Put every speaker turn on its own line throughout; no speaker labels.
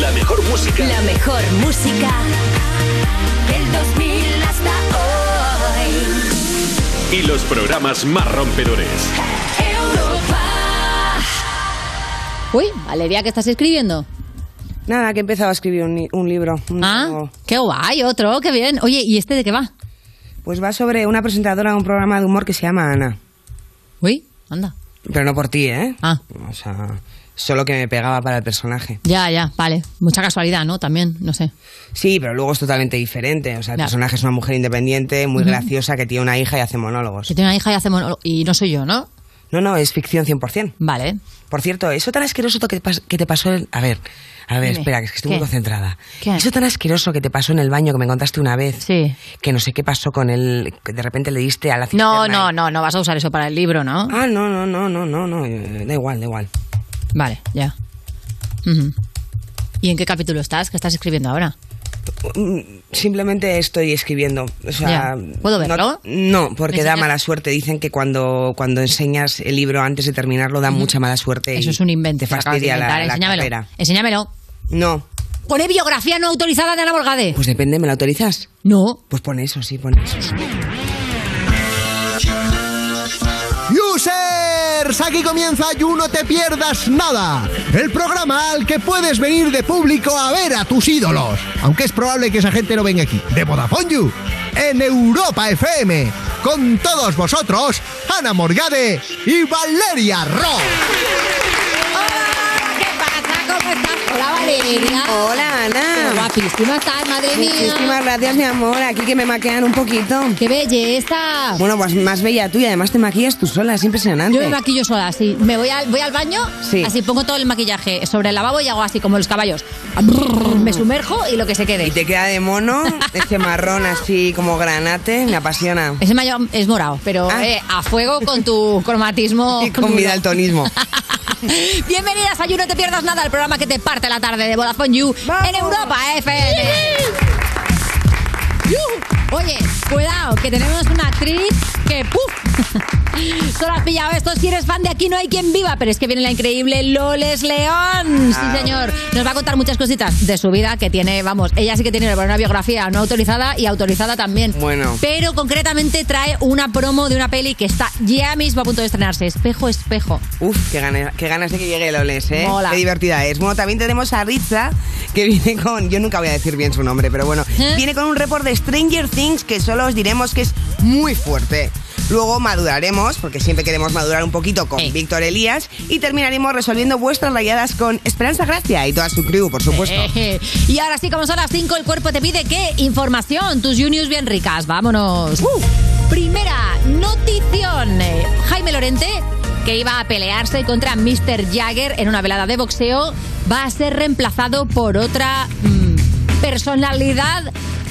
La mejor música.
La mejor música del 2000 hasta
hoy. Y los programas más rompedores.
Ah.
Europa. Uy, Valeria, ¿qué estás escribiendo?
Nada, que he empezado a escribir un, un libro. Un
ah, nuevo. qué guay, otro, qué bien. Oye, ¿y este de qué va?
Pues va sobre una presentadora de un programa de humor que se llama Ana.
Uy, anda.
Pero no por ti, ¿eh?
Ah.
O sea, solo que me pegaba para el personaje.
Ya, ya, vale. Mucha casualidad, ¿no? También, no sé.
Sí, pero luego es totalmente diferente. O sea, el claro. personaje es una mujer independiente, muy uh -huh. graciosa, que tiene una hija y hace monólogos.
Que tiene una hija y hace monólogos. Y no soy yo, ¿no?
No, no, es ficción 100%.
Vale.
Por cierto, eso tan asqueroso que, que te pasó el... A ver, a ver, Dime. espera, que, es que estoy
¿Qué?
muy concentrada.
¿Qué?
Eso tan asqueroso que te pasó en el baño que me contaste una vez.
Sí.
Que no sé qué pasó con él, que de repente le diste a la
No,
cisterna
no,
y-
no, no vas a usar eso para el libro, ¿no?
Ah, no, no, no, no, no, no, eh, da igual, da igual.
Vale, ya. Ujú. ¿Y en qué capítulo estás? ¿Qué estás escribiendo ahora?
Mm, Simplemente estoy escribiendo. O sea,
Ya. ¿Puedo verlo?
No, no, porque da
Enseña-
mala suerte. Dicen que cuando, cuando enseñas el libro antes de terminarlo da mucha mala suerte. y
Eso es un invento.
Te
que acabas de
fastidia la,
inventar.
la
Enséñamelo.
carrera.
Enséñamelo.
No.
Pone biografía no autorizada de Ana Morgade.
Pues depende, ¿me lo autorizas?
no.
Pues pon eso, sí, pon eso. sí.
Users, aquí comienza You No Te Pierdas Nada, el programa al que puedes venir de público a ver a tus ídolos, aunque es probable que esa gente no venga aquí, de Vodafone You, en Europa FM, con todos vosotros, Ana Morgade y Valeria Ro.
¿Qué pasa? ¿Cómo estás? Hola, Valeria.
Hola,
Qué
Ana.
Guapísima estás, madre mía.
Muchísimas gracias, mi amor. Aquí que me maquean un poquito.
¡Qué belleza!
Bueno, pues más bella tú y además te maquillas tú sola, es
Yo
impresionante.
me maquillo sola, sí. Me voy al, voy al baño,
Sí.
así pongo todo el maquillaje sobre el lavabo y hago así como los caballos. Me sumerjo y lo que se quede.
Y te queda de mono, este marrón así como granate, me apasiona.
Ese mayo es morado, pero
Ah.
eh, a fuego con tu cromatismo.
Y con
duro.
mi daltonismo.
Bienvenidas a You, no te pierdas nada, el programa que te parte la tarde de Vodafone You
¡Vamos!
en Europa FM. Yuhu. Oye, cuidado, que tenemos una actriz que ¡puf! Solo has pillado esto si eres fan de Aquí no hay quien viva, pero es que viene la increíble Loles León.
Ah.
Sí, señor. Nos va a contar muchas cositas de su vida que tiene, vamos, ella sí que tiene bueno, una biografía no autorizada y autorizada también.
Bueno.
Pero concretamente trae una promo de una peli que está ya mismo a punto de estrenarse. Espejo, espejo.
Uf, qué ganas, qué ganas de que llegue el Oles, ¿eh?
Mola.
Qué divertida es. Bueno, también tenemos a Ritza, que viene con... Yo nunca voy a decir bien su nombre, pero bueno.
¿Eh?
Viene con un report de Stranger Things que solo os diremos que es muy fuerte. Luego maduraremos, porque siempre queremos madurar un poquito con
Ey.
Víctor Elías. Y terminaremos resolviendo vuestras rayadas con Esperanza Gracia y toda su crew, por supuesto.
Eh, y ahora sí, como son las 5, el cuerpo te pide qué información. Tus juniors bien ricas, vámonos. Primera notición. Eh, Jaime Lorente, que iba a pelearse contra Mr. Jagger en una velada de boxeo, va a ser reemplazado por otra mm, personalidad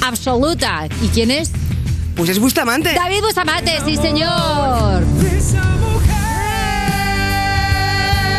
absoluta. ¿Y quién es?
Pues es Bustamante.
David Bustamante, sí señor. ¿Te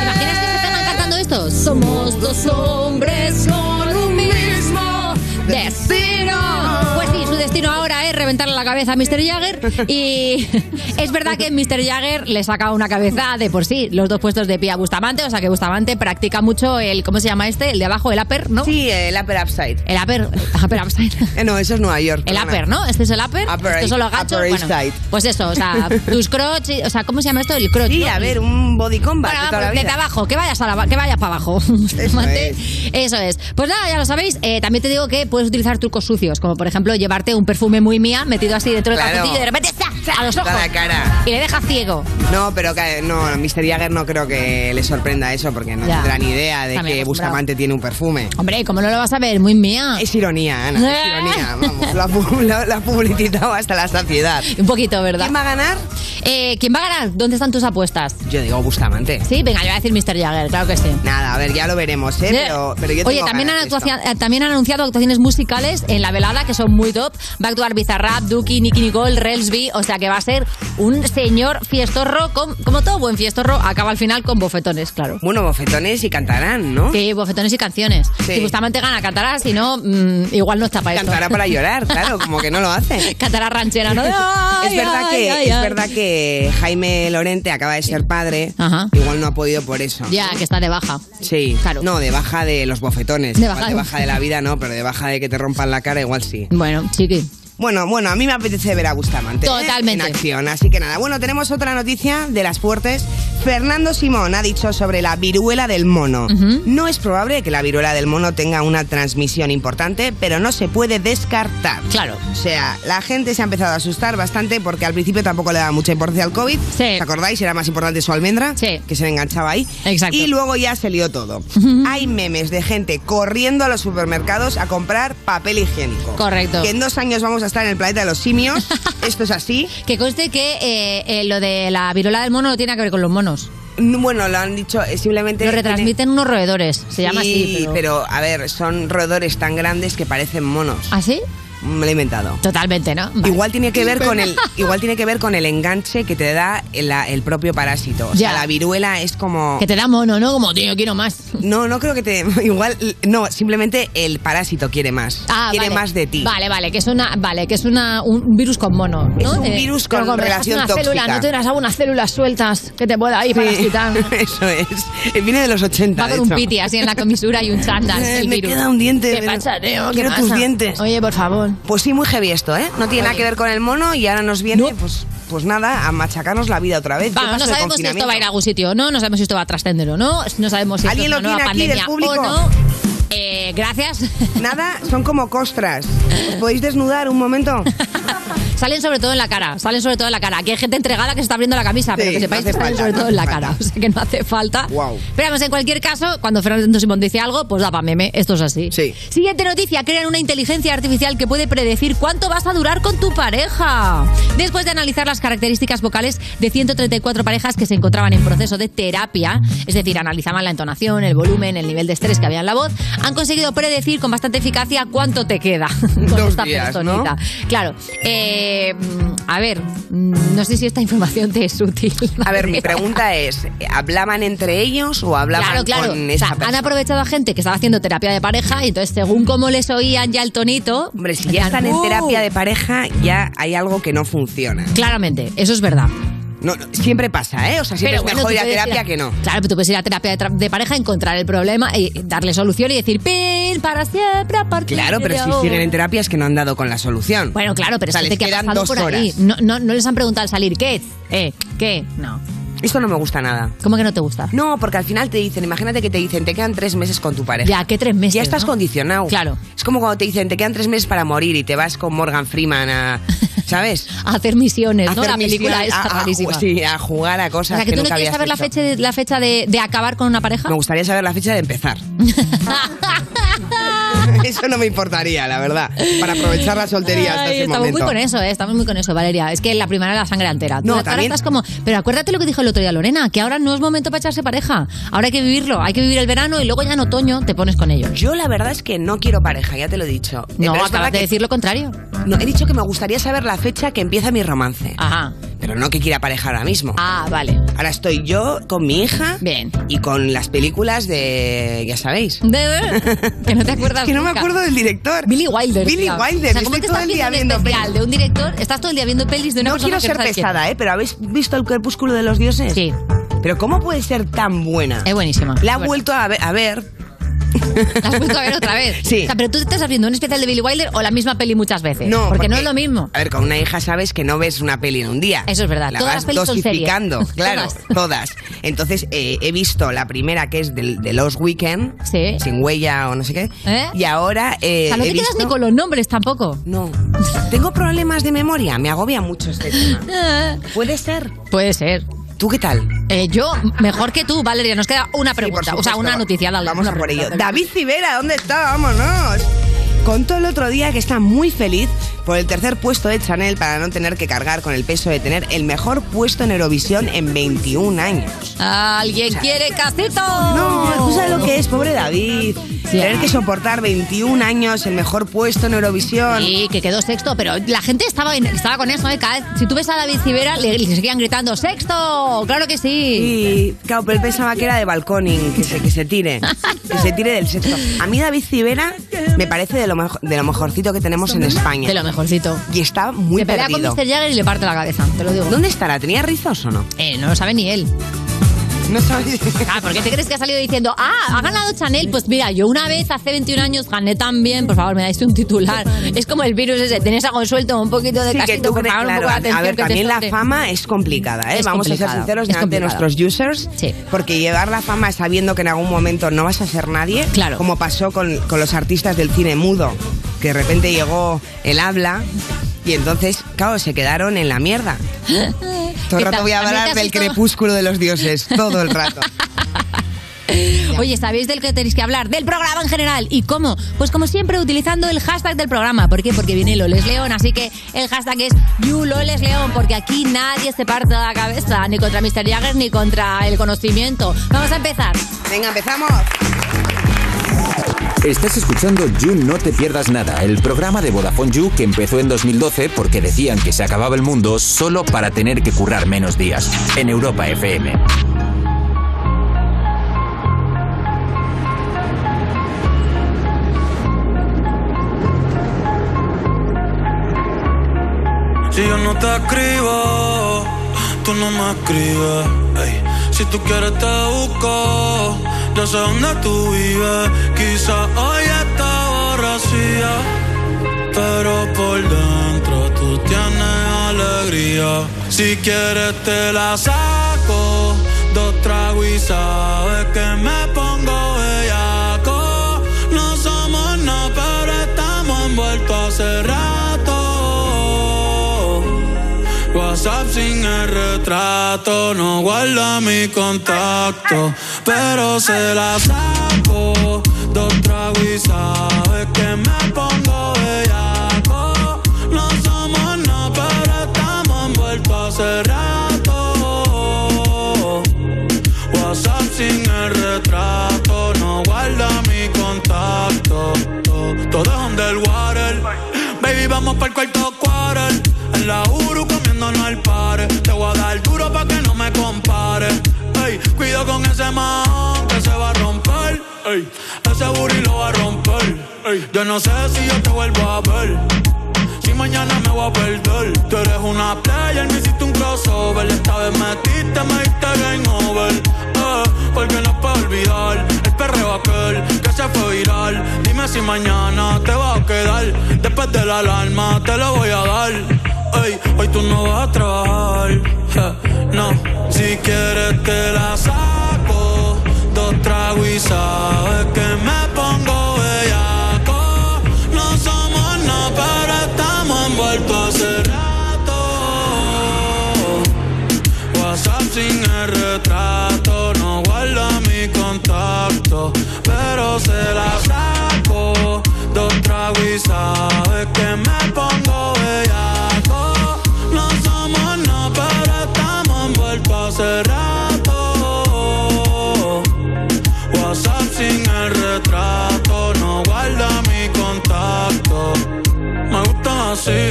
imaginas que se pegan cantando esto? Somos dos hombres con un mismo destino. Pues sí, su destino ahora es reventarle la cabeza a Mr. Jagger. Y es verdad que Mr. Jagger le saca una cabeza de por sí, los dos puestos de pie a Bustamante. O sea que Bustamante practica mucho el, ¿cómo se llama este? El de abajo, el upper, ¿no?
Sí, el Upper Upside.
El upper, upper upside.
Eh, no, eso es Nueva York.
El
perdona.
upper, ¿no? Este es el upper.
Upper
Estos son los gachos.
Upper
Bueno,
East Side.
pues eso, o sea, tus crotch, y- o sea, ¿cómo se llama esto? El crotch.
Sí,
¿no?
a ver, un body combat
Bueno,
de toda la
desde
vida.
abajo, que vayas, a la- que vayas para abajo. Mate.
es.
Eso es. Pues nada, ya lo sabéis. eh, también te digo que puedes utilizar trucos sucios, como por ejemplo llevarte un perfume muy mía metido así dentro del
Claro.
calzoncillo y de repente ¡za! a los ojos.
Toda la cara.
Y le deja ciego.
No, pero que- no, a Mr. Jagger no creo que le sorprenda eso porque no
Ya. pues,
tendrá ni idea de
Está bien
que
acostumbrado.
Bustamante tiene un perfume.
Hombre, ¿cómo no lo vas a ver? Muy mía.
Es ironía, Ana, es ironía. Vamos, la, pu- la, la ha publicitado hasta la saciedad.
Un poquito, ¿verdad?
¿Quién va a ganar?
Eh, ¿Quién va a ganar? ¿Dónde están tus apuestas?
Yo digo Bustamante.
Sí, venga, yo voy a decir Mr. Jagger, claro que sí.
Nada, a ver, ya lo veremos, ¿eh? Pero, pero yo
Oye,
tengo
también han,
ganas de esto.
actuacia- eh, también han anunciado actuaciones musicales en la velada que son muy top. Va a actuar Bizarrap, Duki, Nicky Nicole, Relsby. O sea película que va a ser un señor fiestorro, con- como todo buen fiestorro, acaba al final con bofetones, claro.
Bueno, bofetones y cantarán, ¿no?
Sí, bofetones y canciones. Si Bustamante gana, cantará, si no, mm, igual no está para esto.
Cantará para llorar, claro, como que no lo hace.
Cantará ranchera, ¿no? De, "Ay,
es verdad
ay,
que
ay,
es
ay".
verdad que Jaime Lorente acaba de ser padre. Igual no ha podido por eso.
Ya, que está de baja.
Sí. No, de baja de los bofetones.
De
Igual
baja
de
de-
baja de la vida no, pero de baja de que te rompan la cara igual sí.
Bueno, chiqui.
Bueno, bueno, a mí me apetece ver a Bustamante. ¿eh?
Totalmente.
En acción, así que nada. Bueno, tenemos otra noticia de las fuertes. Fernando Simón ha dicho sobre la viruela del mono. No es probable que la viruela del mono tenga una transmisión importante, pero no se puede descartar.
Claro.
O sea, la gente se ha empezado a asustar bastante porque al principio tampoco le daba mucha importancia al COVID. ¿Os acordáis? Era más importante su almendra, que se le enganchaba ahí. Exacto. Y luego ya se lió todo. Hay memes de gente corriendo a los supermercados a comprar papel higiénico.
Correcto.
Que en dos años vamos a estar en el planeta de los simios. Esto es así.
Que conste que eh, eh, lo de la viruela del mono no tiene que ver con los monos.
Bueno, lo han dicho eh, simplemente.
Lo retransmiten unos roedores. Se llama
Sí,
así. Pero...
a ver, son roedores tan grandes que parecen monos.
¿Ah, sí?
Me lo he inventado.
Totalmente, ¿no?
Igual tiene que ver con el igual tiene que ver con el enganche que te da el, el propio parásito. O
Ya.
sea, la viruela es como
Que te da mono, ¿no? Como, tío, quiero más.
No, no creo que te igual no, simplemente el parásito quiere más.
Ah,
quiere
vale.
más de ti.
Vale, vale, que es una, vale, que es una, un virus con mono, ¿no?
un
De-
virus con
pero como
relación
dejas una
tóxica.
Célula, no tendrás algunas células sueltas que te pueda ahí para quitar.
Eso es. Viene de los 80,
Va
de
con un
hecho.
piti así en la comisura y un chándal.
Eh,
el
me
virus.
queda un diente.
¿Qué
Belén.
pasa, tío? ¿Qué
Quiero
pasa?
tus dientes.
Oye, por favor.
Pues sí, muy heavy esto, ¿eh? No tiene nada que ver con el mono y ahora nos viene, pues, pues nada, a machacarnos la vida otra vez. Yo
Vamos,
paso
no
de
sabemos si esto va a ir a
confinamiento.
algún sitio o no, no sabemos si esto va a trascender o no, no sabemos si esto es una
¿Alguien lo tiene
nueva
aquí del
pues pandemia
público?
o no. Eh, gracias.
Nada, son como costras. ¿Os podéis desnudar un momento?
Salen sobre todo en la cara, salen sobre todo en la cara. Aquí hay gente entregada que se está abriendo la camisa, pero
Sí,
que
no
sepáis
hace
que salen
falta,
sobre
no
todo
hace
en la
falta.
cara. O sea que no hace falta.
Guau.
Pero vamos, en cualquier caso, cuando Fernando Simón dice algo, pues da pa' meme. Esto es así. Siguiente noticia. Crean una inteligencia artificial que puede predecir cuánto vas a durar con tu pareja. Después de analizar las características vocales de 134 parejas que se encontraban en proceso de terapia, es decir, analizaban la entonación, el volumen, el nivel de estrés que había en la voz, han conseguido predecir con bastante eficacia cuánto te queda con esta
días,
personita. Claro. eh, a ver, mm, no sé si esta información te es útil.
A ver, mi pregunta es, ¿hablaban entre ellos o hablaban
Claro, claro.
con
O
esa
sea, han
persona?
aprovechado a gente que estaba haciendo terapia de pareja y entonces según cómo les oían ya el tonito... "Uh".
Hombre, si ya están en terapia de pareja, ya hay algo que no funciona.
Claramente, eso es verdad.
No, no, siempre pasa, ¿eh? O sea, siempre es
bueno,
mejor
tú
ir a
puedes
terapia
a-
que no.
Claro, pero tú puedes ir a terapia de, tra- de pareja, encontrar el problema, y darle solución y decir, pin, para siempre, a partir
Claro, pero
de
si
ahora".
siguen en terapia es que no han dado con la solución.
Bueno, claro, pero
O sea,
es
les
gente que ha
quedan
pasado
dos
por
horas.
ahí. No, no, no les han preguntado al salir, ¿qué? Eh, ¿qué? No.
Esto no me gusta nada.
¿Cómo que no te gusta?
No, porque al final te dicen, imagínate que te dicen, te quedan tres meses con tu pareja.
Ya, ¿qué tres meses?
Ya estás
no?
condicionado.
Claro.
Es como cuando te dicen, te quedan tres meses para morir y te vas con Morgan Freeman a... ¿Sabes?
A hacer misiones,
A
¿no?
hacer
La película
misión,
esta
a- a-
rarísima.
Sí, a jugar a cosas
o sea, que, tú no
nunca
quieres
habías
saber la
hecho.
fecha, de, la fecha de, de acabar con una pareja.
Me gustaría saber la fecha de empezar. Eso no me importaría, la verdad. Para aprovechar la soltería hasta
Ay,
ese
estamos
momento.
muy con eso, eh, estamos muy con eso, Valeria. Es que la primera era la sangre entera. Tú
No,
ahora
también-
estás como, pero acuérdate lo que dijo el otro día Lorena, que ahora no es momento para echarse pareja. Ahora hay que vivirlo, hay que vivir el verano y luego ya en otoño te pones con ellos.
Yo la verdad es que no quiero pareja, ya te lo he dicho. Eh,
No,
pero es
acabas
verdad
de
que-
decir lo contrario.
No, he dicho que me gustaría saber la fecha que empieza mi romance.
Ajá.
Pero no que quiera pareja ahora mismo.
Ah, vale.
Ahora estoy yo con mi hija.
Bien.
Y con las películas de. ya sabéis.
De, de- que no te acuerdas.
Que no me
nunca.
acuerdo del director.
Billy Wilder.
Billy
tío.
Wilder,
O sea,
estoy
¿cómo te
todo
estás
el día
viendo
viendo
un especial de un director? Estás todo el día viendo pelis de una
No
persona
quiero
que
ser
sabes quién
pesada, ¿eh? Pero ¿habéis visto el crepúsculo de los dioses? Sí. Pero ¿cómo puede ser tan buena?
Es buenísima.
La ha vuelto a ver, a ver.
La has vuelto a ver otra vez.
Sí.
O sea, pero tú te estás viendo un especial de Billy Wilder o la misma peli muchas veces.
No,
porque,
porque-
no es lo mismo.
A ver, con una hija sabes que no ves una peli en un día.
Eso es verdad.
La
Todas las
vas
pelis son series.
dosificando, claro,
Todas.
todas. Entonces, eh, he visto la primera que es del- de, Los Weekend, sin huella o no sé qué. Y ahora. eh,
O sea, no
he
te quedas
visto-
ni con los nombres tampoco.
No. Tengo problemas de memoria, me agobia mucho este tema. Puede ser.
Puede ser.
¿Tú qué tal?
Eh, yo, mejor que tú, Valeria, nos queda una pregunta. o sea, una noticia. Dale,
Vamos
una
a por ello.
pregunta.
David Civera, ¿dónde está? Vámonos. Contó el otro día que está muy feliz por el tercer puesto de Chanel para no tener que cargar con el peso de tener el mejor puesto en Eurovisión en 21 años.
¿Alguien quiere casito?
No, tú sabes lo que es, pobre David. Tener que soportar 21 años el mejor puesto en Eurovisión.
Sí, que quedó sexto, pero la gente estaba, en- estaba con eso, ¿eh? Cada vez- si tú ves a David Civera, le, le seguían gritando, ¡sexto! ¡Claro que sí!
Y claro, pero él pensaba que era de balconing, que se, que se tire. Que se tire del sexto. A mí David Civera me parece de lo, mejo- de lo mejorcito que tenemos en España. De lo
mejorcito.
Y está muy
Se pelea con
perdido.
Mr. Jagger y le parte la cabeza, te lo digo.
¿Dónde estará? ¿Tenía rizos o no?
Eh, no lo sabe ni él.
No sabes.
Ah, ¿por qué te crees que ha salido diciendo, ah, ha ganado Chanel? Pues mira, yo una vez hace 21 años gané también, por favor, me dais un titular. Es como el virus ese, tenés algo suelto, un poquito de
Sí, que
casito,
tú
por
crees-
favor, un
claro,
poco de atención.
a ver,
que te
también la
suelte.
fama es complicada, ¿eh?
Es
Vamos a ser
complicado,
sinceros
es
delante de
complicado.
nuestros users, porque llevar la fama sabiendo que en algún momento no vas a ser nadie, como pasó con, con los artistas del cine mudo, que de repente llegó el habla y entonces, claro, se quedaron en la mierda. Todo el
Que
rato
ta-
voy
también
a hablar
casi
del
todo-
crepúsculo de los dioses, todo el rato.
Oye, ¿sabéis del que tenéis que hablar? Del programa en general. ¿Y cómo? Pues como siempre, utilizando el hashtag del programa. ¿Por qué? Porque viene Loles León, así que el hashtag es YouLolesLeón, porque aquí nadie se parte la cabeza, ni contra Mr. Jagger, ni contra el conocimiento. Vamos a empezar.
Venga, empezamos.
Estás escuchando You No Te Pierdas Nada, el programa de Vodafone You que empezó en 2012 porque decían que se acababa el mundo solo para tener que currar menos días. En Europa FM.
Si yo no te escribo, tú no me escribes. ey. Si tú quieres te busco, yo sé dónde tú vives. Quizá hoy está borracía, pero por dentro tú tienes alegría. Si quieres te la saco, dos tragos y sabes que me pongo bellaco. No somos nada, pero estamos envueltos hace rato. WhatsApp sin el retrato, no guarda mi contacto, pero se la saco. Dos tragos y sabes que me pongo bellaco. No somos nada, pero estamos envueltos hace rato. WhatsApp sin el retrato, no guarda mi contacto. Todo es underwater. Baby, vamos para el cuarto quarter. En la Uru comiéndonos al par. Te voy a dar duro pa' que no me compare. Ey, cuido con ese man que se va a romper. Ey, ese booty lo va a romper. Ey, yo no sé si yo te vuelvo a ver. Si mañana me voy a perder Tú eres una player, me hiciste un crossover Esta vez metiste, me diste game over eh, Porque no puedo olvidar El perreo aquel que se fue viral Dime si mañana te vas a quedar Después de la alarma te lo voy a dar Ey, Hoy tú no vas a trabajar eh, No, si quieres te la saco Dos tragos y sabes que me pongo bellaco no somos nada, pero estamos envueltos hace rato. WhatsApp sin el retrato, no guarda mi contacto, pero se la saco. Dos tragos y sabes que me pongo bellaco. No somos nada, pero estamos envueltos hace rato. WhatsApp sin el retrato, no guarda mi contacto. Me gustan así,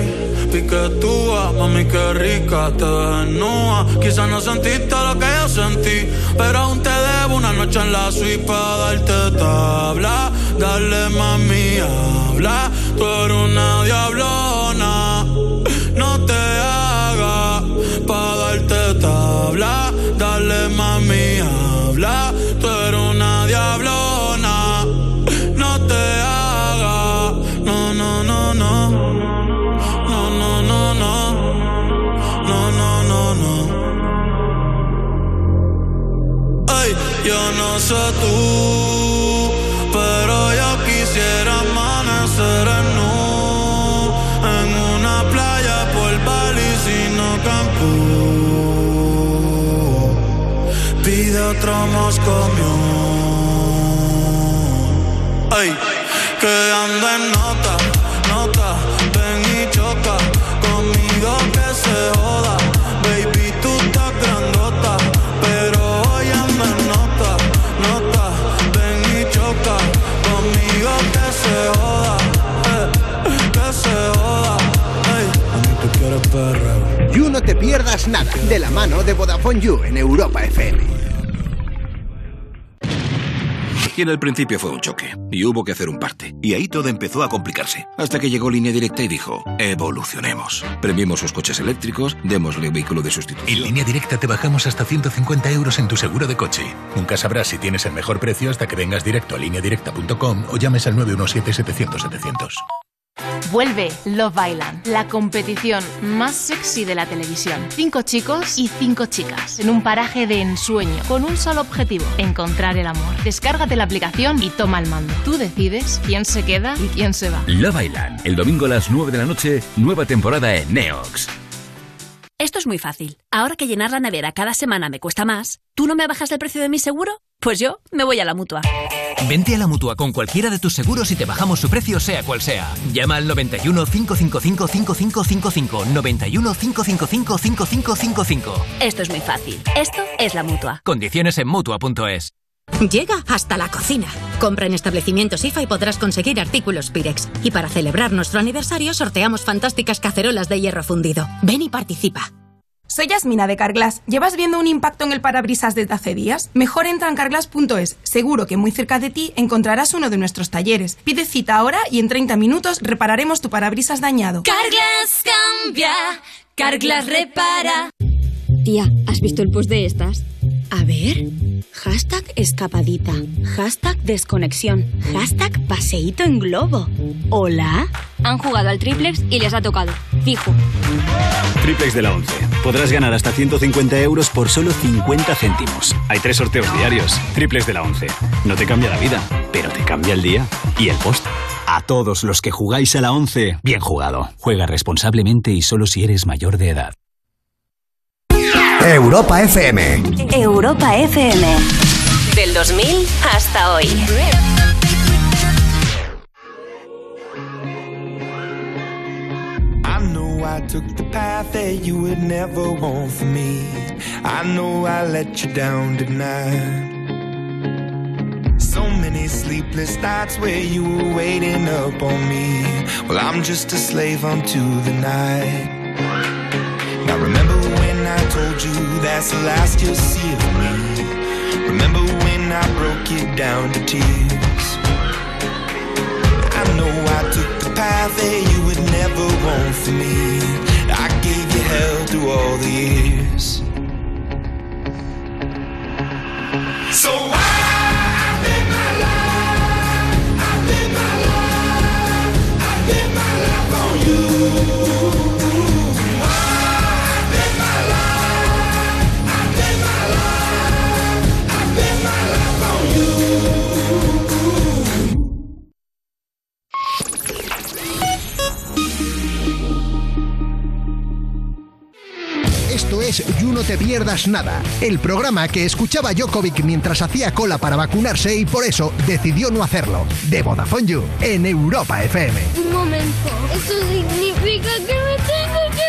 piquetúa, mami que rica, te ves desnuda. Quizás no sentiste lo que yo sentí, pero aún te debo una noche en la suite para darte tabla. Dale mami, habla, tú eres una diablona, no te hagas pa' darte tabla. Dale mami, habla, tú eres una diablona, no te hagas, no, no, no, no, no, no, no, no, no, no, no, no. Ey, yo no sé tú, pero yo quisiera amanecer en nu, en una playa por Bali, sino Cancún. Pide otro moscomión. Ey, que ando en nota, nota, ven y choca. Conmigo que se joda, baby, tú estás grandota. Pero hoy eh,
pierdas nada. De la mano de Vodafone You en Europa FM.
Y en el principio fue un choque, y hubo que hacer un parte. Y ahí todo empezó a complicarse, hasta que llegó Línea Directa y dijo, evolucionemos. Premiemos sus coches eléctricos, démosle un vehículo de sustitución.
En línea directa te bajamos hasta 150 euros en tu seguro de coche. Nunca sabrás si tienes el mejor precio hasta que vengas directo a lineadirecta.com o llames al 917-700-700.
Vuelve Love Island, la competición más sexy de la televisión. Cinco chicos y cinco chicas en un paraje de ensueño con un solo objetivo: encontrar el amor. Descárgate la aplicación y toma el mando. Tú decides quién se queda y quién se va.
Love Island, el domingo a las 9 de la noche, nueva temporada en Neox.
Esto es muy fácil. Ahora que llenar la nevera cada semana me cuesta más, ¿tú no me bajas el precio de mi seguro? Pues yo me voy a la mutua.
Vente a la mutua con cualquiera de tus seguros y te bajamos su precio, sea cual sea. Llama al 91 555 5555. 91 555 5555.
Esto es muy fácil. Esto es la mutua.
Condiciones en mutua.es.
Llega hasta la cocina. Compra en establecimientos IFA y podrás conseguir artículos Pirex. Y para celebrar nuestro aniversario sorteamos fantásticas cacerolas de hierro fundido. Ven y participa.
Soy Yasmina de Carglass. ¿Llevas viendo un impacto en el parabrisas desde hace días? Mejor entra en carglass.es. Seguro que muy cerca de ti encontrarás uno de nuestros talleres. Pide cita ahora y en 30 minutos repararemos tu parabrisas dañado.
Carglass cambia, Carglass repara.
Tía, ¿has visto el post de estas? A ver. Hashtag escapadita. Hashtag desconexión. Hashtag paseíto en globo. Hola.
Han jugado al triplex y les ha tocado. Fijo.
Triplex de la 11. Podrás ganar hasta 150 euros por solo 50 céntimos. Hay tres sorteos diarios. Triplex de la 11. No te cambia la vida, pero te cambia el día y el post. A todos los que jugáis a la 11, bien jugado. Juega responsablemente y solo si eres mayor de edad.
Europa FM.
Europa FM. Del 2000 hasta hoy.
I know I took the path that you would never want for me. I know I let you down tonight. So many sleepless nights where you were waiting up on me. Well, I'm just a slave unto the night. Now remember when I told you that's the last you'll see of me. Remember when I broke you down to tears. I know I took the path that you would never want for me. I gave you hell through all the years. So I live my life. I live my life. I live my life on you. I live my life. I live my life. I live my life on you.
Esto es You No Te Pierdas Nada, el programa que escuchaba Jokovic mientras hacía cola para vacunarse y por eso decidió no hacerlo. De Vodafone You en Europa FM.
Un momento. Eso significa que me tengo que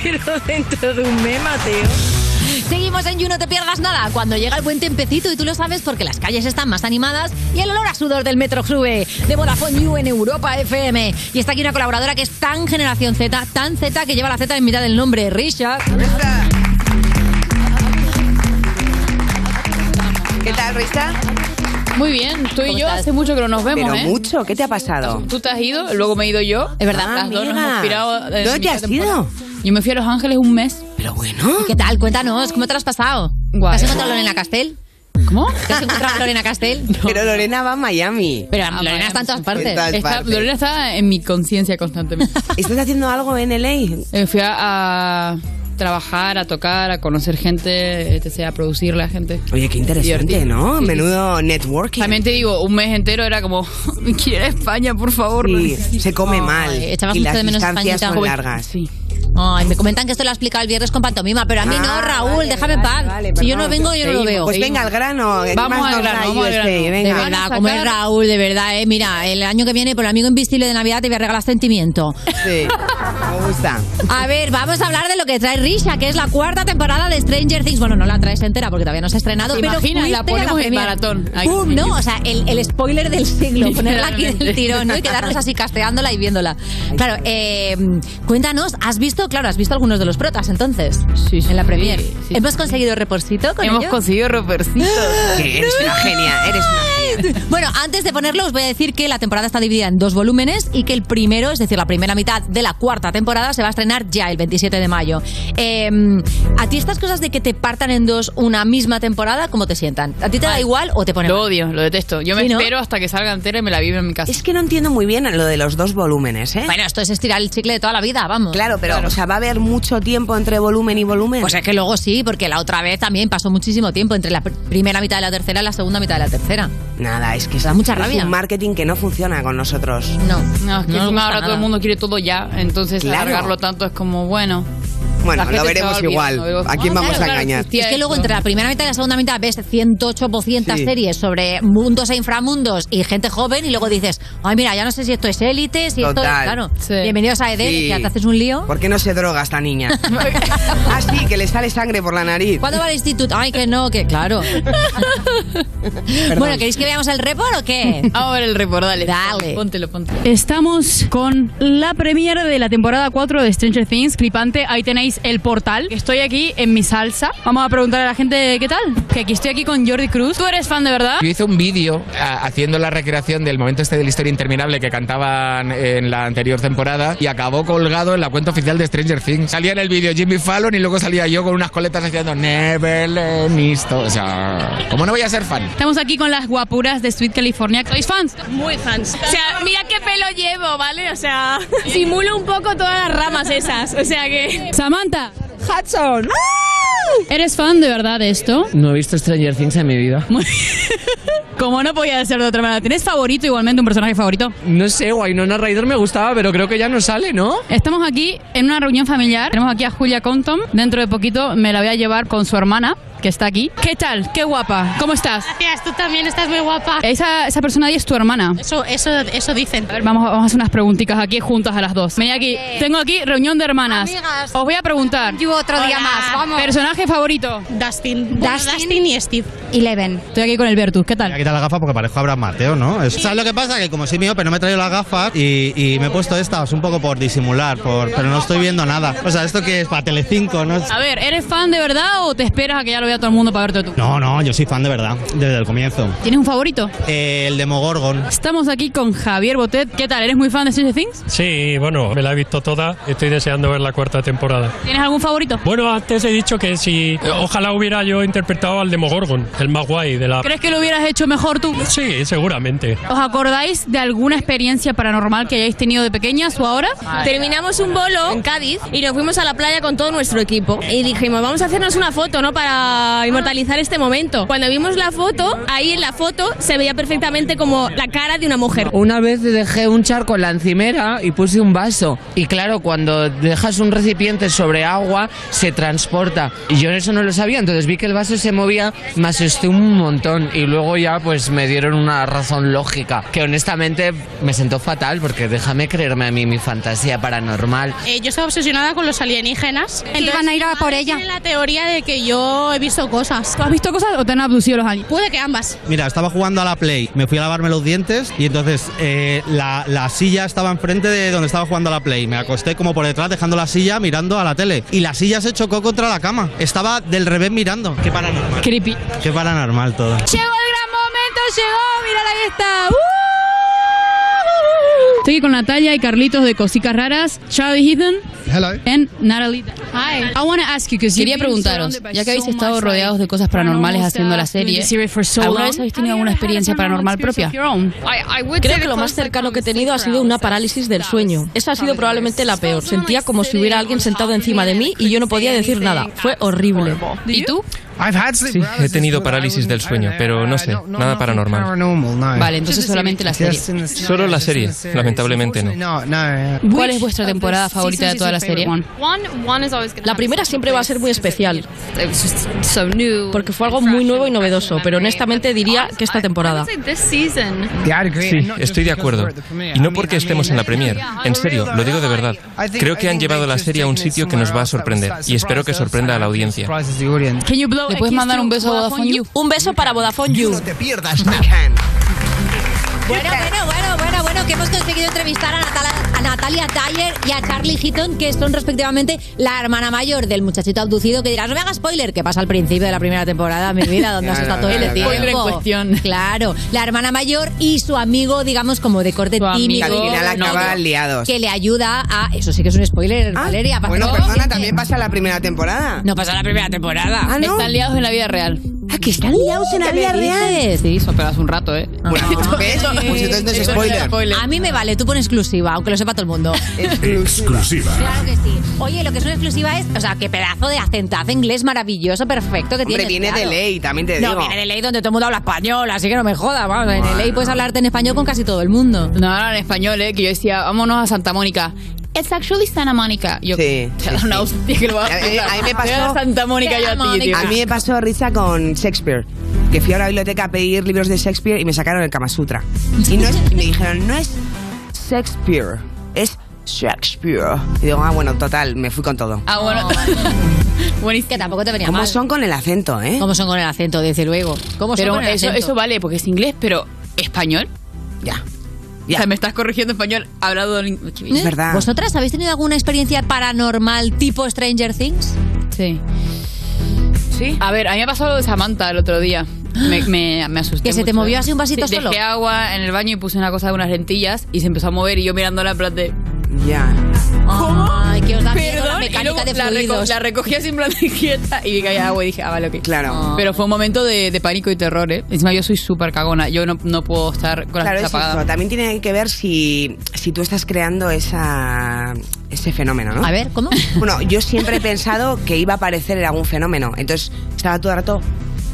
Pero dentro de un meme, Mateo. Seguimos en You, no te pierdas nada. Cuando llega el buen tempecito, y tú lo sabes porque las calles están más animadas y el olor a sudor del metro sube. De Vodafone You en Europa FM. Y está aquí una colaboradora que es tan generación Z, tan Z que lleva la Z en mitad del nombre, Richard.
¿Qué tal, Rista?
Muy bien, tú y yo hace mucho que no nos vemos,
Pero
¿eh?
mucho, ¿qué te ha pasado?
Tú te has ido, luego me he ido yo. Es verdad, las dos nos
amiga.
hemos inspirado.
¿Dónde te has ido?
Yo me fui a Los Ángeles un mes.
Pero bueno.
¿Qué tal? Cuéntanos, ¿cómo te lo has pasado? ¿Has encontrado a Lorena Castel?
¿Cómo?
¿Has encontrado a Lorena Castel?
Pero Lorena va a Miami.
Pero
Ah,
Lorena está en todas partes.
Está- Lorena está en mi conciencia constantemente.
¿Estás haciendo algo en LA?
Eh, fui a, a trabajar, a tocar, a conocer gente, etc., a producir la gente.
Oye, qué interesante,
Divertido.
¿no?
Sí, sí,
Menudo networking.
También te digo, un mes entero era como, quiero España, por favor. lo
Sí,
necesito". Pues,
se come mal.
Ay,
echabas
y
mucho
las
de menos
distancias
Españita.
son
Joven.
largas.
Ay, me comentan que esto lo ha explicado el viernes con pantomima, pero a mí
Ah,
no, Raúl, déjame en paz. si yo no
perdón.
vengo, yo no lo
Seguimos.
veo.
Pues venga, al grano, que más
Vamos al
nos da
grano, vamos al
USA,
este?
grano. De
venga.
verdad,
Van a
como es
sacar-
Raúl, de verdad, eh. Mira, el año que viene por el amigo invisible de Navidad te voy a regalar sentimiento.
Sí.
Me gusta.
A ver, vamos a hablar de lo que trae Risha, que es la cuarta temporada de Stranger Things. Bueno, no la traes entera porque todavía no se ha estrenado,
¿Te
pero
imaginas? La
fuiste a
ponemos en
premiere.
maratón. Ahí.
¡Pum! ¿no? O sea, el, el spoiler del siglo, ponerla aquí del
Literalmente.
tirón, ¿no? Y quedarnos así casteándola y viéndola. Claro, eh, cuéntanos, ¿has visto, claro, has visto algunos de los protas entonces? Sí, En la premier. ¿Hemos conseguido reporcito con
Hemos
ellos?
conseguido repercito.
Que eres una genia, ¿eh? eres Bueno, antes de ponerlo os voy a decir que la temporada está dividida en dos volúmenes y que el primero, es decir, la primera mitad de la cuarta temporada se va a estrenar ya el 27 de mayo. Eh, ¿A ti estas cosas de que te partan en dos una misma temporada, cómo te sientan? ¿A ti te da igual o te pone
Lo
mal?
odio, lo detesto. Yo me
Sí, ¿no?
espero hasta que salga entera y me la vivo en mi casa.
Es
que no entiendo muy bien lo de los dos volúmenes, ¿eh?
Bueno, esto es estirar el chicle de toda la vida, vamos.
Claro, pero, o sea, va a haber mucho tiempo entre volumen y volumen.
Pues es que luego sí, porque la otra vez también pasó muchísimo tiempo entre la pr- primera mitad de la tercera y la segunda mitad de la tercera.
Nada, es que es,
Da mucha
es
rabia.
un marketing que no funciona con nosotros.
No.
No, es que
No nos
encima
gusta
ahora todo
nada.
el mundo quiere todo ya, entonces
Claro.
alargarlo tanto es como, bueno.
Bueno,
la gente
lo
se
veremos
va olvidando,
igual.
digo,
¿A quién
ah,
vamos
claro,
a
claro,
engañar?
existía
Es que luego
esto.
entre la primera mitad y la segunda mitad ves 108%
Sí.
series sobre mundos e inframundos y gente joven y luego dices, ay mira, ya no sé si esto es élite, si esto es...
Total.
Claro, bienvenidos a Eden,
Sí.
que te haces un lío.
¿Por qué no se droga esta niña? ah, sí, que le sale sangre por la nariz.
¿Cuándo va al instituto? Ay, que no, que claro. bueno, ¿queréis que veamos el report o qué?
Ahora el report, dale.
Dale.
Póntelo, póntelo.
Estamos con la premiere de la temporada 4 de Stranger Things, flipante. Ahí tenéis el portal. Estoy aquí en mi salsa. Vamos a preguntar a la gente qué tal. Que aquí estoy aquí con Jordi Cruz. ¿Tú eres fan de verdad?
Yo hice un vídeo a- haciendo la recreación del momento este de la historia interminable que cantaban en la anterior temporada y acabó colgado en la cuenta oficial de Stranger Things. Salía en el vídeo Jimmy Fallon y luego salía yo con unas coletas haciendo Neverland esto. O sea, ¿cómo no voy a ser fan?
Estamos aquí con las guapuras de Sweet California. ¿Sois fans? Muy fans.
O sea, mira qué pelo llevo, ¿vale? O sea, simulo un poco todas las ramas esas. O sea que.
Samantha. Hudson. ¿Eres fan de verdad de esto?
No he visto Stranger Things en mi vida.
Como no podía ser de otra manera. ¿Tienes favorito igualmente un personaje favorito?
No sé, Winona Ryder me gustaba, pero creo que ya no sale, ¿no?
Estamos aquí en una reunión familiar. Tenemos aquí a Julia Compton. Dentro de poquito me la voy a llevar con su hermana, que está aquí. ¿Qué tal? ¿Qué guapa? ¿Cómo estás?
Gracias, tú también estás muy guapa.
Esa, esa persona ahí es tu hermana.
Eso, eso, eso dicen. Eh,
A ver, vamos, vamos a hacer unas preguntitas aquí juntas a las dos. Venid aquí. Tengo aquí reunión de hermanas.
Amigas.
Os voy a preguntar.
Y otro día más, vamos.
Personaje favorito.
Dustin. Dustin y Steve. Eleven.
Estoy aquí con el Bertus. ¿Qué tal?
Me voy a quitar las gafas porque parezco Abraham Mateo, ¿no? Es- ¿Sabes lo que pasa? Que como soy mío, pero no me he traído las gafas y, y me he puesto estas un poco por disimular, por, pero no estoy viendo nada. O sea, ¿esto que es? ¿Para Telecinco? No,
A ver, ¿eres fan de verdad o te esperas a que ya lo vea todo el mundo para verte tú?
no, no, yo soy fan de verdad, desde el comienzo.
¿Tienes un favorito?
Eh, el Demogorgon.
Estamos aquí con Javier Botet. ¿Qué tal? ¿Eres muy fan de Stranger Things?
Sí, bueno, me la he visto toda. Estoy deseando ver la cuarta temporada.
¿Tienes algún favorito?
Bueno, antes he dicho que si. Ojalá hubiera yo interpretado al Demogorgon, el más guay de la.
¿Crees que lo hubieras hecho mejor tú?
Sí, seguramente.
¿Os acordáis de alguna experiencia paranormal que hayáis tenido de pequeñas o ahora?
Terminamos un bolo en Cádiz y nos fuimos a la playa con todo nuestro equipo. Y dijimos, vamos a hacernos una foto, ¿no? Para inmortalizar este momento. Cuando vimos la foto, ahí en la foto se veía perfectamente como la cara de una mujer.
Una vez dejé un charco en la encimera y puse un vaso. Y claro, cuando dejas un recipiente sobre agua, se transporta. Y yo eso no lo sabía, entonces vi que el vaso se movía, me asusté un montón. Y luego ya pues me dieron una razón lógica, que honestamente me sentó fatal, porque déjame creerme a mí mi fantasía paranormal.
Eh, yo estaba obsesionada con los alienígenas. Entonces, van a ir a por ella. Tiene la teoría de que yo he visto cosas.
¿Tú has visto cosas o te han abducido los años?
Puede que ambas.
Mira, estaba jugando a la Play, me fui a lavarme los dientes y entonces eh, la, la silla estaba enfrente de donde estaba jugando a la Play. Me acosté como por detrás dejando la silla mirando a la tele. Y la silla se chocó contra la cama. Estaba del revés mirando. Qué paranormal.
Creepy.
Qué paranormal todo.
Llegó el gran momento, llegó, mirad ahí está. ¡Uh! Estoy aquí con Natalia y Carlitos de Cositas Raras, Charlie Heathen
Hello.
and Natalie. Hi. I want to ask you 'cause you've
Quería
been
preguntaros,
surrounded by
ya que habéis
so
estado
much,
rodeados de cosas paranormales haciendo la serie, ¿alguna vez habéis tenido alguna experiencia paranormal propia?
Creo que lo más cercano que he tenido ha sido una parálisis del sueño. Esa ha sido probablemente la peor. Sentía como si hubiera alguien sentado encima de mí y yo no podía decir nada. Fue horrible.
¿Y tú?
Sí, he tenido parálisis del sueño, pero no sé, nada paranormal.
Vale, entonces solamente la serie.
Solo la serie, lamentablemente no. eh.
¿Cuál es vuestra temporada favorita de toda la serie?
La primera siempre va a ser muy especial. Porque fue algo muy nuevo y novedoso, pero honestamente diría que esta temporada.
Sí, estoy de acuerdo. Y no porque estemos en la premier, en serio, lo digo de verdad. Creo que han llevado la serie a un sitio que nos va a sorprender y espero que sorprenda a la audiencia.
¿Le puedes mandar un beso a Vodafone You?
Un beso para Vodafone You.
No te pierdas
Bueno, bueno, bueno, bueno, bueno, que hemos conseguido entrevistar a Natala- a Natalia, Taller y a Charlie Heaton, que son respectivamente la hermana mayor del muchachito abducido, que dirás, no me hagas spoiler, que pasa al principio de la primera temporada, mi vida, donde has
Claro,
estado todo
claro,
el
claro.
tiempo.
Spoiler en
cuestión. Claro, la hermana mayor y su amigo, digamos, como de corte
Que
tímido.
al final acaban
novio,
liados. Ah,
Que le ayuda a... Eso sí que es un spoiler, Valeria.
Bueno,
no,
perdona, también pasa la primera temporada.
No pasa la primera temporada.
Ah, ¿no?
Están liados en la vida real.
Ah, que están liados en la vida real.
Sí, son- pero hace un rato, ¿eh?
¿Ves? Pues entonces no es
Eso
spoiler.
A mí me vale, tú pones exclusiva, aunque lo sepa todo el mundo.
Exclusiva.
Claro que sí. Oye, lo que es una exclusiva es, o sea, qué pedazo de acentazo inglés maravilloso, perfecto que
Hombre,
tiene.
viene de ley, también te
no,
digo.
viene de ley donde todo el mundo habla español, así que no me jodas. Vamos, en ley puedes hablarte en español con casi todo el mundo.
No, no, en español, ¿eh? Que yo decía, vámonos a Santa Mónica. It's actually Santa Mónica. Yo, sí. Te da una hostia que lo vas a
A mí- a mí me pasó-
Te da Santa Mónica yo a ti, tío.
A mí me pasó risa con Shakespeare. Que fui a la biblioteca a pedir libros de Shakespeare y me sacaron el Kama Sutra. Y, no es- y me dijeron, no es Shakespeare, es Shakespeare. Y digo, ah, bueno, total, me fui con todo.
Ah, bueno.
Buenísimo. Que tampoco te venía
¿Cómo
mal.
son con el acento, eh?
¿Cómo son con el acento, desde luego? ¿Cómo son
Pero
con el
eso,
acento?
eso vale, porque es inglés, pero español.
Ya.
O sea, me estás corrigiendo español hablado en
¿Eh? ¿Vosotras habéis tenido alguna experiencia paranormal tipo Stranger Things?
Sí. Sí. A ver, a mí me ha pasado lo de Samantha el otro día. Me, me, me asusté.
¿Que se te
mucho.
movió así un vasito
Sí,
solo?
Dejé agua en el baño y puse una cosa de unas lentillas y se empezó a mover y yo mirándola en plan de.
Ya.
Ay, que os da miedo la
Perdón, y
mecánica
luego
de
la, reco-
fluidos.
la recogí así en plan de quieta y vi que había agua y dije, ah, vale, ok.
Claro.
Pero fue un momento de, de pánico y terror, ¿eh? Encima yo soy súper cagona. Yo no, no puedo estar con las
Claro,
luces
es eso.
apagadas.
También tiene que ver si, si tú estás creando esa, ese fenómeno, ¿no?
A ver,
¿cómo?
Bueno, yo siempre he pensado que iba a aparecer en algún fenómeno. Entonces estaba todo el rato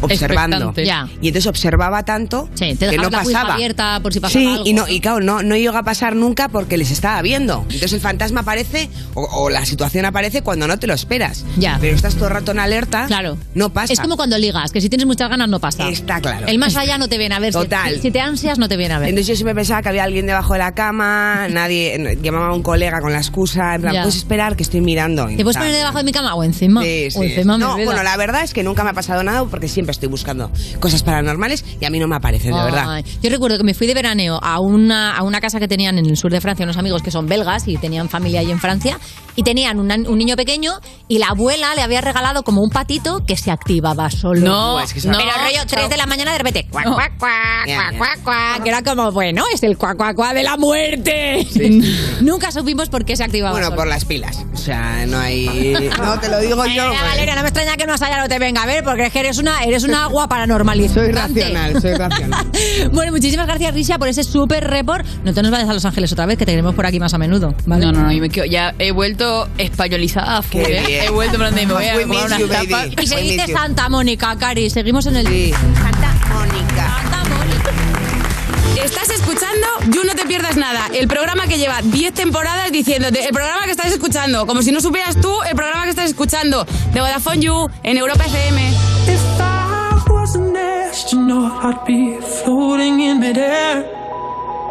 observando.
Expectante. Ya.
Y entonces observaba tanto
Te
que
dejabas
no
la Ouija
pasaba.
abierta por si pasaba
sí,
algo.
y, no, y claro, no, no llega a pasar nunca porque les estaba viendo. Entonces el fantasma aparece o, o la situación aparece cuando no te lo esperas.
Ya.
Pero estás todo el rato en alerta.
Claro.
No pasa.
Es como cuando ligas, que si tienes muchas ganas no pasa.
Está claro.
El más allá no te viene a ver. si-
Total.
Si, te ansias no te viene a ver.
Entonces yo siempre pensaba que había alguien debajo de la cama, nadie no, llamaba a un colega con la excusa, en plan,
Ya.
puedes esperar que estoy mirando.
¿Te puedes poner debajo de mi cama o encima? o encima
No,
mi vida.
bueno, la verdad es que nunca me ha pasado nada porque siempre estoy buscando cosas paranormales y a mí no me aparecen, de verdad.
Ay, Yo recuerdo que me fui de veraneo a una, a una casa que tenían en el sur de Francia unos amigos que son belgas y tenían familia allí en Francia y tenían una- un niño pequeño y la abuela le había regalado como un patito que se activaba solo.
No, Buah, es que eso- no.
pero rollo 3 de la mañana de repente cuac, cuac, cuac, cuac, cuac, cuac, que era como, bueno, es el cuac, cuac, cuac de la muerte. Nunca supimos por qué se activaba
Bueno,
solo.
por las pilas. O sea, no hay... No, te lo digo yo. pues.
Valeria, Valeria, no me extraña que no allá no te venga a ver, porque es que eres una, eres una agua paranormalista.
Soy racional, soy racional.
bueno, muchísimas gracias, Risha, por ese súper report. No te nos vayas a Los Ángeles otra vez, que te queremos por aquí más a menudo. ¿vale?
No, no, no, yo me quedo- ya he vuelto españolizada a full,
Qué
¿eh?
bien.
He vuelto en plan de, me voy a
We
comprar
miss you,
unas
baby.
tapas.
Y se
We miss
dice
you.
Santa Mónica, Cari. Seguimos en el.
Estás escuchando You No Te Pierdas Nada, el programa que lleva 10 temporadas diciéndote, el programa que estás escuchando, como si no supieras tú el programa que estás escuchando, de Vodafone You en Europa FM.
If I was an astronaut, I'd be floating in midair.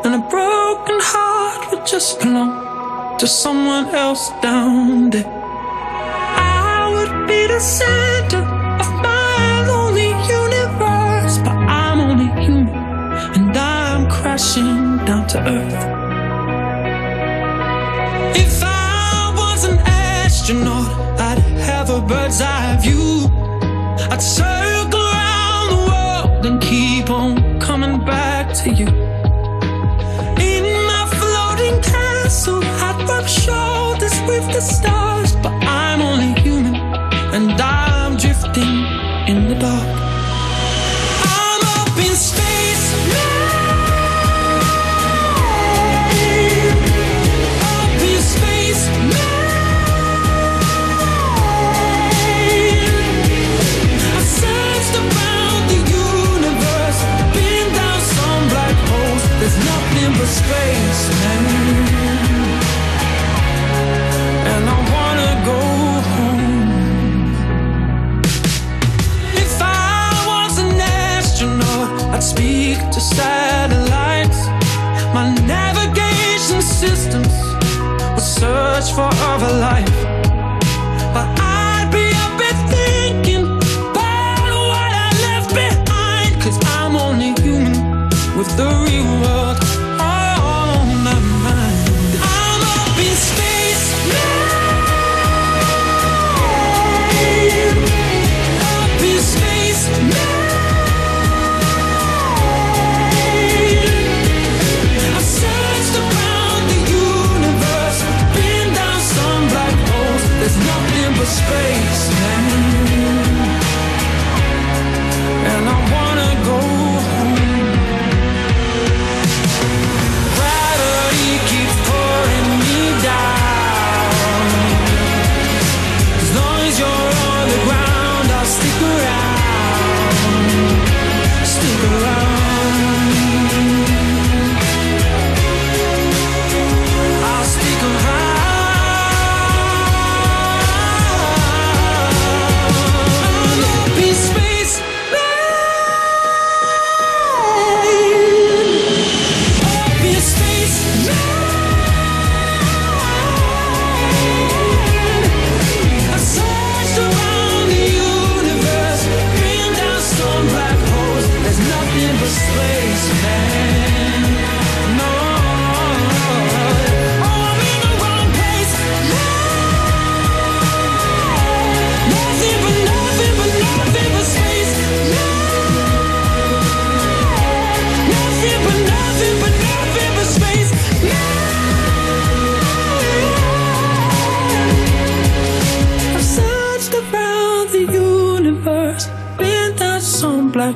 And a broken heart would just belong to someone else down there. I would be the center of my lonely universe. But I'm only human, and I'm crashing down to earth. If I was an astronaut, I'd have a bird's eye view. I'd circle around the world and keep on coming back to you. In my floating castle, I'd rub shoulders with the stars, but I'm only human and I'm drifting in the dark. I'm up in space now. Up in space now. I said I'd speak to satellites. My navigation systems would search for other life. But I'd be up and thinking about what I left behind. Cause I'm only human with the real world on my mind. I'm up in space now. Up in space now. I've searched around the universe, been down some black holes. There's nothing but space now. And I wanna go home. Gravity keeps pouring me down. As long as you're on the ground, I'll stick around. Stick around. I'll stick around. Up in space, up in space, I've searched around the universe, been down some black holes. There's nothing but space, man. No. Oh, I'm in the wrong place. Nothing but nothing but nothing but space. Nothing but nothing but nothing but space. I've searched around the universe, been down some black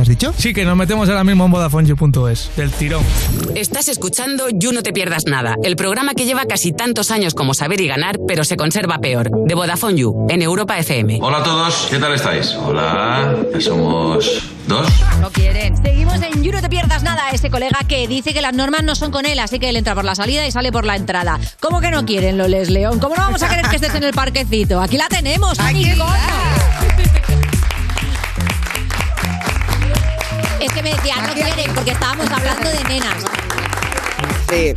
has dicho?
Sí, que nos metemos ahora mismo en VodafoneYou.es, del tirón.
Estás escuchando You No Te Pierdas Nada, el programa que lleva casi tantos años como Saber y Ganar, pero se conserva peor, de Vodafone You, en Europa FM.
Hola a todos, ¿qué tal estáis? Hola, que Ah, somos dos.
No quieren. Seguimos en You, no te pierdas nada. Ese colega que dice que las normas no son con él, así que él entra por la salida y sale por la entrada. ¿Cómo que no quieren, Loles León? ¿Cómo no vamos a querer que estés en el parquecito? Aquí la tenemos, amigos. Es que me decían, no quieren, porque estábamos hablando de nenas.
Sí.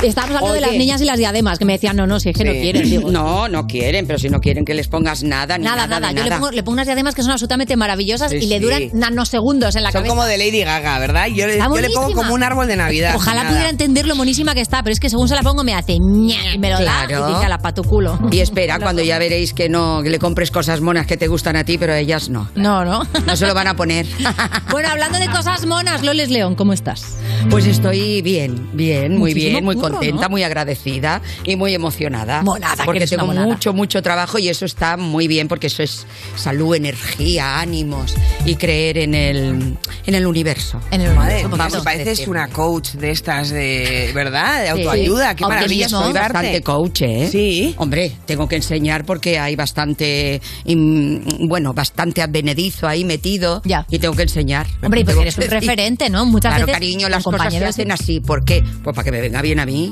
Estábamos hablando de las
Oye.
niñas y las diademas, que me decían, no, no, si es que no
Sí.
quieren. Digo,
No, no quieren, pero si no quieren que les pongas nada, ni
Nada,
nada,
nada. Yo le pongo, le pongo unas diademas que son absolutamente maravillosas
Sí,
y le
sí.
duran nanosegundos en la
Son
cabeza.
como de
Lady
Gaga, ¿verdad? Yo le-
Está
yo le pongo
buenísima.
como un árbol de Navidad.
Ojalá
Nada.
pudiera entender lo monísima que está, pero es que según se la pongo me hace ña y me lo da y dice a la pato culo.
Y espera, cuando ya veréis que no, que le compres cosas monas que te gustan a ti, pero a ellas no.
No, no.
No se lo van a poner.
Bueno, hablando de cosas monas, Loles León, ¿cómo estás?
Pues estoy bien, bien, muy
Muchísimo
bien, muy
curro,
contenta,
¿no?
muy agradecida y muy emocionada.
Monada, que
Porque
eres una
tengo
monada.
mucho, mucho trabajo y eso está muy bien porque eso es salud, energía, ánimos y creer en el, en el universo.
En el
Madre,
universo,
vamos,
poquito.
pareces decir. una coach de estas de, ¿verdad? Sí. De autoayuda, qué Aunque maravilla yo soy escucharte. bastante coach, ¿eh? Sí. Hombre, tengo que enseñar porque hay bastante, mm, bueno, bastante advenedizo ahí metido y tengo que enseñar.
Hombre, y porque
Tengo
eres un
que decir.
referente, ¿no? Muchas
Claro,
veces
cariño,
con
las cosas se
compañeros-
hacen así. ¿Por qué? Pues para que me venga bien a mí.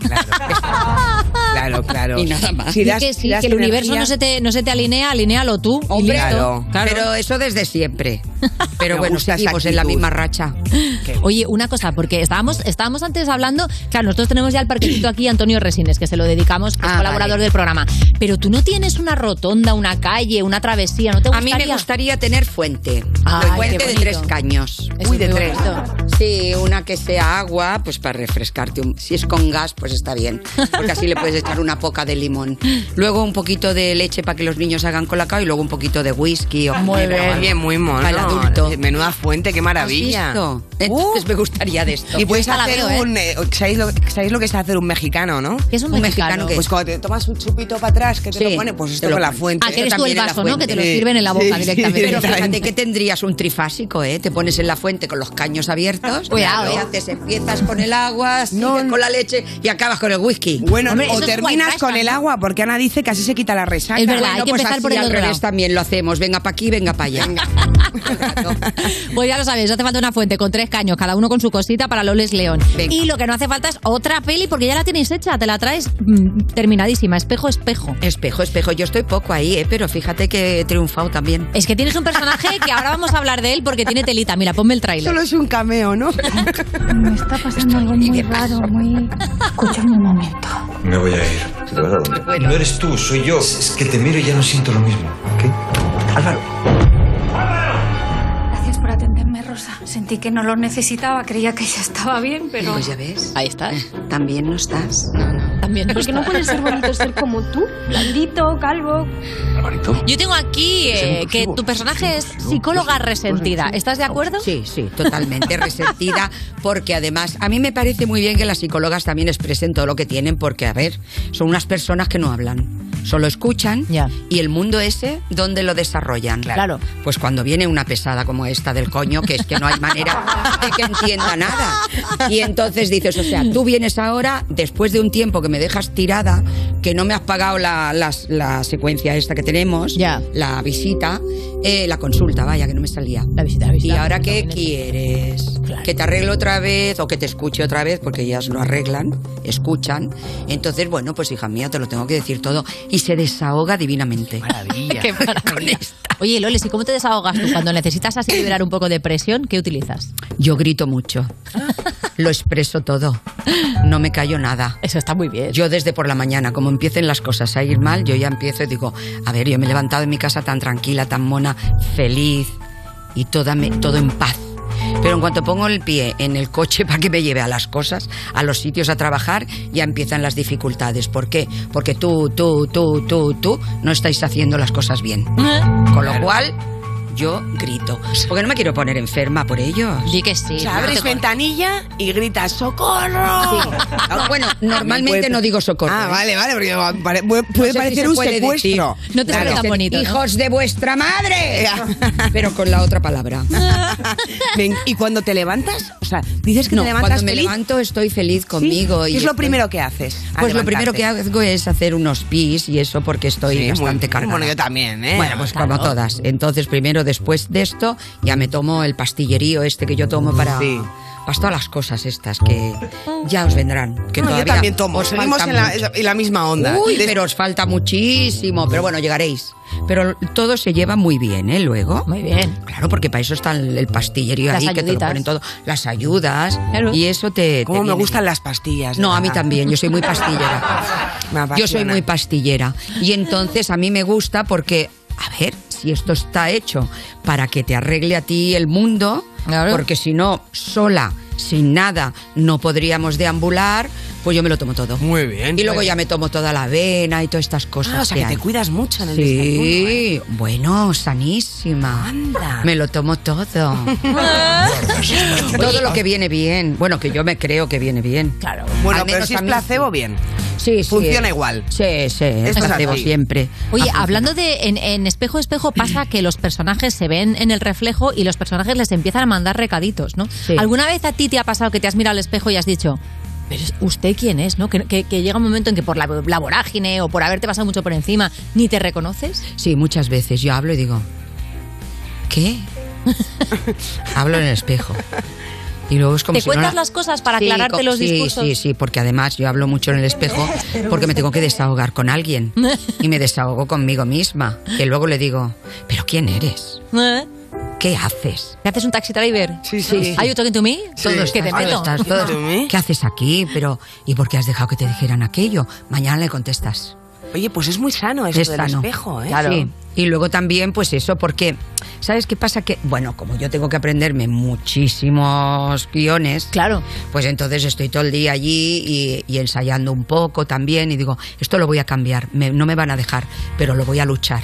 Claro, claro.
Y nada más.
Si
Y
das-
que sí,
das
que el universo
energía-
no se te, no se te alinea, alinealo tú. y
Hombre,
listo.
claro, pero eso desde siempre. Pero
Me
bueno,
gusta esa
seguimos en la
actitud.
misma racha.
Oye, una cosa, porque estábamos, estábamos antes hablando, claro, nosotros tenemos ya el parquecito aquí, Antonio Resines, que se lo dedicamos,
Ah,
que es colaborador del programa. Pero tú no tienes una rotonda, una calle, una travesía, ¿no te
A
gustaría?
mí me gustaría tener fuente.
Ay,
fuente
qué
de
bonito.
tres caños.
Eso es muy
Sí, una que sea agua, pues para refrescarte. un- Si es con gas, pues está bien. Porque así le puedes echar una poca de limón. Luego un poquito de leche para que los niños hagan colacao y luego un poquito de whisky. O
Muy bien. Oye, muy mono. Eh,
Para el adulto.
Menuda fuente, qué maravilla. Uh.
¿Has visto? Entonces me gustaría de esto.
Y puedes hacer un. eh, ¿sabéis, lo, sabéis lo que es hacer un mexicano, no?
¿Qué es un mexicano?
Pues cuando te tomas un chupito para atrás, que te
Sí,
lo pone, pues esto
te lo
con la
pone.
fuente.
Ah, que eres tú el
También en la
vaso, ¿no? Que
fuente.
te lo sirven en la boca
Sí, sí,
directamente.
Pero fíjate que tendrías un trifásico, ¿eh? Te pones en la fuente con los caños abiertos.
Cuidado. eh.
Y haces, empiezas con el agua, sigues con la leche y acabas con el whisky.
Bueno, o terminas con el agua, porque Ana dice que así se quita la resaca.
Bueno, pues así al revés también lo hacemos. Venga para aquí, venga para allá.
Pues ya lo sabéis, hace falta una fuente con tres caños, cada uno con su cosita para Loles León. Y lo que no hace falta es otra peli, porque ya la tenéis hecha, te la traes mm, terminadísima, espejo, espejo.
Espejo, espejo. Yo estoy poco ahí, ¿eh? Pero fíjate que he triunfado también.
Es que tienes un personaje que ahora vamos a hablar de él porque tiene telita. Mira, ponme el tráiler.
Solo es un cameo, ¿no?
Me está pasando algo muy raro, muy... Escúchame un momento.
Me voy a ir. ¿Te vas a dónde? No eres tú, soy yo. Es es que te miro y ya no siento lo mismo. ¿Qué? Álvaro.
Gracias por atenderme, Rosa. Sentí que no lo necesitaba, creía que ya estaba bien, pero...
Pues ya ves.
Ahí estás.
También no estás.
También
Porque no puede ser bonito ser como tú, blandito, calvo.
Yo tengo aquí eh, que tu personaje es psicóloga resentida. ¿Estás de acuerdo?
Pues, Sí, sí, totalmente resentida, porque además a mí me parece muy bien que las psicólogas también expresen todo lo que tienen, porque a ver, son unas personas que no hablan, solo escuchan y el mundo ese, ¿dónde lo desarrollan?
Claro.
Pues cuando viene una pesada como esta del coño, que es que no hay manera de que entienda nada. Y entonces dices, o sea, tú vienes ahora, después de un tiempo que me dejas tirada, que no me has pagado la, las- la secuencia esta que tenemos, la visita, eh, la consulta, vaya, que no me salía. La visita, la visita. ¿Y ahora qué quieres? Que te arregle otra vez o que te escuche otra vez, porque ellas lo arreglan, escuchan. Entonces, bueno, pues hija mía, te lo tengo que decir todo. Y se desahoga divinamente. Maravilla.
Qué maravilla. Oye, Loles, ¿y cómo te desahogas tú cuando necesitas así liberar un poco de presión? ¿Qué utilizas?
Yo grito mucho. Lo expreso todo. No me callo nada.
Eso está muy bien.
Yo desde por la mañana, como empiecen las cosas a ir mal, yo ya empiezo y digo, a ver, yo me he levantado en mi casa tan tranquila, tan mona, feliz y toda me- todo en paz. Pero en cuanto pongo el pie en el coche para que me lleve a las cosas, a los sitios a trabajar, ya empiezan las dificultades. ¿Por qué? Porque tú, tú, tú, tú, tú no estáis haciendo las cosas bien.
¿Eh?
Con lo cual, yo grito. Porque no me quiero poner enferma por ellos.
Di que sí.
O sea, abres ventanilla y gritas ¡Socorro!
Ah, Bueno, normalmente no digo socorro.
Ah,
¿eh?
vale, vale, porque va- pare- puede, puede
No sé si
parecer
se
un
puede
secuestro.
decir. Claro.
Claro.
Hijos de vuestra madre. Pero con la otra palabra.
Ven, y cuando te levantas, o sea, dices que
No,
te levantas
cuando me
feliz?
levanto estoy feliz conmigo.
¿Qué
y
es lo
estoy-
primero que haces? al
Pues lo primero que
levantarte?
hago es hacer unos pis y eso porque estoy
Sí,
bastante
muy-
cargada.
Bueno, yo también, ¿eh?
Bueno, pues
Claro.
como todas. Entonces, primero, después de esto, ya me tomo el pastillerío este que yo tomo para... Para todas las cosas estas que ya os vendrán. Que
No, yo
todavía
también tomo,
os
seguimos
falta
en la-
mucho.
en la misma onda.
Uy,
Des-
pero os falta muchísimo. Pero bueno, llegaréis. Pero todo se lleva muy bien, ¿eh? Luego. Muy
bien.
Claro, porque para eso está el, el pastillerío
Las
ahí, que te lo
ayuditas.
ponen todo. Las ayudas. Y eso te.
Cómo
te
me
viene
gustan
bien.
las pastillas. Ah. de
No, a mí
verdad.
también, yo soy muy pastillera.
Me apasiona.
Yo soy muy pastillera. Y entonces a mí me gusta porque, a ver, si esto está hecho para que te arregle a ti el mundo, porque si no, sola, sin nada, no podríamos deambular, pues yo me lo tomo todo. Muy bien. Y luego ya me tomo toda la avena y todas estas cosas.
pues. Ah, o sea, que te cuidas mucho en el desayuno, ¿eh?
Sí, bueno, sanísima. Me lo tomo todo.
Ah.
Todo
ah.
lo que viene bien. Bueno, que yo me creo que viene bien. Claro.
Bueno, pero si es placebo, bien.
Sí, sí.
Funciona igual.
Sí, sí.
Esto es
placebo
así.
siempre.
Oye, hablando de en, en espejo espejo pasa que los personajes se ven en el reflejo y los personajes les empiezan a mandar recaditos, ¿no? ¿Alguna vez a ti te ha pasado que te has mirado al espejo y has dicho, pero es- usted quién es, ¿no? Que, que- que llega un momento en que por la, la vorágine o por haberte pasado mucho por encima ni te reconoces.
Sí, muchas veces yo hablo y digo, ¿qué? hablo en el espejo. Y luego es como
¿Te
si no
cuentas
la-
las cosas para
Sí,
aclararte
co-
los
sí,
discursos?
Sí, sí, porque además yo hablo mucho en el espejo porque me tengo que desahogar con alguien. Y me desahogo conmigo misma. Que luego le digo, ¿pero quién eres? ¿Qué haces?
¿Eh? ¿Te haces un taxi driver? Sí,
sí.
¿Are you talking to me?
Todos
que te
estás-
meto.
estás- todos- ¿Qué haces aquí? Pero, ¿Y por qué has dejado que te dijeran aquello? Mañana le contestas.
Oye, pues es muy sano eso
Es
del
sano.
espejo, ¿eh?
Sí. Y luego también, pues eso, porque, ¿sabes qué pasa? Que, bueno, como yo tengo que aprenderme muchísimos guiones, claro. pues entonces estoy todo el día allí y, y ensayando un poco también y digo, esto lo voy a cambiar, me- no me van a dejar, pero lo voy a luchar.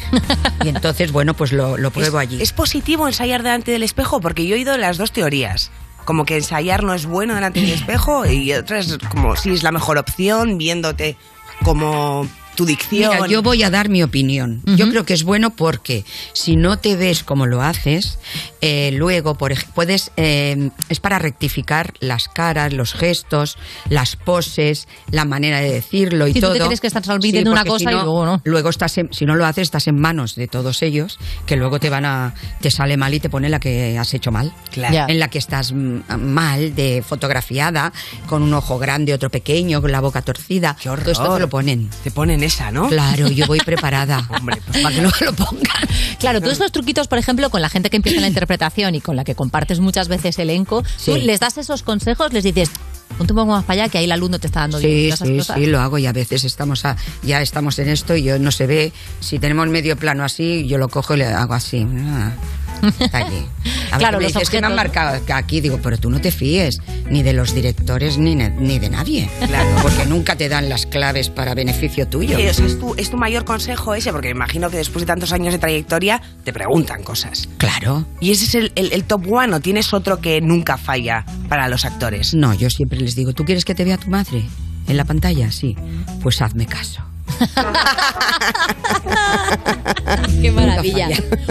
y entonces, bueno, pues lo, lo pruebo
es,
allí.
es positivo ensayar delante del espejo porque yo he oído las dos teorías. Como que ensayar no es bueno delante del espejo y otra es como si es la mejor opción viéndote como tu dicción.
Mira, yo voy a dar mi opinión. Yo creo que es bueno porque si no te ves como lo haces, eh, luego por ej- puedes eh, es para rectificar las caras, los gestos, las poses, la manera de decirlo y
Sí, tú
todo.
te crees que estás olvidando una
porque
cosa
si
y luego no.
Luego estás en- si no lo haces estás en manos de todos ellos que luego te van a te sale mal y te pone la que has hecho mal,
Claro. Ya.
en la que estás mm, mal de fotografiada con un ojo grande, otro pequeño, con la boca torcida. Todo esto te lo ponen.
Te ponen esa, ¿no?
Claro, yo voy preparada.
pues
para que luego lo pongan.
Claro, todos los truquitos, por ejemplo, con la gente que empieza en la interpretación y con la que compartes muchas veces elenco, tú
Sí.
les das esos consejos, les dices, ponte un poco más para allá que ahí el alumno te está dando bien",
Sí,
esas
sí,
cosas.
sí, lo hago y a veces estamos a- ya estamos en esto y yo no se ve. Si tenemos medio plano así, yo lo cojo y le hago así. Ah, está allí. A veces
Claro,
me
los
dices, "Es que me han
objetos.
marcado aquí. Digo, pero tú no te fíes ni de los directores ni, ne- ni de nadie. Porque nunca te dan las claves para beneficio tuyo.
Oye, o sea, es, tu, es tu mayor consejo ese, porque me imagino que después de tantos años de trayectoria te preguntan cosas.
Claro.
Y ese es el, el- el top one, ¿o tienes otro que nunca falla para los actores?
Pues No, yo siempre les digo, ¿tú quieres que te vea tu madre en la pantalla? Sí. Pues hazme caso.
Qué maravilla.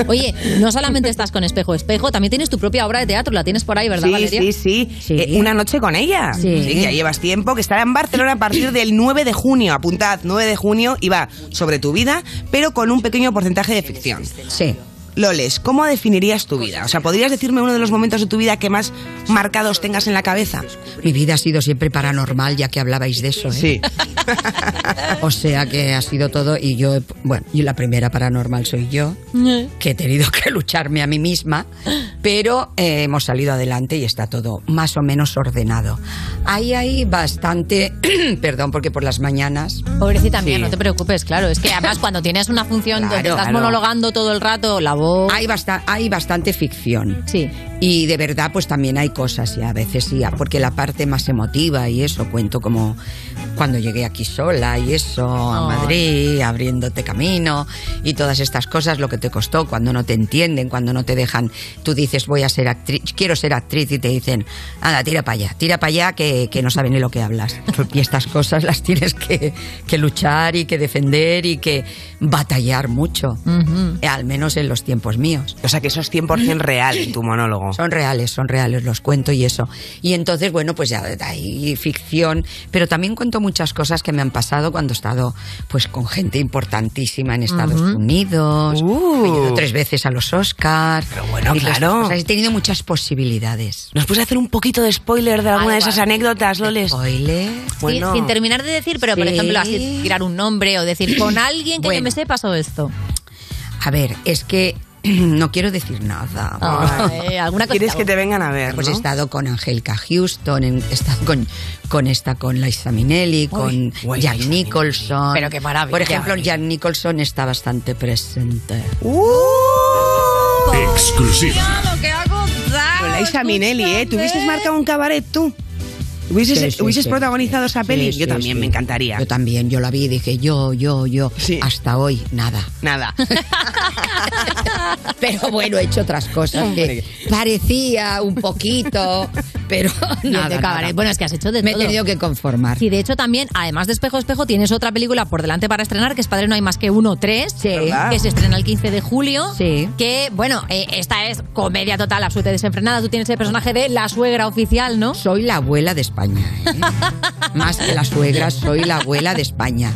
Oye, no solamente estás con Espejo Espejo, también tienes tu propia obra de teatro, la tienes por ahí, ¿verdad,
sí,
Valeria?
sí, sí, Eh, una noche con ella. Sí. que ya llevas tiempo, que estará en Barcelona a partir del 9 de junio. Apuntad, 9 de junio y va sobre tu vida, pero con un pequeño porcentaje de ficción.
Sí.
Loles, ¿cómo definirías tu vida? O sea, ¿podrías decirme uno de los momentos de tu vida que más marcados tengas en la cabeza?
Mi vida ha sido siempre paranormal, ya que hablabais de eso. ¿eh?
Sí.
o sea que ha sido todo y yo, he- bueno, y la primera paranormal soy yo, que he tenido que lucharme a mí misma, pero eh, hemos salido adelante y está todo más o menos ordenado. Ahí hay bastante, perdón, porque por las mañanas...
Pobrecita mía, no te preocupes, claro. Es que además cuando tienes una función donde
Claro,
estás
claro.
monologando todo el rato, la voz...
Hay, basta- hay bastante ficción.
Sí.
Y de verdad, pues también hay cosas, y a veces sí, porque la parte más emotiva y eso, cuento como cuando llegué aquí sola y eso, a
Ay.
Madrid, abriéndote camino y todas estas cosas, lo que te costó, cuando no te entienden, cuando no te dejan, tú dices, voy a ser actriz, quiero ser actriz, y te dicen, anda, tira para allá, tira para allá que, que no saben ni lo que hablas. Y estas cosas las tienes que, que luchar y que defender y que batallar mucho. Eh, Al menos en los tiempos míos. Mm.
O sea, que eso es 100% real en tu monólogo.
Son reales, son reales, los cuento y eso. Y entonces, bueno, pues ya hay ficción, pero también cuento muchas cosas que me han pasado cuando he estado pues con gente importantísima en Estados
Ujú. Uh.
Unidos. He ido tres veces a los Oscars. Pero
bueno, claro.
he tenido muchas posibilidades.
¿Nos puedes hacer un poquito de spoiler de alguna de esas anécdotas, Loles?
¿Spoiler?
Sí, sin terminar de decir, pero por
Sí.
ejemplo, así tirar un nombre o decir con alguien que yo
Bueno.
me sé pasó esto.
A ver, es que no quiero decir nada.
Ay, alguna cosa
¿Quieres
hago. que
te vengan a ver?
Pues he estado con Angélica Houston, en- he estado con, con esta, con Liza Minnelli, con Jack Nicholson.
Pero qué maravilla. eh.
Por ejemplo, Jack Nicholson está bastante presente.
Uh.
Exclusiva.
lo que hago Con Laisa Minelli, ¿eh? ¿Tuvieses marcado un cabaret tú? ¿Hubieses,
Sí, sí,
hubieses
sí.
protagonizado esa peli?
Sí,
Yo
sí,
también,
sí.
me encantaría.
Yo también, yo la vi y dije yo, yo, yo. Hasta hoy, nada.
Nada.
Pero bueno, he hecho otras cosas que parecía un poquito, pero
Y el
nada.
de cabaret.
nada.
Bueno, es que has hecho de
Me he
todo.
tenido que conformar.
Sí, de hecho también, además de Espejo Espejo, tienes otra película por delante para estrenar, que es Padre No hay más que uno, tres, que se estrena el 15 de julio, que, bueno, eh, esta es comedia total, absoluta y desenfrenada. Tú tienes el personaje de la suegra oficial, ¿no?
Soy la abuela de España. ¿eh? Más que la suegra, soy la abuela de España.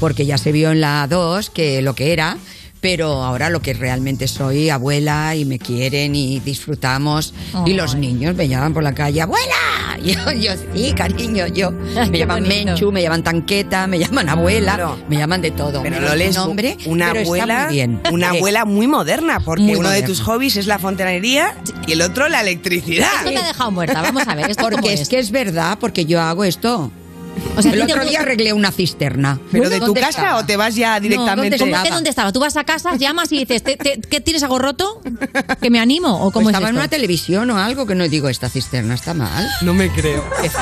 Porque ya se vio en la 2 que lo que era, pero ahora lo que realmente soy, abuela, y me quieren y disfrutamos. y los niños me llaman por la calle, ¡abuela! Yo, yo sí, cariño, yo. Me llaman
bonito.
Menchu, me llaman Tanqueta, me llaman abuela,
Claro.
me llaman de todo.
Pero
Me
lo
dan
lees
nombre,
una
pero está
abuela,
muy bien.
una
Sí.
abuela muy moderna, porque
Muy
uno de
moderna.
tus hobbies es la fontanería y el otro la electricidad.
Esto me ha
dejado muerta, vamos a ver, ¿esto
porque
cómo
es,
es?
que es verdad, porque yo hago esto.
O sea,
el
¿a ti te
otro día
gusta-
arreglé una cisterna.
¿Pero de tu casa o te vas ya
No, ¿dónde,
No,
estaba? ¿Dónde estaba? Tú vas a casa, llamas y dices, "Te- te- ¿qué tienes algo roto? ¿Que me animo? ¿O cómo es
Pues estaba en
esto?
una televisión o algo que no digo, esta cisterna está mal.
No me creo.
Pues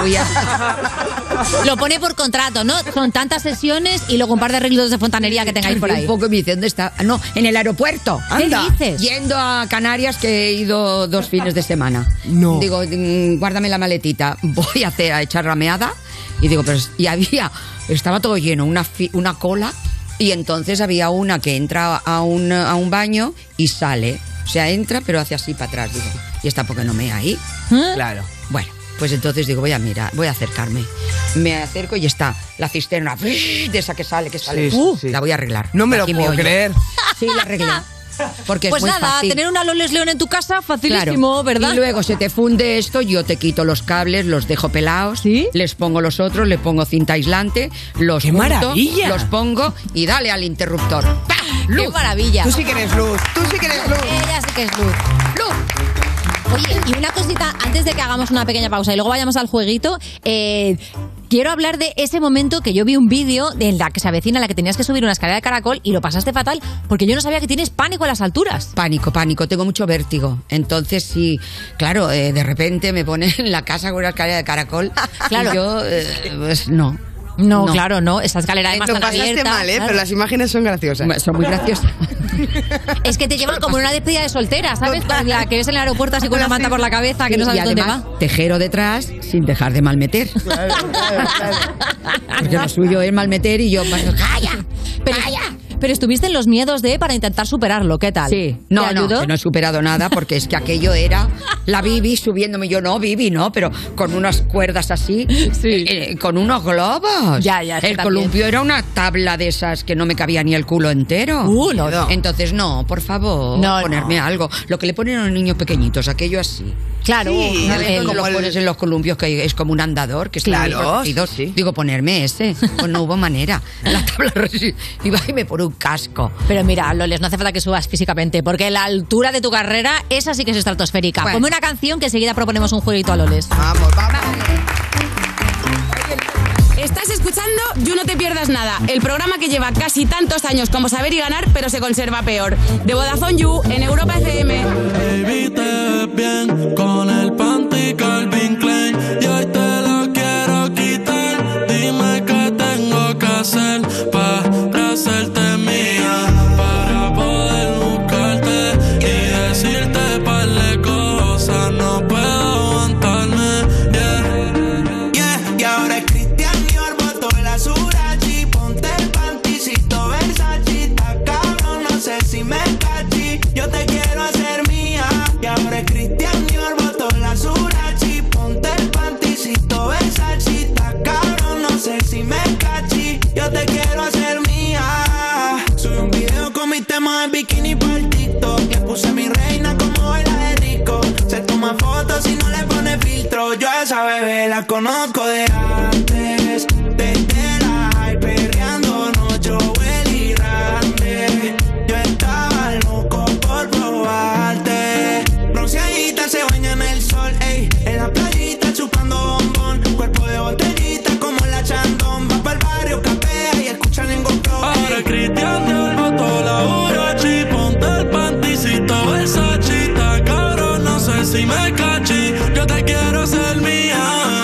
Lo pone por contrato, ¿no? Son tantas sesiones y luego un par de arreglos de fontanería que tengáis por ahí.
Un poco y me dice, ¿dónde está? Ah, No, en el aeropuerto.
¿Qué
Anda.
dices?
Yendo a Canarias, que he ido dos fines de semana. No. Digo, mm, guárdame la maletita. Voy a hacer a echar rameada. Y digo, pero. Y había. Estaba todo lleno, una, fi- una cola. Y entonces había una que entra a un, a un baño y sale. O sea, entra, pero hace así para atrás. Digo, ¿y esta porque no me ahí?
¿Eh?
Claro.
Bueno, pues entonces digo, voy a mirar, voy a acercarme. Me acerco y está la cisterna de esa que sale, que sale.
Sí, sí,
Uh,
sí.
La voy a arreglar.
No me lo
Aquí
puedo
oye.
creer.
Sí, la arreglé. Porque
Pues
es muy
nada,
fácil.
tener una Loles León en tu casa, facilísimo,
Claro.
¿verdad?
Y luego se te funde esto, yo te quito los cables, los dejo pelados, les pongo los otros, le pongo cinta aislante, los
¡Qué
junto,
maravilla!
los pongo y dale al interruptor. ¡Pah! ¡Luz!
¡Qué maravilla!
Tú sí que eres luz, tú sí que eres luz.
Ella sí que es luz. ¡Luz! Oye, y una cosita, antes de que hagamos una pequeña pausa y luego vayamos al jueguito, eh, quiero hablar de ese momento que yo vi un vídeo de la que se avecina, en la que tenías que subir una escalera de caracol y lo pasaste fatal porque yo no sabía que tienes pánico a las alturas.
Pánico, pánico, tengo mucho vértigo. Entonces, sí, claro, eh, de repente me ponen en la casa con una escalera de caracol.
Claro.
Y yo, eh, pues no.
No, claro, no. Esa escalera además
Lo
tan
pasaste
abierta,
mal, ¿eh?
claro.
Pero las imágenes son graciosas.
Son muy graciosas.
Es que te llevan como en una despedida de soltera, ¿sabes? Con la que ves en el aeropuerto así con una manta por la cabeza que
Sí,
no sabes
y
dónde
además,
va.
Tejero detrás sin dejar de malmeter. Porque lo suyo es malmeter y yo paso, ¡calla!
Pero, pero estuviste en los miedos de para intentar superarlo, ¿qué tal?
Sí,
¿Te
no, no,
ayudó?
que no he superado nada porque es que aquello era la Bibi subiéndome, yo no, Bibi no, pero con unas cuerdas así, eh, eh, con unos globos.
Ya, ya, es que
El
también.
columpio era una tabla de esas que no me cabía ni el culo entero.
Uh, no, no.
Entonces, no, por favor,
No,
ponerme algo. Lo que le ponen a los niños pequeñitos, aquello así.
Claro,
Sí,
no, eh,
¿sabes?
el-
Cuando lo pones en los columpios que es como un andador que está
Claro,
muy protegido. digo ponerme ese pues no hubo manera la tabla resi- iba y me pone un casco
Pero mira, Loles, no hace falta que subas físicamente, porque la altura de tu carrera, esa sí que es estratosférica.
Bueno.
Ponme una canción que enseguida proponemos un jueguito a Loles.
Vamos, vamos.
Estás escuchando You No Te Pierdas Nada, el programa que lleva casi tantos años como saber y ganar, pero se conserva peor. De Vodafone You en Europa FM.
Baby, te ves bien con el panty Calvin Klein y hoy te lo quiero quitar. Dime qué tengo que hacer para hacerte mía, para poder buscarte y decirte par de cosas. No puedo aguantarme. Yeah.
Y ahora es Cristian y Barboto el Azurachi. Ponte el panticito Versace. Está cabrón, no sé si me cachi. Yo te quiero hacer mía. Y ahora es Cristian y Barboto el Azurachi. Ponte el panticito Versace. Está cabrón, no sé si me cachi. Yo te quiero hacer mía. Subí un video con mi tema en bikini partito. Que puse a mi reina como baila de rico. Se toma fotos y no le pone filtro. Yo a esa bebé la conozco de antes. Desde la high, perreando noche, Joel y Randy. Yo estaba loco por probarte. Bronceadita se baña en el sol, ey. En la playita chupando bombón. Cuerpo de botellita como la chandón. Va pa'l barrio, capea y escucha el engolcón, ey. Ahora
Cristian de Albato, la Urachi, ponte el panticito Versace, está cabrón, no sé si me cachi, yo te quiero ser mía.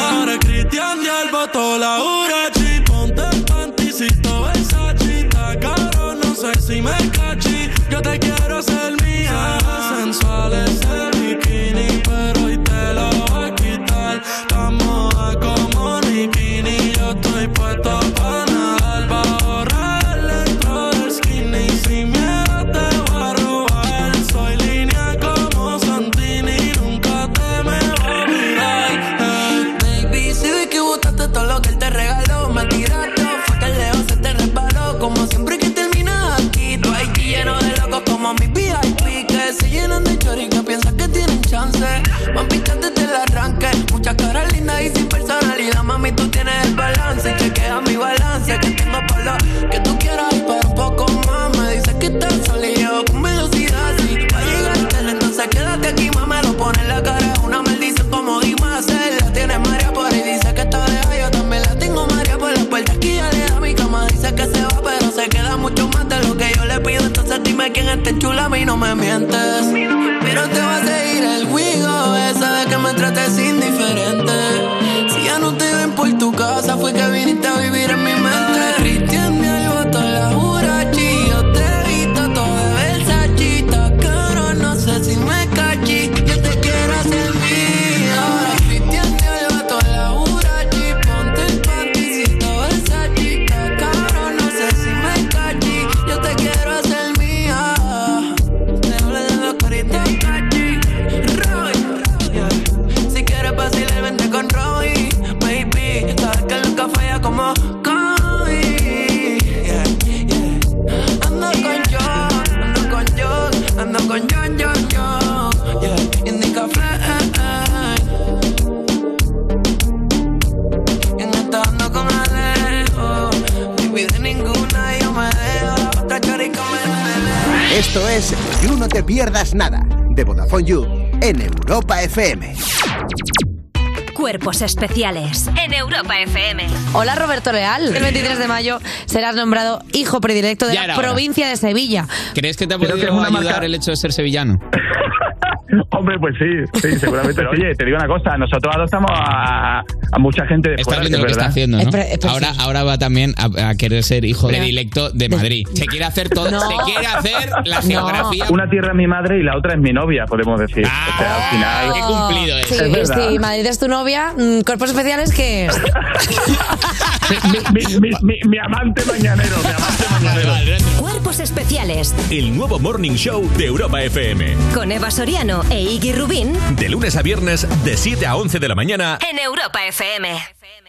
Ahora Cristian de Albato, la Urachi, ponte el panticito Versace, está cabrón, no sé si me cachi, yo te quiero ser mía. Sensual es el bikini, pero hoy te lo voy a quitar, estamos a como Nikini, yo estoy puesto para nadar, pa' borrar el dentro del skinny Sin miedo te voy a robar Soy línea como Santini Nunca te me voy a mirar
Baby, se ve que botaste todo lo que él te regaló.
este no me mientes. Pero te va a seguir el juego esa de que me trates indiferente. Si ya no te ven por tu casa, fue que viniste a vivir en mi mente. Cristian me alborotó la jurachi. Yo te he visto todo versachita. Caro, no sé si me cachí. Yo te quiero hacer mía. Ahora Cristian te alborotó la jurachi. Ponte el pantisito versachita. Caro, no sé si me cachí. Yo te quiero hacer mía. Te hablé de los coritos cachi. Roy. Si quieres vacilar, vente con Roy, baby. Sabes que nunca falla como Kobe. Yeah, yeah. Ando con John, ando con John, ando con John, John, John. Yeah, indica fly. Y no está ando con Alejo. Baby, de ninguna yo me dejo. Otra chorica
Esto es You No Te Pierdas Nada, de Vodafone You, en Europa FM.
Cuerpos especiales en Europa FM.
Hola Roberto Leal. El 23 de mayo serás nombrado hijo predilecto de
Ya
la
era hora.
provincia de Sevilla.
¿Crees que te ha
Creo
podido
que es una
ayudar
marca- Eh,
el hecho de ser sevillano?
Hombre, pues sí, sí, seguramente
Pero
sí. Oye, te digo una cosa, nosotros adoptamos a, a mucha gente de
Estás
fuera,
viendo
es
lo que está
verdad.
haciendo, ¿no? ahora, ahora va también a, a querer ser hijo predilecto de Madrid. Se quiere hacer todo,
No.
se quiere hacer la geografía.
Una tierra es mi madre y la otra es mi novia, podemos decir. o sea, al final...
Ah, qué cumplido
es.
Sí,
Es verdad.
si Madrid es tu novia, mm, cuerpos especiales que es.
Mi, mi- mi- mi amante mañanero, mi amante mañanero.
Cuerpos especiales
El nuevo Morning Show de Europa FM.
con Eva Soriano e Iggy Rubín
De lunes a viernes, de 7 a 11 de la mañana.
en Europa FM.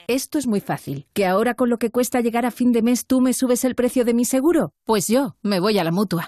Esto es muy fácil. ¿Que ahora con lo que cuesta llegar a fin de mes tú me subes el precio de mi seguro? Pues yo me voy a la mutua.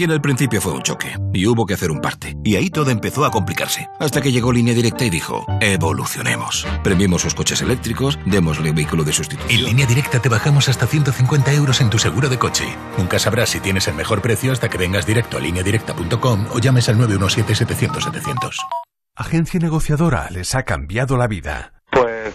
Y en el principio fue un choque, y hubo que hacer un parte. Y ahí todo empezó a complicarse, hasta que llegó Línea Directa y dijo, evolucionemos. Premiemos sus coches eléctricos, démosle vehículo de sustitución.
En línea directa te bajamos hasta 150 euros en tu seguro de coche. Nunca sabrás si tienes el mejor precio hasta que vengas directo a lineadirecta.com o llames al 917-700-700.
Agencia negociadora les ha cambiado la vida.
Pues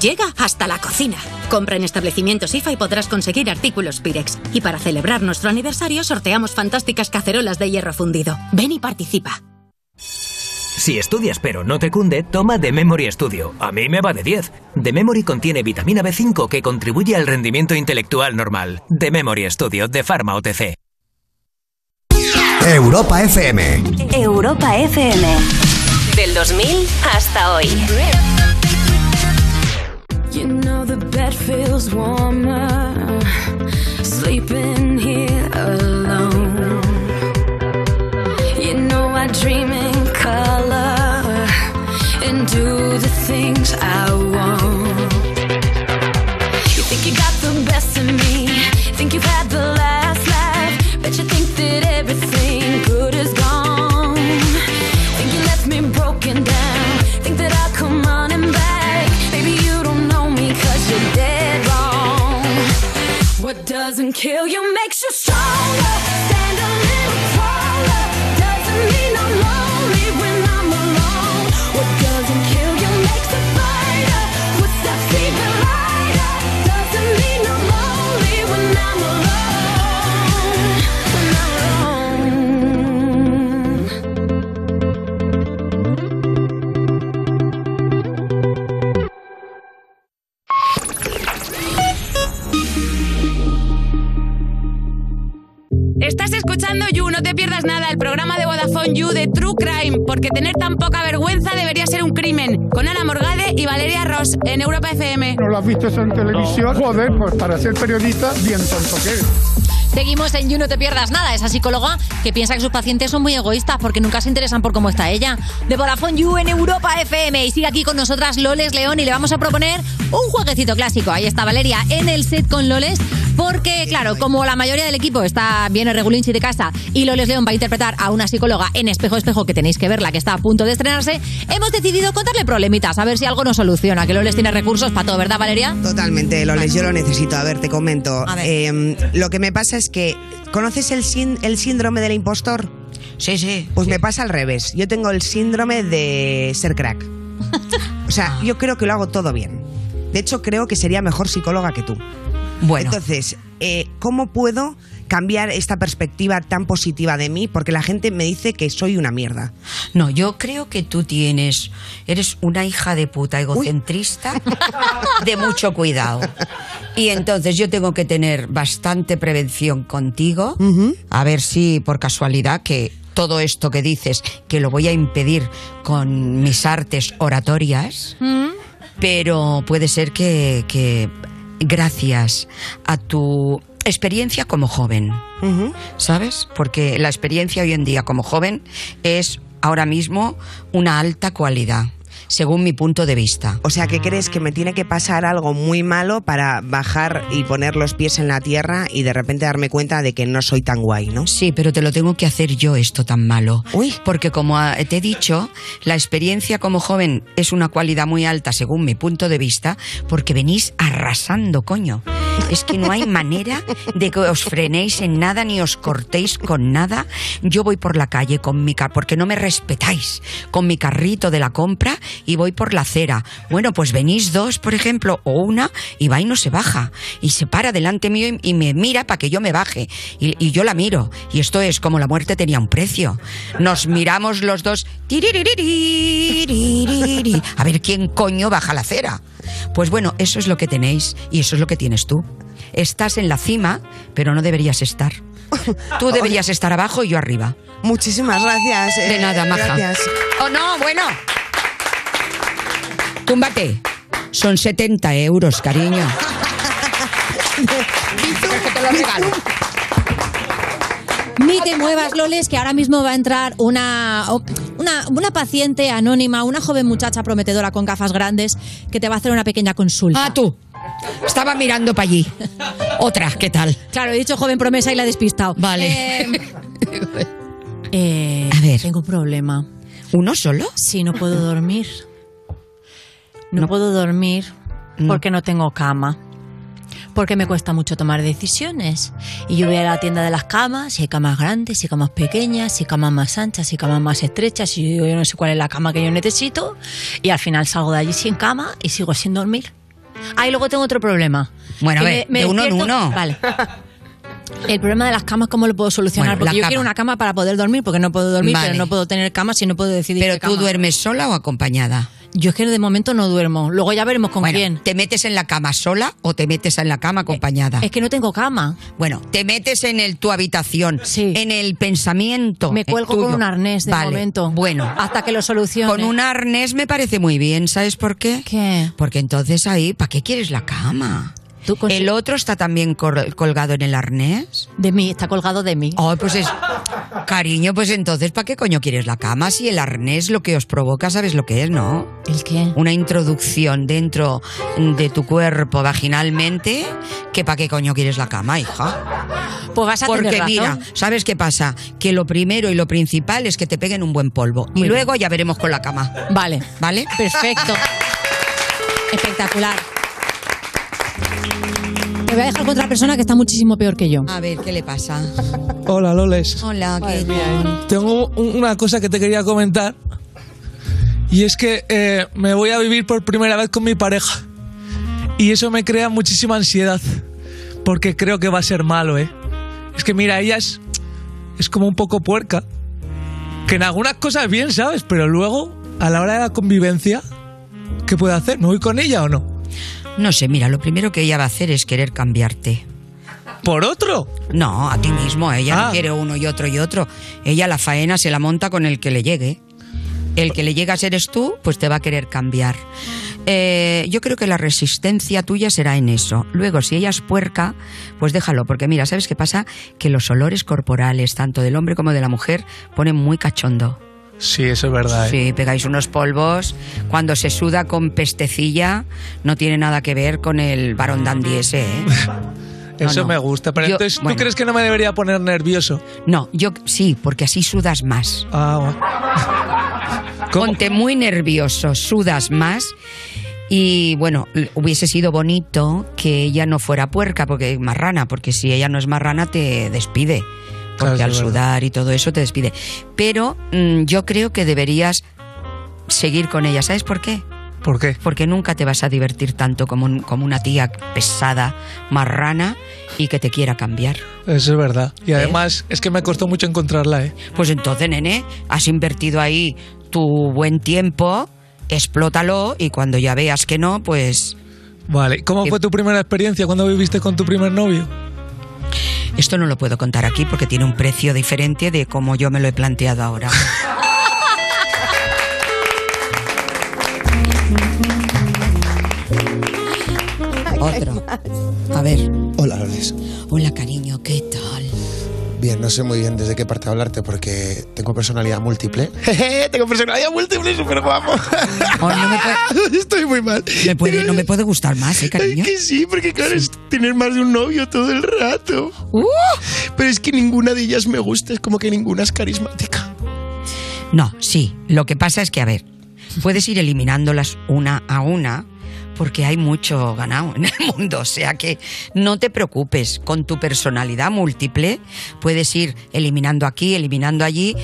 Llega hasta la cocina. Compra en establecimientos IFA y podrás conseguir artículos Pirex. Y para celebrar nuestro aniversario sorteamos fantásticas cacerolas de hierro fundido. Ven y participa.
Si estudias pero no te cunde, toma The Memory Studio. A mí me va de 10. The Memory contiene vitamina B5 que contribuye al rendimiento intelectual normal. The Memory Studio de Pharma OTC.
Europa FM.
Europa FM.
Del 2000 hasta hoy.
You know the bed feels warmer sleeping here alone. You know I dream in color and do the things I want. You think you got the best of me, think you've had the last laugh, but you think that everything good is gone. Think you left me broken down. Think that I'll come running back. Maybe you don't know me cause you're dead wrong. What doesn't kill you makes you stronger. Stand a little taller. Doesn't mean I'm lonely when I'm alone. What doesn't kill you makes a fighter. What's that even lighter? Doesn't mean I'm lonely when I'm alone. When I'm alone.
Upon You de True Crime, porque tener tan poca vergüenza debería ser un crimen. Con Ana Morgade y Valeria Ross en Europa FM.
¿No lo has visto eso en televisión? Joder, pues para ser periodista, bien tonto que eres.
Seguimos en You No Te Pierdas Nada, esa psicóloga que piensa que sus pacientes son muy egoístas porque nunca se interesan por cómo está ella. De Vodafone You en Europa FM. Y sigue aquí con nosotras Loles León y le vamos a proponer un jueguecito clásico. Ahí está Valeria en el set con Loles. Porque, claro, como la mayoría del equipo está viene Regulinchi de casa y Loles León va a interpretar a una psicóloga en Espejo Espejo, que tenéis que verla, que está a punto de estrenarse, hemos decidido contarle problemitas, a ver si algo nos soluciona. Que Loles tiene recursos para todo, ¿verdad, Valeria?
Totalmente, Loles, yo lo necesito. A ver, te comento.
A ver.
Eh, lo que me pasa es que. ¿Conoces el, sin- el síndrome del impostor? Sí, sí. Pues me pasa al revés. Yo tengo el síndrome de ser crack. O sea, yo creo que lo hago todo bien. De hecho, creo que sería mejor psicóloga que tú. Bueno. Entonces, eh, ¿cómo puedo cambiar esta perspectiva tan positiva de mí? Porque la gente me dice que soy una mierda.
No, yo creo que tú tienes. Eres una hija de puta egocentrista de mucho cuidado. Y entonces yo tengo que tener bastante prevención contigo. A ver si por casualidad que todo esto que dices que lo voy a impedir con mis artes oratorias.
Hmm?
pero puede ser que, que gracias a tu experiencia como joven, ¿sabes? Porque la experiencia hoy en día como joven es ahora mismo una alta cualidad, según mi punto de vista.
O sea, que crees que me tiene que pasar algo muy malo para bajar y poner los pies en la tierra y de repente darme cuenta de que no soy tan guay, ¿no?
Sí, pero te lo tengo que hacer yo esto tan malo. Porque como ah, te he dicho, la experiencia como joven es una cualidad muy alta según mi punto de vista, porque venís arrasando, coño. Es que no hay manera de que os frenéis en nada ni os cortéis con nada. Yo voy por la calle con mi car porque no me respetáis con mi carrito de la compra y voy por la acera. Bueno, pues venís dos, por ejemplo, o una y va y no se baja y se para delante mío y, y me mira para que yo me baje y, y yo la miro y esto es como la muerte tenía un precio. Nos miramos los dos. tiriririririririri. A ver quién coño baja la acera. Pues bueno, eso es lo que tenéis y eso es lo que tienes tú. Estás en la cima, pero no deberías estar. Tú deberías estar abajo y yo arriba.
Muchísimas gracias.
De
eh,
nada, maja.
gracias.
Oh, no, bueno. Túmbate. Son 70 euros, cariño.
que te lo regalo. Ni te muevas, Loles, que ahora mismo va a entrar una, una, una paciente anónima, una joven muchacha prometedora con gafas grandes que te va a hacer una pequeña consulta. Ah,
tú. Estaba mirando para allí. Otra, ¿qué tal?
Claro, he dicho joven promesa y la he despistado.
Vale.
a ver. Tengo un problema.
¿Uno solo?
Sí, no puedo dormir. No, puedo dormir porque no tengo cama. Porque me cuesta mucho tomar decisiones. Y yo voy a la tienda de las camas, si hay camas grandes, si hay camas pequeñas, si hay camas más anchas, si hay camas más estrechas, y yo digo, yo no sé cuál es la cama que yo necesito. Y al final salgo de allí sin cama y sigo sin dormir. Ah, y luego tengo otro problema.
Bueno, a
Que
ver, de uno en
despierto-
uno.
Vale. El problema de las camas, ¿cómo lo puedo
Bueno,
solucionar? porque
la
yo
cama.
quiero una cama para poder dormir, porque no puedo dormir,
Vale.
pero no puedo tener cama si no puedo decidir.
¿Pero
qué
tú
cama.
duermes sola o acompañada?
Yo es que de momento no duermo. Luego ya veremos con
Bueno,
quién.
¿Te metes en la cama sola o te metes en la cama acompañada?
Eh, Es que no tengo cama.
Bueno, te metes en el, tu habitación, en el pensamiento.
Me cuelgo con
tuyo.
un arnés de
Vale,
momento.
Bueno,
Hasta que lo solucione.
con un arnés me parece muy bien, ¿sabes por qué? Porque entonces ahí, ¿para qué quieres la cama? ¿El otro está también cor- colgado en el arnés?
De mí, está colgado de mí.
Oh, pues es... Cariño, pues entonces, ¿para qué coño quieres la cama? Si el arnés lo que os provoca, ¿sabes lo que es, no?
¿El qué?
Una introducción dentro de tu cuerpo vaginalmente, que ¿para qué coño quieres la cama, hija?
Pues vas a
Porque
tener razón.
mira, ¿sabes qué pasa? Que lo primero y lo principal es que te peguen un buen polvo. y
Muy
luego ya veremos con la cama.
Vale.
¿Vale?
Perfecto. Espectacular. Te voy a dejar con otra persona que está muchísimo peor que yo.
A ver, ¿qué le pasa?
Hola, Loles.
Hola, ¿qué tal?
Tengo un- una cosa que te quería comentar. Y es que eh, me voy a vivir por primera vez con mi pareja. Y eso me crea muchísima ansiedad. Porque creo que va a ser malo, ¿eh? Es que mira, ella es, es como un poco puerca. Que en algunas cosas bien, ¿sabes? Pero luego, a la hora de la convivencia, ¿qué puedo hacer? ¿Me voy con ella o no?
No sé, mira, lo primero que ella va a hacer es querer cambiarte.
¿Por otro?
No, a ti mismo. Ella
Ah.
no quiere uno y otro y otro. Ella la faena se la monta con el que le llegue. El que le llegas eres tú, pues te va a querer cambiar. Eh, yo creo que la resistencia tuya será en eso. Luego, si ella es puerca, pues déjalo, porque mira, ¿sabes qué pasa? Que los olores corporales, tanto del hombre como de la mujer, ponen muy cachondo.
Sí, eso es verdad. ¿eh?
Sí, pegáis unos polvos. Cuando se suda con pestecilla, no tiene nada que ver con el varón dandy ese, ¿eh?
Eso
Ah, no.
me gusta. Pero
Yo-
entonces, ¿tú
bueno.
crees que no me debería poner nervioso?
No, yo sí, porque así sudas más.
Ah,
Ponte muy nervioso, sudas más. Y bueno, l- hubiese sido bonito que ella no fuera puerca, porque marrana, porque si ella no es marrana te despide. Porque
Claro,
al
es verdad.
sudar y todo eso te despide. Pero mm, yo creo que deberías seguir con ella. ¿Sabes por qué?
¿Por qué?
Porque nunca te vas a divertir tanto como, un- como una tía pesada, marrana y que te quiera cambiar.
Eso es verdad.
¿Eh?
Y además, es que me costó mucho encontrarla, ¿eh?
Pues entonces, nene, has invertido ahí tu buen tiempo, explótalo y cuando ya veas que no, pues
Vale. ¿Cómo fue tu primera experiencia cuando viviste con tu primer novio?
esto no lo puedo contar aquí porque tiene un precio diferente de como yo me lo he planteado ahora. Otro. A ver.
Hola, Lourdes.
Hola, cariño, ¿qué tal?
Bien, no sé muy bien desde qué parte hablarte porque tengo personalidad múltiple. tengo personalidad múltiple, súper guapo. Estoy muy mal.
Me puede, no me puede gustar más, ¿eh, cariño?
Que sí, porque claro, es tener más de un novio todo el rato.
Uh.
Pero es que ninguna de ellas me gusta, es como que ninguna es carismática.
No, sí. Lo que pasa es que, a ver, puedes ir eliminándolas una a una porque hay mucho ganado en el mundo. O sea que no te preocupes. Con tu personalidad múltiple puedes ir eliminando aquí, eliminando allí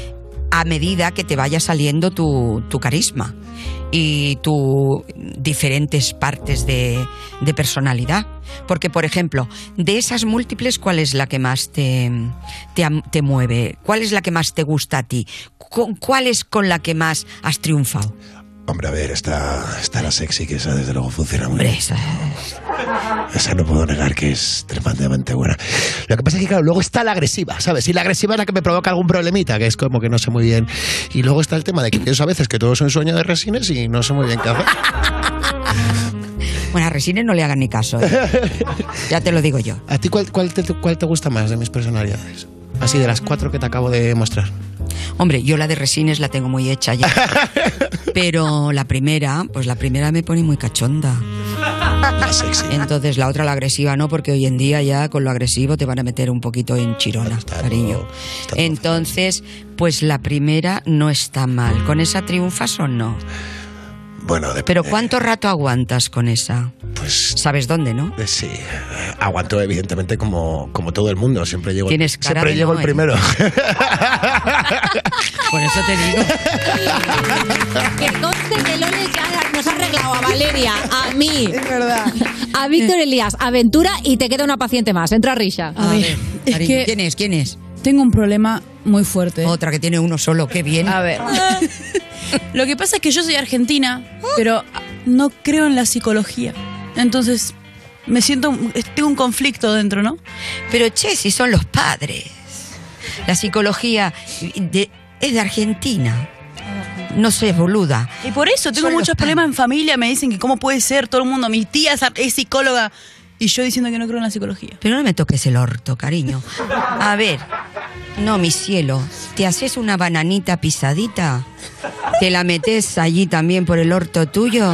a medida que te vaya saliendo tu, tu carisma y tu diferentes partes de, de personalidad. Porque, por ejemplo, de esas múltiples, ¿cuál es la que más te, te, am- te mueve? ¿Cuál es la que más te gusta a ti? ¿Con- ¿Cuál es con la que más has triunfado?
Hombre, a ver, está, está la sexy, que esa desde luego funciona muy
Hombre,
bien.
esa-
Esa no puedo negar que es tremendamente buena. Lo que pasa es que, claro, luego está la agresiva, ¿sabes? Y la agresiva es la que me provoca algún problemita, que es como que no sé muy bien. Y luego está el tema de que pienso a veces que todo es un sueño de resines y no sé muy bien qué hacer.
Bueno, a Resines no le hagan ni caso. ¿eh? Ya te lo digo yo.
¿A ti cuál, cuál, te, cuál te gusta más de mis personalidades? Así, de las cuatro que te acabo de mostrar.
Hombre, yo la de Resines la tengo muy hecha ya. Pero la primera, pues la primera me pone muy cachonda. Entonces la otra, la agresiva, no, porque hoy en día ya con lo agresivo te van a meter un poquito en chirona, cariño. Entonces, pues la primera no está mal. ¿Con esa triunfas o no?
Bueno, eh,
Pero ¿cuánto rato aguantas con esa?
Pues...
¿Sabes dónde, no?
Eh, Sí, aguanto evidentemente como, como todo el mundo. Siempre llego,
Tienes cara
siempre
de
llego
no,
el
¿eh?
primero.
Por eso te digo.
Que conste que Loles ya nos ha arreglado a Valeria, a mí. Es verdad. A Víctor Elías, aventura y te queda una paciente más. Entra Risha.
Eh. A ver, cariño,
que-
¿quién es? ¿Quién es?
Tengo un problema muy fuerte.
Otra que tiene uno solo, qué bien.
A ver. Lo que pasa es que yo soy argentina, pero no creo en la psicología. Entonces, me siento. Tengo un conflicto dentro, ¿no?
Pero che, si son los padres. La psicología de- es de Argentina. No sé, boluda.
Y por eso tengo
Son los
muchos problemas en familia. Me dicen que cómo puede ser todo el mundo. Mi tía es ar- es psicóloga y yo diciendo que no creo en la psicología.
Pero no me toques el orto, cariño. A ver, no, mi cielo, te haces una bananita pisadita, te la metes allí también por el orto tuyo,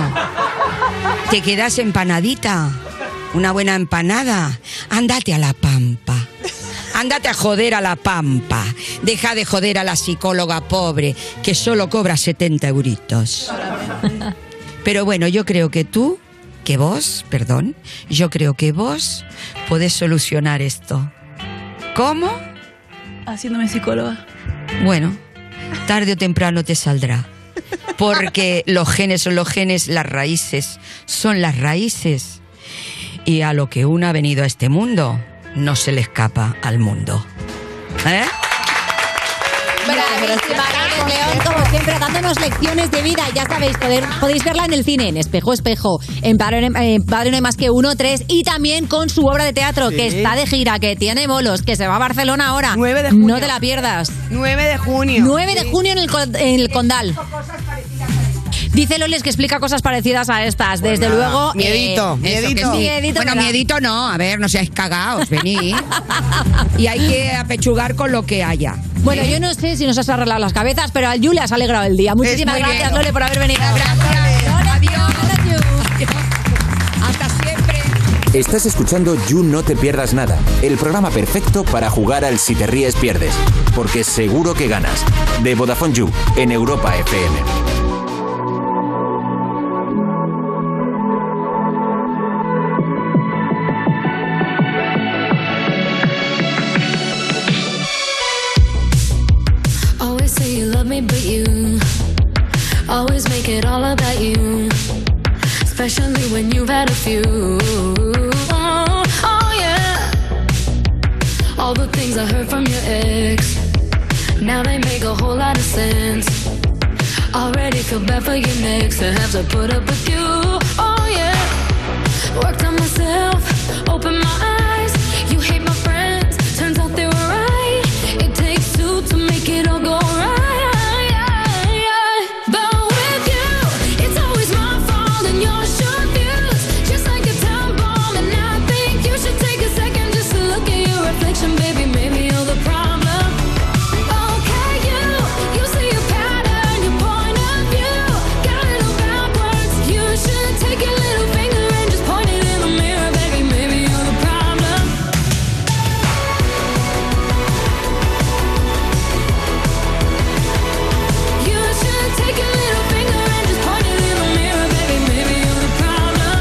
te quedas empanadita, una buena empanada, andate a la pampa. Andate a joder a la pampa. Deja de joder a la psicóloga pobre que solo cobra 70 euritos. Pero bueno, yo creo que tú, que vos, perdón, yo creo que vos podés solucionar esto. ¿Cómo?
Haciéndome psicóloga.
Bueno, tarde o temprano te saldrá. Porque los genes son los genes, las raíces son las raíces. Y a lo que uno ha venido a este mundo, no se le escapa al mundo. ¿Eh?
¡Bravo! Bravísima, Ángeles León, como siempre, dándonos lecciones de vida. Ya sabéis, poder- podéis verla en el cine, en Espejo Espejo, en Padre, en Padre No hay más que uno, tres, y también con su obra de teatro,
Sí.
que está de gira, que tiene bolos, que se va a Barcelona ahora. 9 de No te la pierdas.
9 de junio.
9 de junio en el, Col- en el Condal. Dice Loles que explica cosas parecidas a estas. Desde
Pues nada,
luego. eh,
miedito,
eso,
miedito.
que sí, miedito
Bueno,
me da.
miedito no, a ver, no seáis cagados, venid. y hay que apechugar con lo que haya.
Bueno, yo no sé si nos has arreglado las cabezas, pero al Yule has alegrado el día. Muchísimas
muy
gracias,
bien.
Lole, por haber venido.
Hasta siempre.
Estás escuchando You No Te Pierdas Nada, el programa perfecto para jugar al Si Te Ríes Pierdes, porque seguro que ganas. De Vodafone You, en Europa FM.
Always say you love me, but you always make it all about you. Especially when you've had a few. Oh, oh yeah. All the things I heard from your ex. Now they make a whole lot of sense. Already feel bad for your next to have to put up with you. Oh yeah. Worked on myself, opened my eyes. You hate my friends, turns out they were right. It takes two to make it all go right. But with you, it's always my fault and your short views. Just like a time bomb, and I think you should take a second just to look at your reflection, baby. Maybe you're the problem. Okay, you, you see your pattern, your point of view. Got a little backwards. You should take your little finger and just point it in the mirror, baby. Maybe you're the problem. You should take your little finger and just point it in the mirror, baby. Maybe you're the problem.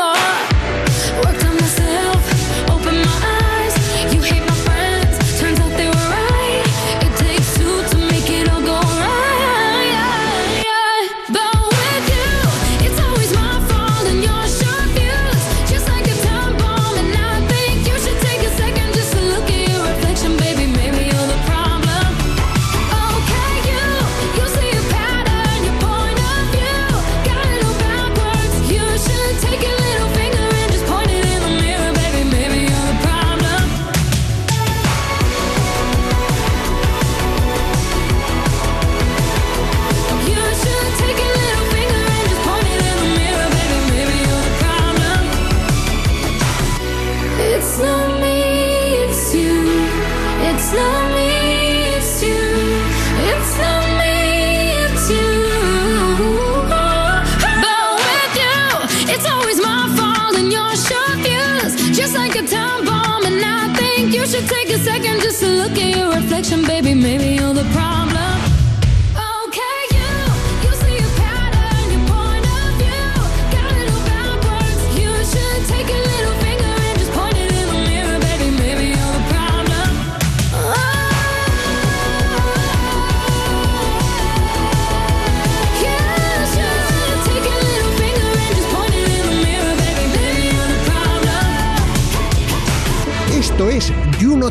more. Worked on myself, opened my eyes. You hate my friends, turns out they were right. It takes two to make it all go right. But with you, it's always my fault and your short fuse. Just like a time bomb, and I think you should take a second just to look at your reflection, baby. Maybe you're the problem. Okay, you, you see your pattern, your point of view. Got it all backwards. You should take your little finger and just point it in the mirror, baby. Maybe you're the problem. You should take your little finger and just point it in the mirror, baby. Maybe you're the problem. It's not me, it's you. It's not me, it's you. It's not me, it's you. But with you, it's always my fault and your short fuse. Just like a time bomb, and I think you should take a second just to look at your reflection, baby. Maybe you're the problem. Okay, you, you see your pattern, your point of view. Got it all backwards. You should take your little finger and just point it in the mirror, baby. Maybe you're the problem.
Esto es You No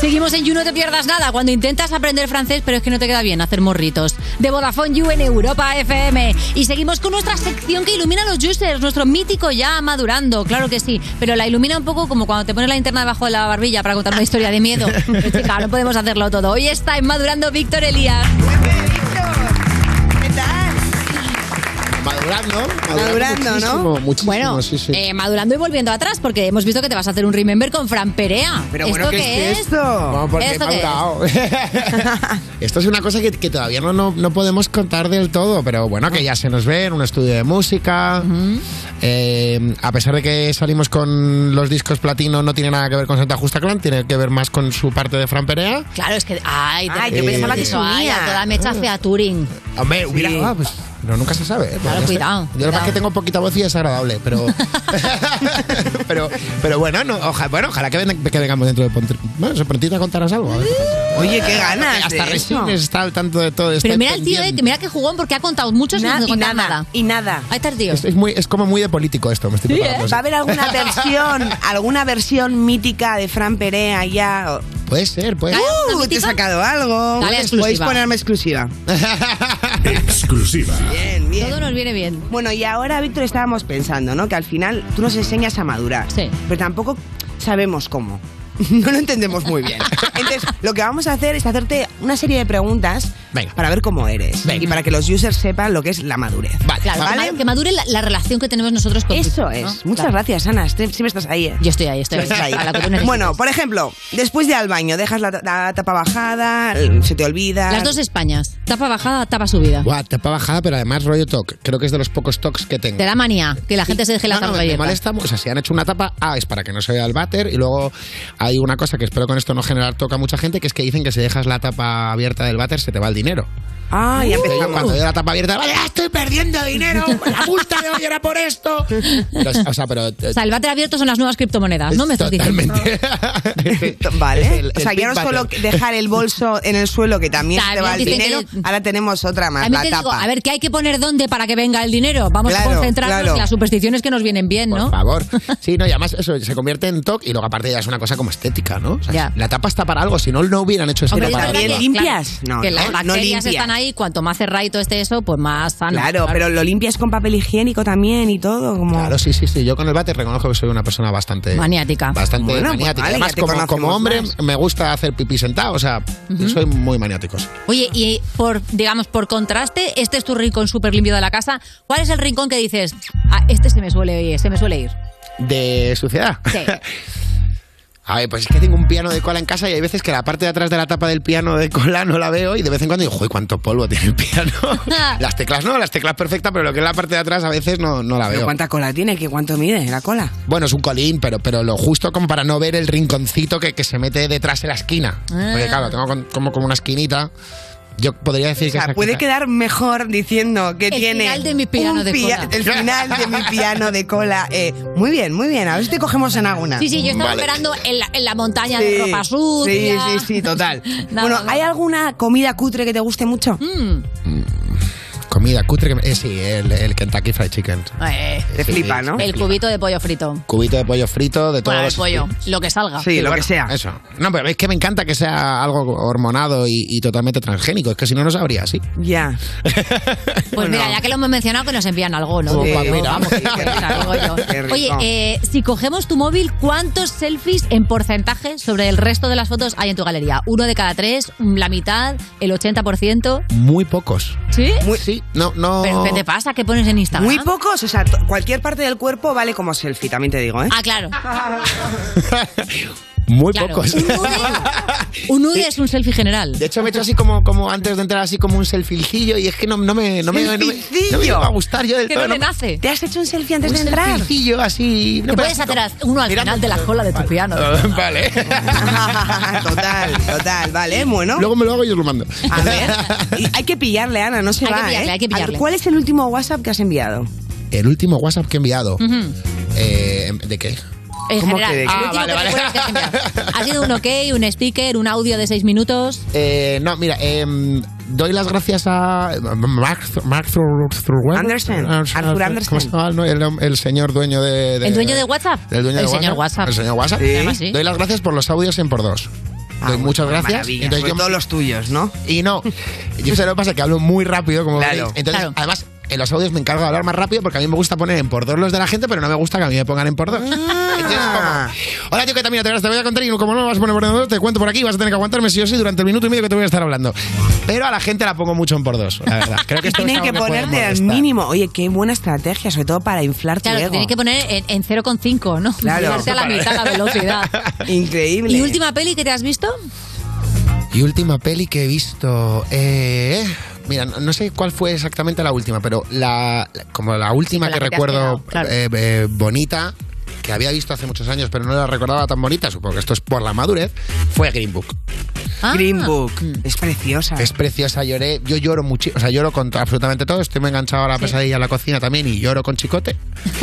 Seguimos en You, no te pierdas nada cuando intentas aprender francés, pero es que no te queda bien hacer morritos. De Vodafone You en Europa FM. Y seguimos con nuestra sección que ilumina a los users, nuestro mítico ya madurando, claro que sí, pero la ilumina un poco como cuando te pones la linterna debajo de la barbilla para contar una historia de miedo. Pero chica, no podemos hacerlo todo. Hoy está en Madurando Víctor Elías.
Madurando,
Madurando, ¿no?
muchísimo, Muchísimo,
Bueno,
sí, sí.
Eh, madurando y volviendo atrás, porque hemos visto que te vas a hacer un remember con Fran Perea.
Pero bueno, ¿qué es esto? Vamos, porque
¿Esto
he
qué es?
madurado. Esto es una cosa que, que todavía no, no, no podemos contar del todo, pero bueno, que ya se nos ve en un estudio de música. Eh, a pesar de que salimos con los discos platino, no tiene nada que ver con Santa Justa Clan, tiene que ver más con su parte de Fran Perea.
Claro, es que. Ay, te-
Ay, yo pensaba que se
Ay,
unía.
a toda mecha fea Turing.
Hombre, hubiera, ah, pues, Pero nunca se sabe. ¿eh?
Claro,
Podría ser.
cuidado,
Yo lo que pasa es que tengo poquita voz y es agradable, pero. pero, pero bueno, no, oja- bueno, ojalá que, ven- que vengamos dentro de Ponte- Bueno, se prontito contarás algo. a ver.
Oye, qué ganas
Hasta
de
Resines
eso.
está al tanto de todo
Pero
está
mira el tío, eh,
pendiente.
que mira qué jugón, porque ha contado mucho sin
Nada, y
contar
nada,
nada,
Y nada.
Ahí está el tío.
Es, es muy, es como muy de político esto, me estoy preparando.
¿eh? ¿Va a haber alguna versión, alguna versión mítica de Fran Perea ya?
Puede ser, puede
ser.
ser.
Uh, te he sacado algo.
Dale,
Podéis
exclusiva.
ponerme exclusiva.
Exclusiva.
Bien, bien.
Todo nos viene bien.
Bueno, y ahora, Víctor, estábamos pensando, ¿no? Que al final tú nos enseñas a madurar. Pero tampoco sabemos cómo. No lo entendemos muy bien. Entonces, lo que vamos a hacer es hacerte una serie de preguntas para ver cómo eres. Y para que los users sepan lo que es la madurez. Vale,
Claro, que ma- que madure la, la relación que tenemos nosotros con
Eso es. Muchas gracias, Ana. Este- Siempre estás ahí.
Yo estoy ahí, estoy ahí.
Estás ahí.
A la que tú necesites.
Bueno, por ejemplo, después de al baño, dejas la, ta- la tapa bajada, el- se te olvida.
Las dos Españas. Tapa bajada, tapa subida.
Buah, tapa bajada, pero además rollo talk. Creo que es de los pocos talks que tengo.
Te da manía que la gente se deje la
No, no,
tapa
me
abierta.
molesta mu- O sea, si han hecho una tapa, ah, es para que no se vea el váter. Y luego hay una cosa que espero con esto no generar toca a mucha gente, que es que dicen que si dejas la tapa abierta del váter, se te va el dinero.
Ah, ya
Porque yo
empezamos.
Cuando doy la tapa abierta, ¡vaya!
estoy perdiendo dinero. La multa de hoy era por esto.
Pero, o sea, pero. eh,
O sea, el váter abierto son las nuevas criptomonedas, ¿no? Me estás diciendo.
Vale.
el-
o sea,
el
ya no
Big
solo
Bang.
dejar el bolso en el suelo, que también, se te
También
va el
dicen
dinero.
que-
Ahora tenemos otra más,
A mí
la
te
tapa.
digo, a ver, ¿qué hay que poner dónde para que venga el dinero? Vamos
Claro,
a concentrarnos
claro.
en las supersticiones que nos vienen bien,
Por
¿no?
favor. Sí, no, y además eso se convierte en talk y luego aparte ya es una cosa como estética, ¿no? O sea,
Ya.
La tapa está para algo, si no, no hubieran hecho esa
Hombre,
tapa.
es verdad que-
No,
claro, que las
no, no
bacterias
limpia.
están ahí, cuanto más cerradito esté eso, pues más sano.
Ah, Claro, pero
lo limpias con papel higiénico también y todo. Como...
Claro, sí, sí, sí. Yo con el váter reconozco que soy una persona bastante.
Maniática.
Bastante
Bueno, pues
maniática.
vale, ya
Además,
te
como, como
conocemos
hombre,
más.
me gusta hacer pipí sentado. O sea, yo soy muy maniático. sí.
Oye, y por, digamos, por contraste, este es tu rincón súper limpio de la casa. ¿Cuál es el rincón que dices, "Ah, este se me suele ir, se me suele ir?
De suciedad.
Sí.
A ver, pues es que tengo un piano de cola en casa y hay veces que la parte de atrás de la tapa del piano de cola no la veo y de vez en cuando digo, joder, cuánto polvo tiene el piano. las teclas no, las teclas perfectas, pero lo que es la parte de atrás a veces no, no la
Pero
veo.
¿Cuánta cola tiene? ¿Qué, ¿Cuánto mide la cola?
Bueno, es un colín, pero, pero lo justo como para no ver el rinconcito que, que se mete detrás de la esquina.
Ah.
Porque claro, tengo con- como, como una esquinita. Yo podría decir
O sea,
que... esa
puede
quizá-
quedar mejor diciendo que
El
tiene.
final de mi piano
un
de
pia-
cola.
El final de mi piano de cola. eh, muy bien, muy bien. A ver si te cogemos en alguna.
Sí, sí, yo estaba esperando en la, en la montaña de ropa sucia.
Sí, sí, sí, total. bueno, ¿hay alguna comida cutre que te guste mucho?
Mm.
Comida cutre. que me- eh, sí, el, el Kentucky Fried Chicken.
Eh,
Te flipa, ¿no?
El cubito de pollo frito.
Cubito de pollo frito, de todo.
Bueno, el pollo, lo que salga.
sea. Eso. No, pero veis que me encanta que sea algo hormonado y, y totalmente transgénico. Es que si no, no sabría así.
Ya.
Pues mira, ya que lo hemos mencionado, que nos envían algo, ¿no?
Pues
Digo,
mira.
vamos,
Qué rico.
Oye, eh, si cogemos tu móvil, ¿cuántos selfies en porcentaje sobre el resto de las fotos hay en tu galería? ¿Uno de cada tres? ¿La mitad? ¿El 80%?
Muy pocos.
¿Sí?
sí, no, no.
¿Pero qué te pasa? ¿Qué pones en Instagram?
Muy pocos, o sea, to- cualquier parte del cuerpo vale como selfie, también te digo, ¿eh?
Ah, claro.
Muy
Ah. Claro.
pocos.
Un nude, un nude es un selfie general.
De hecho, me he hecho así como, como antes de entrar, así como un selfiecillo. Y es que no, no me. No me, no me- no me- no me va a gustar yo del todo. me-
nace.
¿Te has hecho un selfie antes
Un
de entrar?
selfiecillo así.
Te puedes hacer uno al final de la cola de tu piano.
vale.
total, total, vale, bueno.
Luego me lo hago y os lo mando.
A ver, y hay que pillarle, Ana, no se
Hay que
va,
pillarle,
¿eh?
hay que
A ver,
pillarle.
¿Cuál es el último WhatsApp que has enviado?
El último WhatsApp que he enviado.
Mm.
Eh, ¿De qué?
En
¿Cómo
general,
que de
el
qué?
último
Ah, vale,
que
vale.
recuerdas que has enviado. Ha sido un ok, un sticker, un audio de seis minutos.
Eh, no, mira, em, doy las gracias a Mark, Mark Thur- Thurwell.
Andersen,
Ah,
Arthur Andersen.
¿Cómo se llama? No, el, el señor dueño de, de-
¿El dueño de WhatsApp?
El dueño
El
de
señor WhatsApp.
El señor WhatsApp.
Sí. Se llama así.
Doy las gracias por los audios en por dos. Doy muchas gracias.
Ah, maravilla, sobre todo
los
tuyos, ¿no?
Y no. Yo sé lo que pasa que hablo muy rápido, como
Claro.
veis. Entonces,
Claro.
además, en los audios me encargo de hablar más rápido porque a mí me gusta poner en por dos los de la gente, pero no me gusta que a mí me pongan en por dos.
Ah.
Entonces, como, Hola, tío, que también te verás, te voy a contar y como no me vas a poner por dos, te cuento por aquí, vas a tener que aguantarme sí o sí durante el minuto y medio que te voy a estar hablando. Pero a la gente la pongo mucho en por dos, la verdad. Creo que
Y
esto es
tienen
algo
que
puede
ponerte al
molestar.
mínimo. Oye, qué buena estrategia, sobre todo para inflar tu
Claro,
ego.
que tiene que poner en, en 0,5, ¿no?
Claro.
Tirarte a la mitad la velocidad.
Increíble.
¿Y última peli que te has visto?
Y última peli que he visto. eh, mira, no, no sé cuál fue exactamente la última, pero la, la- como la última
Con la
que,
que te has
recuerdo
quedado, claro.
eh, eh, bonita, que había visto hace muchos años, pero no la recordaba tan bonita, supongo que esto es por la madurez, fue Green Book.
Ah.
Green Book. Es preciosa.
Es preciosa, lloré. Yo lloro muchísimo. O sea, lloro con absolutamente todo. Estoy muy enganchado a la pesadilla, a la cocina también y lloro con chicote.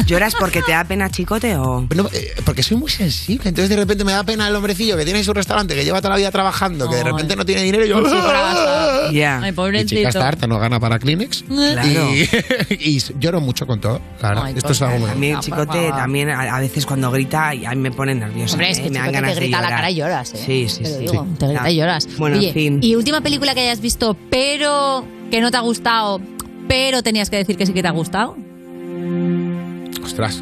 ¿Lloras porque te da pena chicote o.?
No, eh, porque soy muy sensible. Entonces de repente me da pena el hombrecillo que tiene en su restaurante, que lleva toda la vida trabajando, que de repente no tiene dinero y yo.
Sí, trabaja. Ya.
Ay,
Mi chica está harta, no gana para Kleenex.
Claro.
Y, y lloro mucho con todo. Claro. Esto es algo muy.
A mí el chicote también a, a veces cuando grita y a mí me pone nerviosa.
Hombre, es
¿eh?
que
me
Chicote
dan
te
ganas de
grita a la
llorar.
cara y lloras, ¿eh?
Sí, sí,
Te lo
sí.
digo, te grita y lloras.
Bueno,
Oye,
en fin.
Y última película que hayas visto, pero que no te ha gustado, pero tenías que decir que sí que te ha gustado.
Ostras.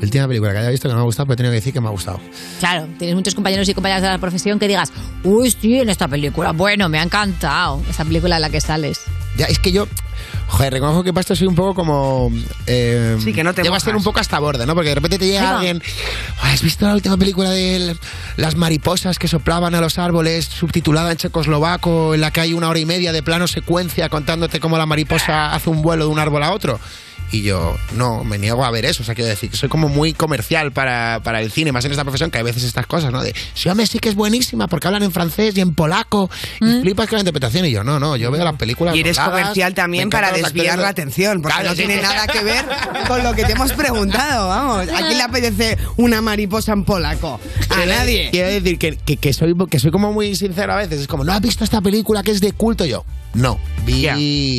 Última película que haya visto que no me ha gustado, pero he tenido que decir que me ha gustado.
Claro, tienes muchos compañeros y compañeras de la profesión que digas, uy, sí, en esta película, bueno, me ha encantado. Esa película en la que sales.
Ya, es que yo. Joder, reconozco que para esto soy un poco como. Eh,
Sí, que no te
Llego a ser un poco hasta borde, ¿no? Porque de repente te llega
Ahí va.
alguien. ¿Has visto la última película de el- las mariposas que soplaban a los árboles, subtitulada en checoslovaco, en la que hay una hora y media de plano secuencia contándote cómo la mariposa hace un vuelo de un árbol a otro? Y yo, no, me niego a ver eso. O sea, quiero decir, que soy como muy comercial para, para el cine, más en esta profesión, que hay veces estas cosas, ¿no? De, Siame sí que es buenísima porque hablan en francés y en polaco y flipas con la interpretación. Y yo, no, no, yo veo las películas.
Y eres
dobladas,
comercial
me
también
encantan
para
los
desviar
actores
la
de-
atención, porque
Claro,
no
sí,
tiene
sí.
nada que ver con lo que te hemos preguntado, vamos. ¿A quién le apetece una mariposa en polaco? A
Quiero-
nadie.
Quiero decir que, que- que soy, que soy como muy sincero a veces. Es como, ¿no has visto esta película que es de culto? Y yo, no. Vi.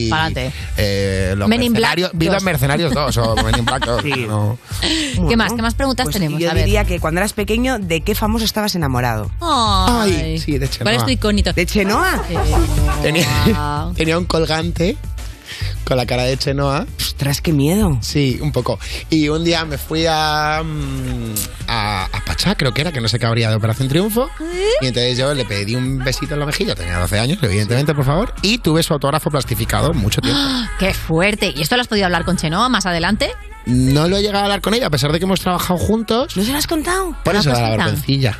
Párate.
eh, los
Men in Black
mercenarios, vi
2.
los Mercenarios 2 o Men in Black 2. no.
¿Qué más? ¿Qué más preguntas
Pues
tenemos?
Yo
A ver.
diría que cuando eras pequeño, ¿de qué famoso estabas enamorado?
Ay,
sí, de
¿Cuál es
Chenoa.
tu icónito?
¿De Chenoa?
Tenía, tenía un colgante con la cara de Chenoa.
Ostras, qué miedo.
Sí, un poco. Y un día me fui a, mm, a, a Pachá, creo que era, que no sé qué habría de Operación Triunfo.
¿Eh?
Y entonces yo le pedí un besito en la mejilla, tenía 12 años, evidentemente, por favor. Y tuve su autógrafo plastificado mucho tiempo.
¡Ah! ¡Qué fuerte! ¿Y esto lo has podido hablar con Chenoa más adelante?
No lo he llegado a hablar con ella, a pesar de que hemos trabajado juntos.
¿No se lo has contado?
Por
Ah,
eso
pues
da la
quizá.
vergüencilla.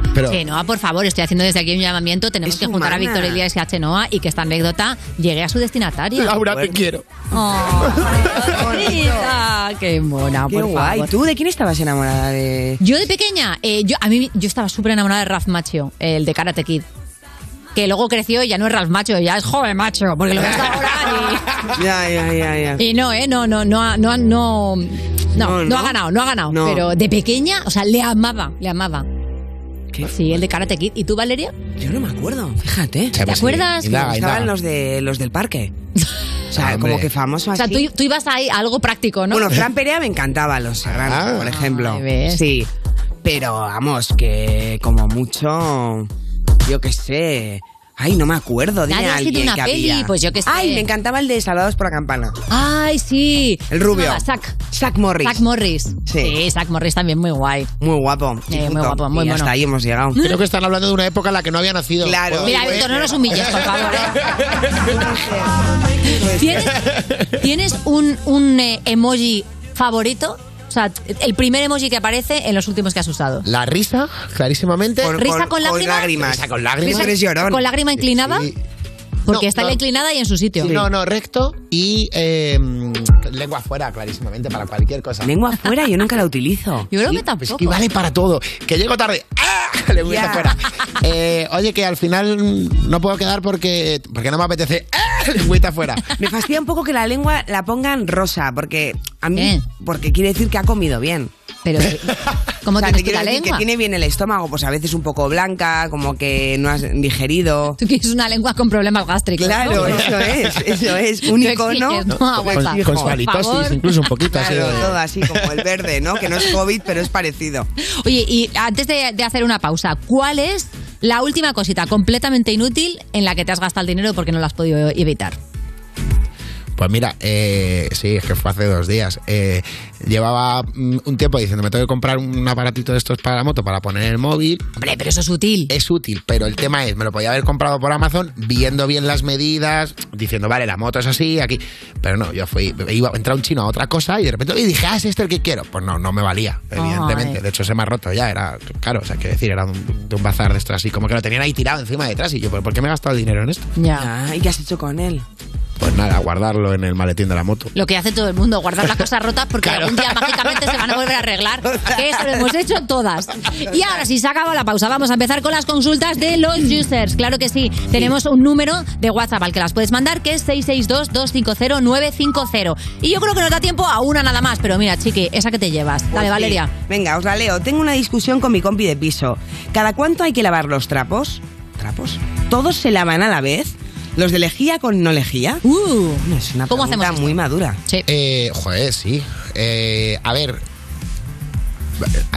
Ya, pero-
Chenoa, por favor, estoy haciendo desde aquí un llamamiento. Tenemos que juntar a
humana.
Victoria Elías y a Chenoa y que esta anécdota llegue a su destinatario. Oh,
Laura, te quiero.
Bonita, ¡Qué mona,
Qué
por
guay.
favor!
¿Tú de quién estabas enamorada? De...
Yo de pequeña, eh, yo, a mí, yo estaba súper enamorada de Ralph Macho, el de Karate Kid. Que luego creció y ya no es Ralph Macho, ya es joven macho. Porque lo que es ahora.
Ya, ya, ya, ya.
Y no, ¿eh? No, no, no, ha- no, ha- no, no, no, ha ganado, no ha ganado.
No.
Pero de pequeña, o sea, le amaba, le amaba. Sí, el de Karate Kid. ¿Y tú, Valeria?
Yo no me acuerdo, fíjate.
¿Te acuerdas?
Me gustaban Pues los, de, los del parque. O sea,
Hombre.
como que famoso
O sea,
así.
tú, tú ibas ahí a algo práctico, ¿no?
Bueno, Fran Perea me encantaba Los Serranos, por ejemplo. Sí. Pero vamos, que como mucho. Yo qué sé. Ay, no me acuerdo. Dime
Nadie
a
ha escrito
alguien
una
que
peli,
había.
pues yo qué sé.
Ay, me encantaba el de Salvados por la Campana.
Ay, sí.
El rubio.
Zach.
Zach Morris.
Zach Morris. Sí. Zach Morris también muy guay.
Muy guapo.
Eh, muy
chiquito.
guapo, muy
y
bueno.
hasta ahí hemos llegado.
Creo que están hablando de una época en la que no había nacido. ¿eh?
Claro.
Mira, Víctor, no nos humilles, por favor. ¿eh? ¿Tienes, tienes un, un, eh, emoji favorito? O sea, el primer emoji que aparece en los últimos que has usado.
La risa, clarísimamente.
¿Risa con, lágrimas?
Risa con lágrimas.
¿Con lágrima inclinada? Porque está la inclinada y en su sitio.
Sí, No, no, recto y eh, lengua afuera, clarísimamente, para cualquier cosa.
Lengua afuera yo nunca la utilizo.
Yo creo que
Pues
tampoco.
es que vale para todo. Que llego tarde. ¡Ah! Lengua afuera. Eh, oye, que al final mm, no puedo quedar porque, porque no me apetece. ¡Ah! Lengüita afuera.
Me fastidia un poco que la lengua la pongan rosa, porque a mí, porque quiere decir que ha comido bien.
Pero, ¿cómo
te
tienes tú
quiero
la
decir
lengua?
Que tiene bien el estómago, pues a veces un poco blanca, como que no has digerido.
Tú quieres una lengua con problemas gástricos. ¿no?
Claro, eso es, eso es. Un
Tú
icono.
exiges, no, Ah, aguanta.
con su halitosis, incluso un poquito así.
Claro,
de-
todo así, como el verde, ¿no? Que no es COVID, pero es parecido.
Oye, y antes de, de hacer una pausa, ¿cuál es la última cosita completamente inútil en la que te has gastado el dinero porque no lo has podido evitar?
Pues mira, eh, sí, es que fue hace dos días. Eh, llevaba mm, un tiempo diciendo, me tengo que comprar un aparatito de estos para la moto para poner en el móvil.
Hombre, pero eso es útil.
Es útil, pero el tema es, me lo podía haber comprado por Amazon viendo bien las medidas, diciendo, vale, la moto es así, aquí. Pero no, yo fui, iba a entrar un chino a otra cosa y de repente y dije, ah, es este el que quiero. Pues no, no me valía, evidentemente.
Ay.
De hecho, se me ha roto ya, era caro, o sea, quiero decir, era un- de un bazar
Ah,
de estos así, como que lo tenían ahí tirado encima detrás y yo, "¿Pero ¿por qué me he gastado el dinero en esto?
Ya.
¿Y qué has hecho con él?
Pues nada, guardarlo en el maletín de la moto.
Lo que hace todo el mundo, guardar las cosas rotas porque algún día mágicamente se van a volver a arreglar. Que eso lo hemos hecho todas. Y ahora sí, se acaba la pausa. Vamos a empezar con las consultas de los users. Claro que sí, tenemos un número de WhatsApp al que las puedes mandar que es 662-250-950. Y yo creo que nos da tiempo a una nada más, pero mira, chiqui, esa que te llevas. Dale,
Pues sí.
Valeria.
Venga, os la leo. Tengo una discusión con mi compi de piso. ¿Cada cuánto hay que lavar los trapos? ¿Trapos? ¿Todos se lavan a la vez? ¿Los de lejía con no lejía?
Uh,
es una pregunta muy madura.
Eh, joder, sí. Eh, a ver.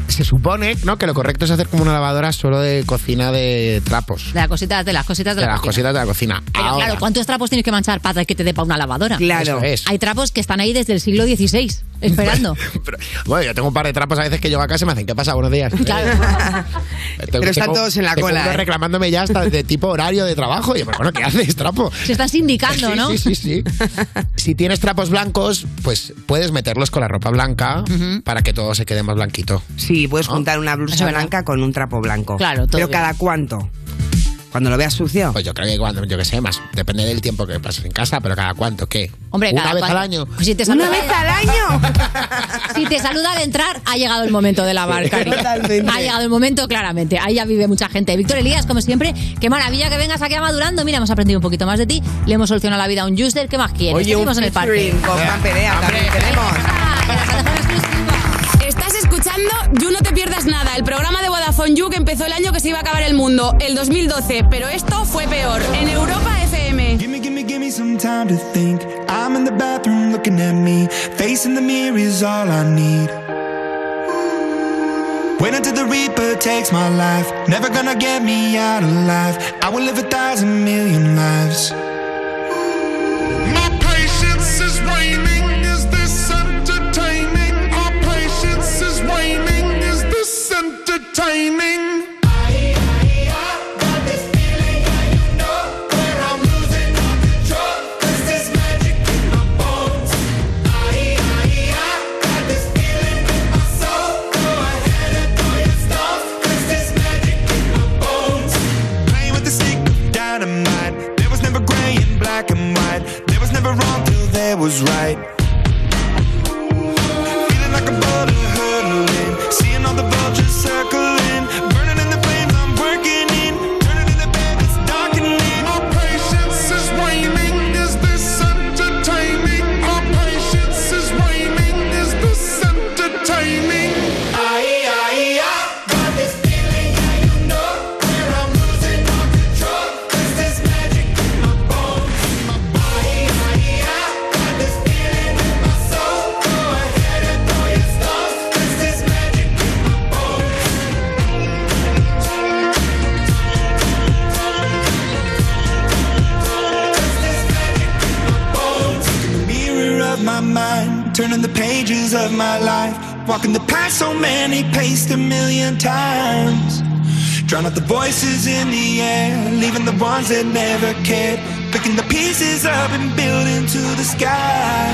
Se supone ¿no? que lo correcto es hacer como una lavadora solo de cocina de trapos.
De las cositas de las cositas de,
De
la
las
cocina.
cositas de la cocina. Ah,
Pero
Ahora,
claro, ¿cuántos trapos tienes que manchar para que te dé para una lavadora?
Claro. Eso es.
Hay trapos que están ahí desde el siglo XVI, esperando.
Bueno, yo tengo un par de trapos a veces que llego a casa y me hacen, ¿qué pasa? Buenos días. Eh,
Pero están todos en la
tengo
cola,
uno
¿eh?
reclamándome ya hasta de tipo horario de trabajo. Y yo, pero bueno, ¿qué haces, trapo?
Se están sindicando,
Sí,
¿no?
sí, sí, sí. Si tienes trapos blancos, pues puedes meterlos con la ropa blanca para que todo se quede más blanquito.
Sí, puedes juntar una blusa blanca con un trapo blanco.
Claro, todo
Pero
bien.
¿cada cuánto? Cuando lo veas sucio.
Pues yo creo que cuando, yo qué sé, más. Depende del tiempo que pases en casa, pero cada cuánto, ¿qué?
Hombre,
¿Una
cada
vez
cual-
al año?
Pues si te
¿Una
saluda-
vez al año?
Si te saluda al entrar, ha llegado el momento de lavar, cariño.
Totalmente.
Ha llegado el momento, claramente. Ahí ya vive mucha gente. Víctor Elías, como siempre, qué maravilla que vengas aquí a Madurando. Mira, hemos aprendido un poquito más de ti. Le hemos solucionado la vida a un user. ¿Qué más quieres?
Oye, un
Seguimos en el parque.
featuring con Juan Perea también tenemos.
Estás escuchando You No Te Pierdas Nada, el programa de Vodafone You que empezó el año que se iba a acabar el mundo, el 2012, pero esto fue peor, en Europa FM.
Gimme, gimme, gimme some time to think. I'm in the bathroom looking at me. Facing the mirror is all I need. Wait until the Reaper takes my life. Never gonna get me out alive. I will live a thousand million lives. My patience is waning. Is this entertaining? My patience is waning. Is this entertaining? Playing with the stick of dynamite. There was never gray and black and white. There was never wrong till there was right. Feeling like a boulder hurtling. Seeing all the vultures circling. Burning in the flames I'm working in. Turning in the bed that's dark and lit. My patience is waning. Is this entertaining? My patience is waning. Is this entertaining? Aye, aye, aye. Got this feeling, yeah, you know, where I'm losing all control. 'Cause there's magic in my bones. Aye, aye, aye. Got this feeling in my soul. Go ahead and throw your stones. 'Cause there's magic in my Taking the mirror of my mind, turning the pages of my life, walking the path so many paced a million times. Drown out the voices in the air, leaving the ones that never cared, picking the pieces up and building to the sky.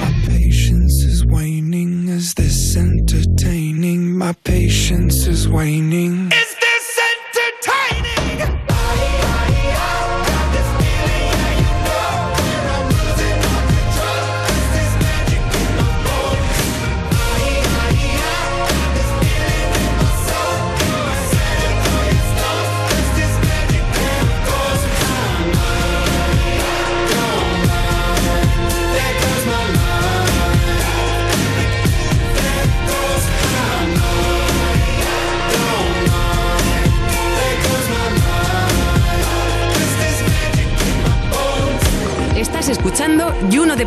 My patience is waning, is this entertaining? My patience is waning. Is this entertaining?
Estás escuchando You No Te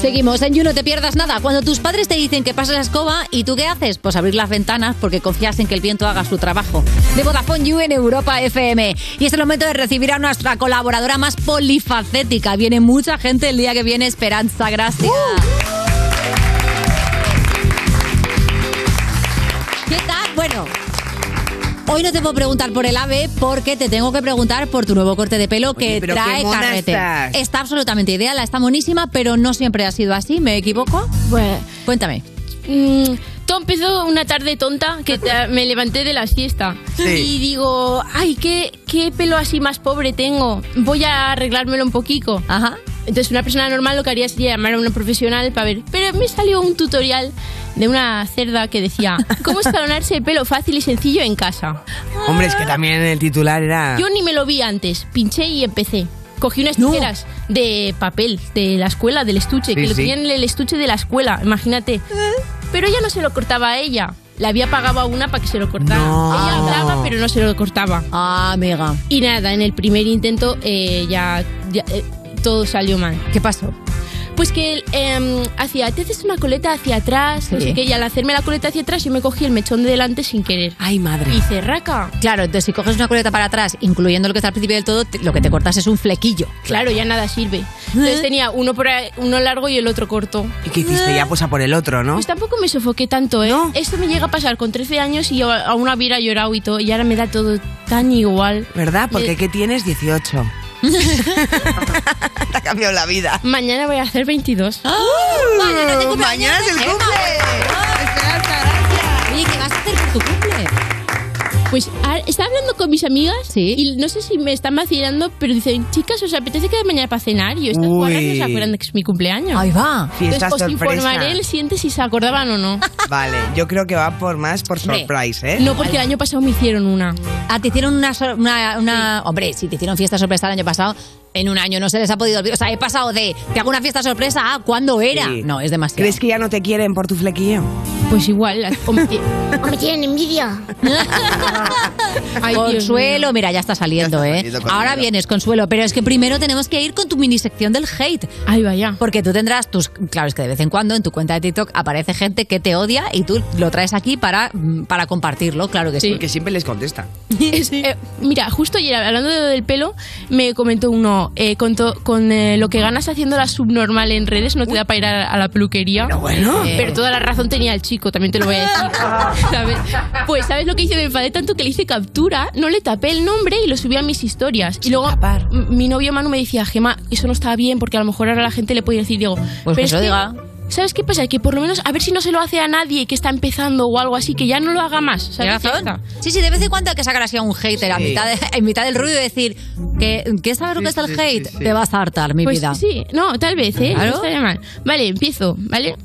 Seguimos en You, no te pierdas nada. Cuando tus padres te dicen que pases la escoba, ¿y tú qué haces? Pues abrir las ventanas porque confías en que el viento haga su trabajo. De Vodafone You en Europa FM. Y es el momento de recibir a nuestra colaboradora más polifacética. Viene mucha gente el día que viene, Esperanza Gracia.
¡Uh!
¿Qué tal? Bueno, Hoy no te puedo preguntar por el ave porque te tengo que preguntar por tu nuevo corte de pelo que
pero qué
trae
mona
carrete.
estás.
Está absolutamente ideal, está monísima, pero no siempre ha sido así, ¿me equivoco?
Bueno.
Cuéntame.
Mm, todo empezó una tarde tonta que te- me levanté de la siesta
Sí.
y digo, ay, ¿qué, qué pelo así más pobre tengo. Voy a arreglármelo un poquito. Entonces una persona normal lo que haría sería llamar a una profesional para ver. Pero me salió un tutorial de una cerda que decía, ¿cómo escalonarse el pelo fácil y sencillo en casa?
Hombre, es que también el titular era.
Yo ni me lo vi antes. Pinché y empecé. Cogí unas tijeras de papel de la escuela, del estuche,
Sí,
que lo
sí.
tenían en el estuche de la escuela, imagínate. Pero ella no se lo cortaba a ella. Le había pagado a una para que se lo cortara. Ella hablaba, pero no se lo cortaba.
Ah, mega.
Y nada, en el primer intento eh, ya, ya, eh, todo salió mal.
¿Qué pasó?
Pues que em, hacía, te haces una coleta hacia atrás, no
Sí.
sé qué, y al hacerme la coleta hacia atrás yo me cogí el mechón de delante sin querer.
Ay, madre.
Y cerraca.
Claro, entonces si coges una coleta para atrás, incluyendo lo que está al principio del todo, te- lo que te cortas es un flequillo.
Claro, ya nada sirve.
¿Eh?
Entonces tenía uno, por ahí- uno largo y el otro corto.
¿Y qué hiciste? Ya pues a por el otro, ¿no?
Pues tampoco me sofoqué tanto, ¿eh? Esto me llega a pasar con 13 años y yo aún hubiera llorado y todo, y ahora me da todo tan igual.
¿Verdad? Porque
Le-
¿qué tienes? 18. Te ha cambiado la vida. ¡Uh!
Mañana voy a hacer 22.
¡Ah! Mañana es el cumpleaños
Mañana es el
de Gemma.
cumple.
Oye, ¿qué vas a hacer por tu cumple?
Pues a- estaba hablando con mis amigas y no sé si me están vacilando, pero dicen, chicas, ¿os apetece quedar mañana para cenar? Y estas
Uy.
cuadras no se acuerdan de que es mi cumpleaños. Ahí
va.
Fiesta
Entonces, os
sorpresa.
informaré el siguiente si se acordaban o no.
Vale, yo creo que va por más por
Hombre.
surprise, ¿eh?
No, porque el año pasado me hicieron una.
Ah, te hicieron una... sor- una, una- Hombre, si te hicieron fiesta sorpresa el año pasado, en un año no se les ha podido olvidar. O sea, he pasado de, te hago una fiesta sorpresa a cuándo era.
Sí.
No, es demasiado.
¿Crees que ya no te quieren por tu flequillo?
Pues igual. O me,
tienen envidia. Consuelo, mira, ya está saliendo, ¿eh? Ahora vienes, Consuelo, pero es que primero tenemos que ir con tu mini sección del hate.
Ahí vaya.
Porque tú tendrás tus. Claro, es que de vez en cuando en tu cuenta de TikTok aparece gente que te odia y tú lo traes aquí para, mm, para compartirlo, claro que sí.
Porque siempre les contesta.
Eh, mira, justo ayer hablando de lo del pelo, me comentó uno, eh, con, to- con eh, lo que ganas haciendo la subnormal en redes no te da para ir a, a la peluquería. Eh,
bueno.
Pero toda la razón tenía el chico, también te lo voy a decir. ¿Sabes? Pues ¿sabes lo que hice? Me enfadé tanto que le hice captura, no le tapé el nombre y lo subí a mis historias. Y luego m- mi novio Manu me decía, Gema, eso no está bien porque a lo mejor ahora la gente le puede decir, digo,
Pues que
es
se lo diga.
¿Sabes qué pasa? Que por lo menos a ver si no se lo hace a nadie que está empezando o algo así, que ya no lo haga más. ¿sabes?
¿Tienes
Ya
razón?
está.
Sí, sí, de vez en cuando hay que sacar así a un hater a
Sí.
mitad de- en mitad del ruido y decir que, que sabes lo que es el hate, te vas a hartar, mi
Pues
vida.
Sí, no, tal vez, ¿eh?
Claro.
No estaría mal. Vale, empiezo, ¿vale?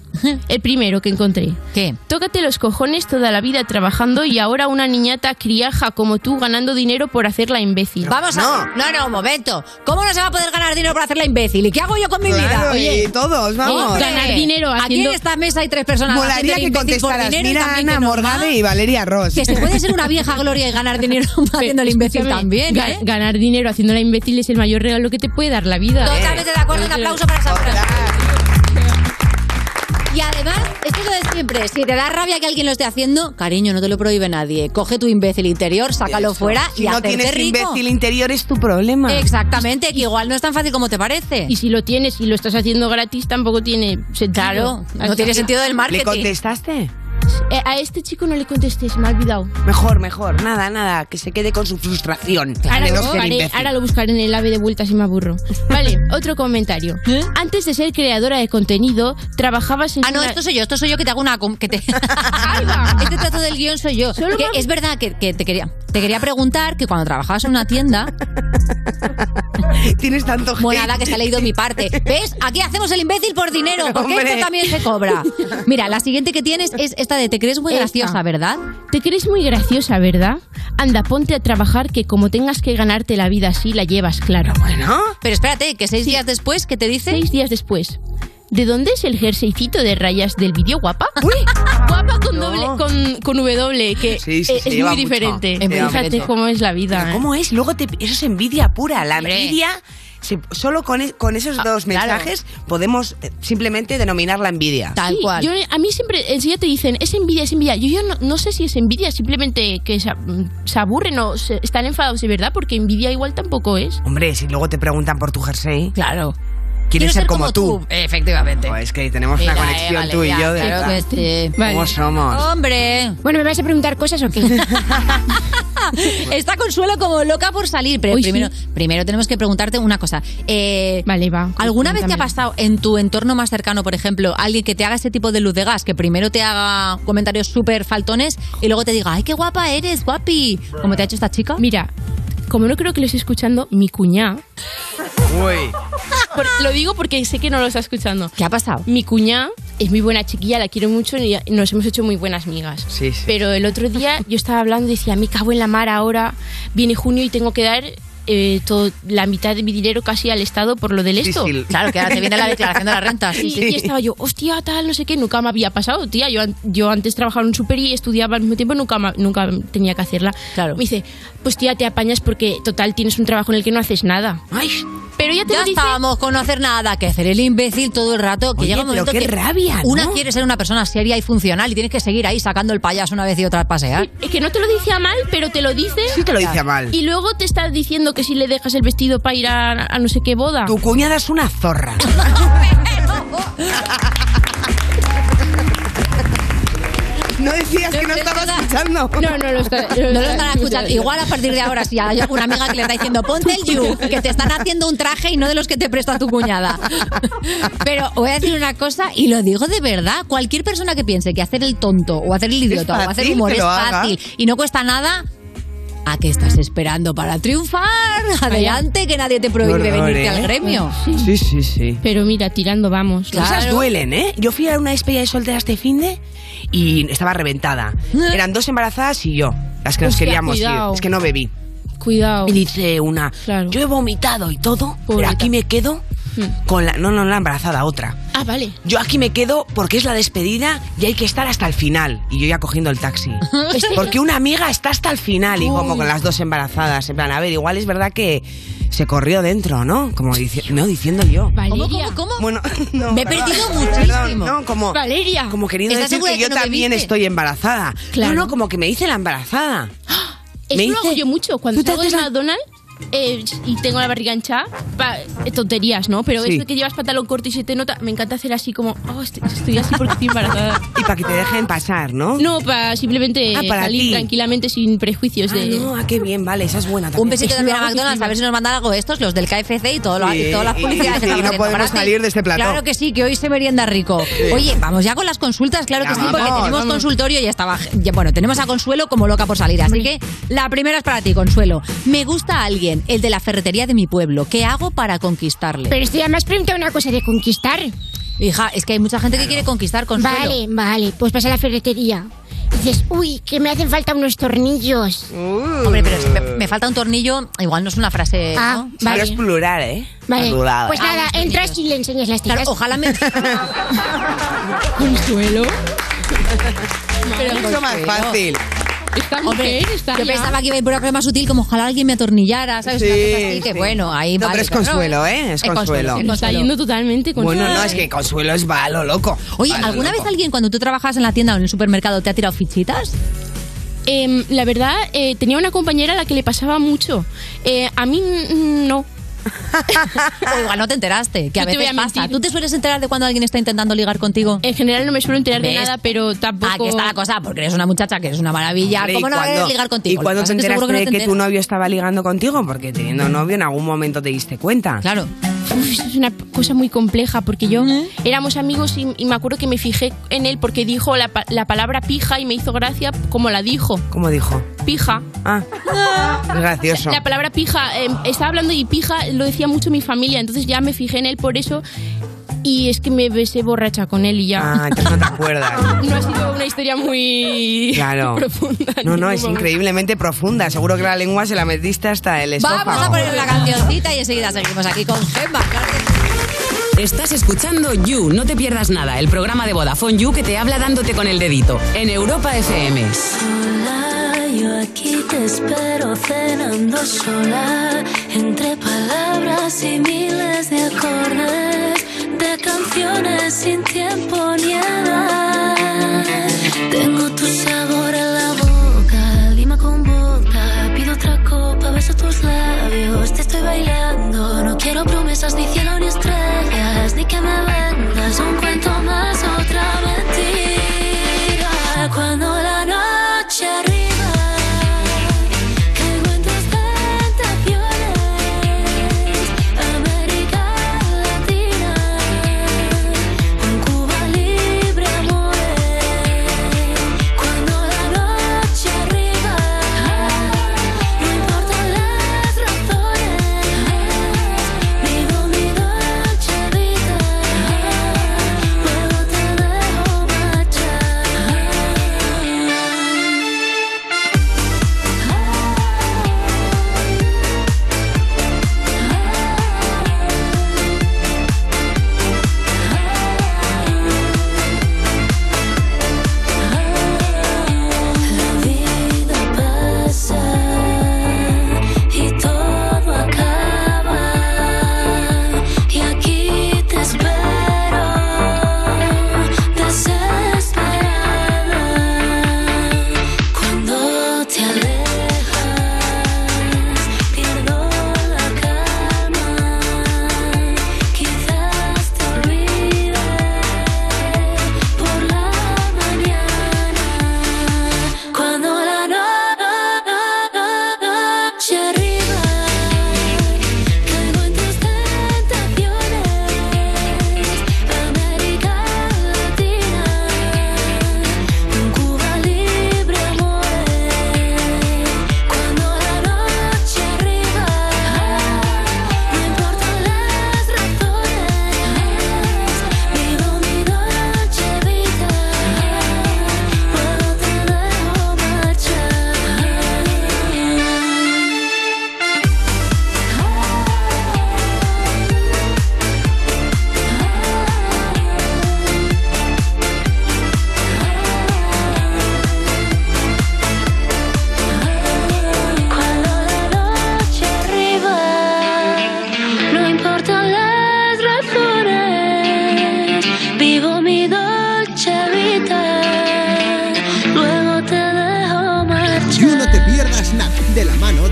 El primero que encontré.
¿Qué?
Tócate los cojones toda la vida trabajando y ahora una niñata criaja como tú ganando dinero por hacerla imbécil.
Vamos a. No, no, un momento. ¿Cómo no se va a poder ganar dinero por hacerla imbécil? ¿Y qué hago yo con mi
Claro,
vida?
y todos, vamos.
Hombre,
Ganar dinero
Aquí
haciendo-
en esta mesa hay tres personas.
Molaría
haciendo
que
imbécil por
contestaras.
dinero y
Mira,
también
Ana
que nos va.
Morgade y Valeria Ross.
Que se puede ser una vieja gloria y ganar dinero haciendo el imbécil
Escúchame,
también,
ga-
¿eh?
Ganar dinero haciéndola imbécil es el mayor regalo que te puede dar la vida.
Eh.
Totalmente de acuerdo, un aplauso para esa frase. Y además, esto es lo de siempre. Si te da rabia que alguien lo esté haciendo, cariño, no te lo prohíbe nadie. Coge tu imbécil interior, sácalo fuera y
si no
hacerte
tienes
rico.
imbécil interior es tu problema.
Exactamente, que igual no es tan fácil como te parece.
Y si lo tienes y lo estás haciendo gratis, tampoco tiene sentido.
Claro, no
Hasta-
tiene sentido del marketing. ¿Le
contestaste?
Eh, a este chico no le contestes, me ha olvidado.
Mejor, mejor. Nada, nada. Que se quede con su frustración.
Ahora
De
lo,
no ser
buscaré,
imbécil.
ahora lo buscaré en el ave de vueltas y me aburro. Vale, otro comentario. Antes de ser creadora de contenido, trabajabas en.
¿Eh? Ah, no,
una-
esto soy yo, esto soy yo que te hago una. com- Que te... este trato del guión soy yo. Porque es verdad que, que te, quería, te quería preguntar que cuando trabajabas en una tienda.
Tienes tanto
Bueno, nada, que se ha leído mi parte. ¿Ves? Aquí hacemos el imbécil por dinero, porque
Hombre.
esto también se cobra. Mira, la siguiente que tienes es esta de Te crees muy
Esta.
graciosa, ¿verdad?
Te crees muy graciosa, ¿verdad? Anda, ponte a trabajar que como tengas que ganarte la vida así, la llevas claro.
Bueno.
Ah, Pero espérate, que seis días después, ¿qué te dice?
Seis días después. ¿De dónde es el jerseycito de rayas del vídeo guapa? Guapa con doble, con, con W, que
Sí, sí,
eh,
se
es
lleva
muy
mucho.
diferente.
Se lleva
Fíjate
mucho.
cómo es la vida.
Pero
¿eh?
¿Cómo es? Luego te, eso es envidia pura. La
Hombre.
envidia, se- solo con, e- con esos dos mensajes podemos eh, simplemente denominar la envidia.
Sí, yo- a mí siempre enseguida te dicen, es envidia, es envidia. Yo, yo no, no sé si es envidia, simplemente que se, mm, se aburren o se- están enfadados de verdad, porque envidia igual tampoco es.
Hombre, si luego te preguntan por tu jersey.
Claro.
Quiero ser como tú.
Efectivamente.
Pues que tenemos una
Mira, eh,
conexión
vale,
tú y
ya,
yo de
claro
verdad.
que sí.
¿Cómo
Vale. Oh.
somos?
Hombre.
Bueno, ¿me vais a preguntar cosas o qué?
Está Consuelo como loca por salir, pero primero, primero tenemos que preguntarte una cosa. vale, va. ¿Alguna vez te
pues cuéntame.
ha pasado en tu entorno más cercano, por ejemplo, alguien que te haga ese tipo de luz de gas, que primero te haga comentarios súper faltones y luego te diga, ay, qué guapa eres, guapi? Como te ha hecho esta chica.
Mira, como no creo que lo esté escuchando, mi cuñada.
Uy.
Por- lo digo porque sé que no lo está escuchando. ¿Qué ha pasado? Mi cuñada es muy buena chiquilla, la quiero mucho y nos hemos hecho muy buenas migas.
Sí, sí.
Pero el otro día yo estaba hablando y decía, me cago en la mar ahora, viene junio y tengo que dar eh, todo- la mitad de mi dinero casi al Estado por lo del
Sí,
esto.
sí. Claro, que ahora te viene la declaración de la renta, sí,
Y-
sí.
Y estaba yo, hostia, tal, no sé qué, nunca me había pasado, tía. Yo, an- yo antes trabajaba en un super y estudiaba al mismo tiempo, nunca, ma- nunca tenía que hacerla. Me dice, pues tía, te apañas porque total tienes un trabajo en el que no haces nada. Pero ya te
ya estábamos con no hacer nada, que hacer el imbécil todo el rato, que
Oye,
llega un
pero
momento
qué
que
rabia, ¿no?
una quiere ser una persona seria y funcional y tienes que seguir ahí sacando el payaso una vez y otra al pasear.
Es que no te lo dice a mal, pero te lo dice.
Sí te lo dice a mal.
Y luego te está diciendo que si le dejas el vestido para ir a, a no sé qué boda.
Tu cuñada es una zorra. No decías que no estabas escuchando.
No, no lo está.
No lo están escuchando. Igual a partir de ahora, si hay alguna amiga que le está diciendo, ponte el you, que te están haciendo un traje y no de los que te presta tu cuñada. Pero voy a decir una cosa y lo digo de verdad. Cualquier persona que piense que hacer el tonto o hacer el idiota o hacer
fácil
humor
que
es
lo haga.
fácil y no cuesta nada, ¿a qué estás esperando para triunfar? Adelante, que nadie te prohíbe venirte
¿eh?
al gremio.
¿eh? Sí, sí, sí.
Pero mira, tirando vamos.
Las Cosas duelen, ¿eh? Yo fui a una despedida de soltera este finde y estaba reventada. Eran dos embarazadas y yo, las que nos
Hostia,
queríamos
cuidado.
ir. Es que no bebí.
Cuidado.
Y dice una, yo he vomitado y todo, pero aquí me quedo con la... No, no, la embarazada, otra.
Ah, vale.
Yo aquí me quedo porque es la despedida y hay que estar hasta el final. Y yo ya cogiendo el taxi. Porque una amiga está hasta el final y como con las dos embarazadas. En plan, a ver, igual es verdad que se corrió dentro, ¿no? Como dici- no, diciendo yo.
¿Cómo, cómo, cómo?
Bueno,
Me he
perdón,
perdido
perdón,
muchísimo.
no, como,
Valeria.
como queriendo decir que yo también estoy embarazada.
Claro.
No, no, como que me dice la embarazada.
Eso
Me
lo hago
dice-
yo mucho. Cuando salgo de McDonald's eh, y tengo la barriga hinchada, pa- eh, tonterías, ¿no? Pero
Sí.
eso que llevas pantalón corto y se te nota, me encanta hacer así como, oh, estoy, estoy así porque estoy embarazada.
Y para que te dejen pasar, ¿no?
No, para simplemente
Ah, para
salir
ti.
tranquilamente sin prejuicios
Ah,
de...
no, ah, qué bien, vale, esa es buena también.
Un besito también a McDonald's, a ver si nos mandan algo estos, los del KFC y, todo lo- y
Sí,
todas las publicidades. que
sí,
estamos
no
haciendo
podemos
para ti.
salir de este plató.
Claro que sí, que hoy se merienda rico. Oye, vamos ya con las consultas, claro
Ya,
que sí, porque
vamos,
tenemos
vamos.
consultorio y estaba. ya, Bueno, tenemos a Consuelo como loca por salir, así que la primera es para ti, Consuelo. Me gusta alguien, el de la ferretería de mi pueblo. ¿Qué hago para conquistarle?
Pero estoy además preguntado una cosa de conquistar.
Hija, es que hay mucha gente que quiere conquistar Consuelo.
Vale, vale, pues vas a la ferretería. Dices, uy, que me hacen falta unos tornillos.
Uh.
Hombre, pero si me, me falta un tornillo, igual no es una frase.
Ah,
¿no?
vale. Pero es
plural, ¿eh?
Vale,
Madurada.
pues nada, entras y le enseñas las tiras.
ojalá me...
Consuelo.
Pero mucho más
Consuelo.
fácil.
Hombre,
mujer está
yo
ya.
pensaba que iba a ir por algo más sutil, como ojalá alguien me atornillara, ¿sabes? Una cosa así,
Sí,
que
sí.
bueno, ahí
No,
vale,
pero es consuelo, ¿eh? Es consuelo.
es
Está yendo totalmente con ¿eh?
Bueno, no, es que Consuelo es balo, loco.
Oye, ¿alguna vez alguien cuando tú trabajas en la tienda o en el supermercado te ha tirado fichitas?
Em, la verdad, eh, tenía una compañera a la que le pasaba mucho. Eh, a mí mm, no.
o igual no te enteraste, que a
No te
veces
voy a
pasa.
mentir.
¿Tú te sueles enterar de cuando alguien está intentando ligar contigo?
En general no me suelo enterar de nada, pero tampoco-
Aquí está la cosa, porque eres una muchacha que eres una maravilla.
Hombre,
¿Cómo
¿y
no va a querer
cuándo-
ligar contigo?
¿Y cuando
Lo que pasa
te
es que seguro
enteraste
que no
de
te
que tu
enteras.
novio estaba ligando contigo? Porque teniendo novio en algún momento te diste cuenta.
Claro.
Uf, eso es una cosa muy compleja porque yo éramos amigos y, y me acuerdo que me fijé en él porque dijo la, pa- la palabra pija y me hizo gracia como la dijo.
¿Cómo dijo?
Pija.
Ah, es gracioso.
La palabra pija, eh, estaba hablando y pija lo decía mucho mi familia, entonces ya me fijé en él por eso y es que me besé borracha con él y ya.
Ah, entonces no te acuerdas.
No ha sido una historia muy
Claro.
profunda. en
No, no,
ningún
es
momento.
increíblemente profunda. Seguro que la lengua se la metiste hasta el estómago.
Vamos a poner la cancioncita y enseguida seguimos aquí con Gemma.
Estás escuchando You, no te pierdas nada, el programa de Vodafone You que te habla dándote con el dedito en Europa FM.
Hola, yo aquí te espero cenando sola entre palabras y miles de acordes de canciones sin tiempo ni edad. Tengo tu sabor en la boca, lima con boca, pido otra copa, beso tus labios, te estoy bailando, no quiero promesas ni cielo ni estrellas.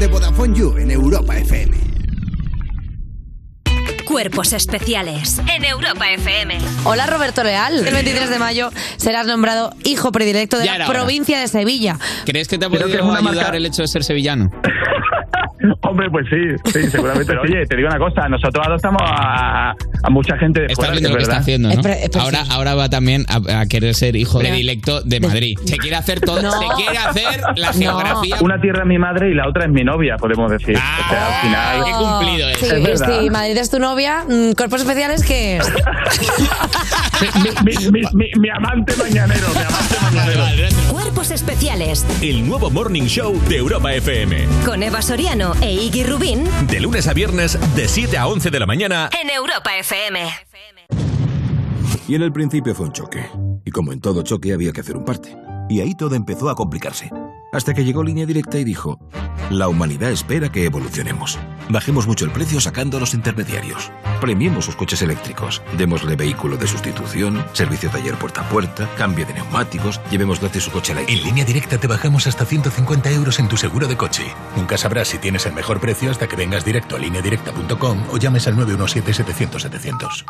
Vodafone You en Europa FM.
Cuerpos especiales en Europa FM.
Hola Roberto Leal. El 23 de mayo serás nombrado hijo predilecto de
Ya
era
la
hora.
provincia de Sevilla.
¿Crees que te ha
Creo
podido
que es una
ayudar
marca-
el hecho de ser sevillano?
Hombre, pues sí, sí, seguramente. Pero oye, te digo una cosa, nosotros adoptamos a, a mucha gente de
Estás
fuera,
viendo
es
lo que está
verdad.
haciendo, ¿no? ahora, ahora va también a, a querer ser hijo predilecto Oh, de Madrid. Se quiere hacer todo.
No.
Se quiere hacer la geografía.
Una tierra es mi madre y la otra es mi novia, podemos decir. o
Ah.
sea, al final.
qué cumplido
es.
Oh. Sí,
Es verdad.
si Madrid es tu novia, mm, cuerpos especiales que...
Mi, mi- mi- mi amante mañanero, mi amante mañanero.
Cuerpos especiales
El nuevo Morning Show de Europa FM.
con Eva Soriano e Iggy Rubín
De lunes a viernes, de 7 a 11 de la mañana.
en Europa FM.
Y en el principio fue un choque. Y como en todo choque había que hacer un parte. Y ahí todo empezó a complicarse. Hasta que llegó Línea Directa y dijo, la humanidad espera que evolucionemos. Bajemos mucho el precio sacando a los intermediarios. Premiemos sus coches eléctricos. Démosle vehículo de sustitución, servicio taller puerta a puerta, cambio de neumáticos, llevemos gratis su coche eléctrico.
En línea directa te bajamos hasta 150 euros en tu seguro de coche. Nunca sabrás si tienes el mejor precio hasta que vengas directo a lineadirecta.com o llames al 917-700-700.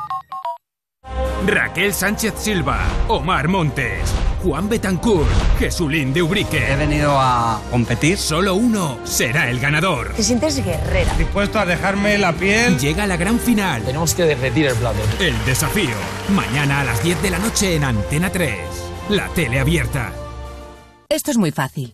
Raquel Sánchez Silva, Omar Montes, Juan Betancourt, Jesulín de Ubrique. He venido a competir. Solo uno será el ganador.
Te sientes guerrera.
Dispuesto a dejarme la piel. Llega la gran final. Tenemos que derretir el plato. El desafío. Mañana a las 10 de la noche en Antena 3. La tele abierta.
Esto es muy fácil.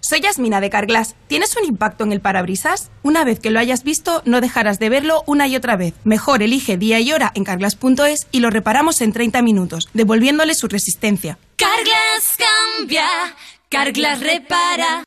Soy Yasmina de Carglass. ¿Tienes un impacto en el parabrisas? Una vez que lo hayas visto, no dejarás de verlo una y otra vez. Mejor elige día y hora en carglass.es y lo reparamos en 30 minutos, devolviéndole su resistencia.
Carglas cambia, Carglas repara.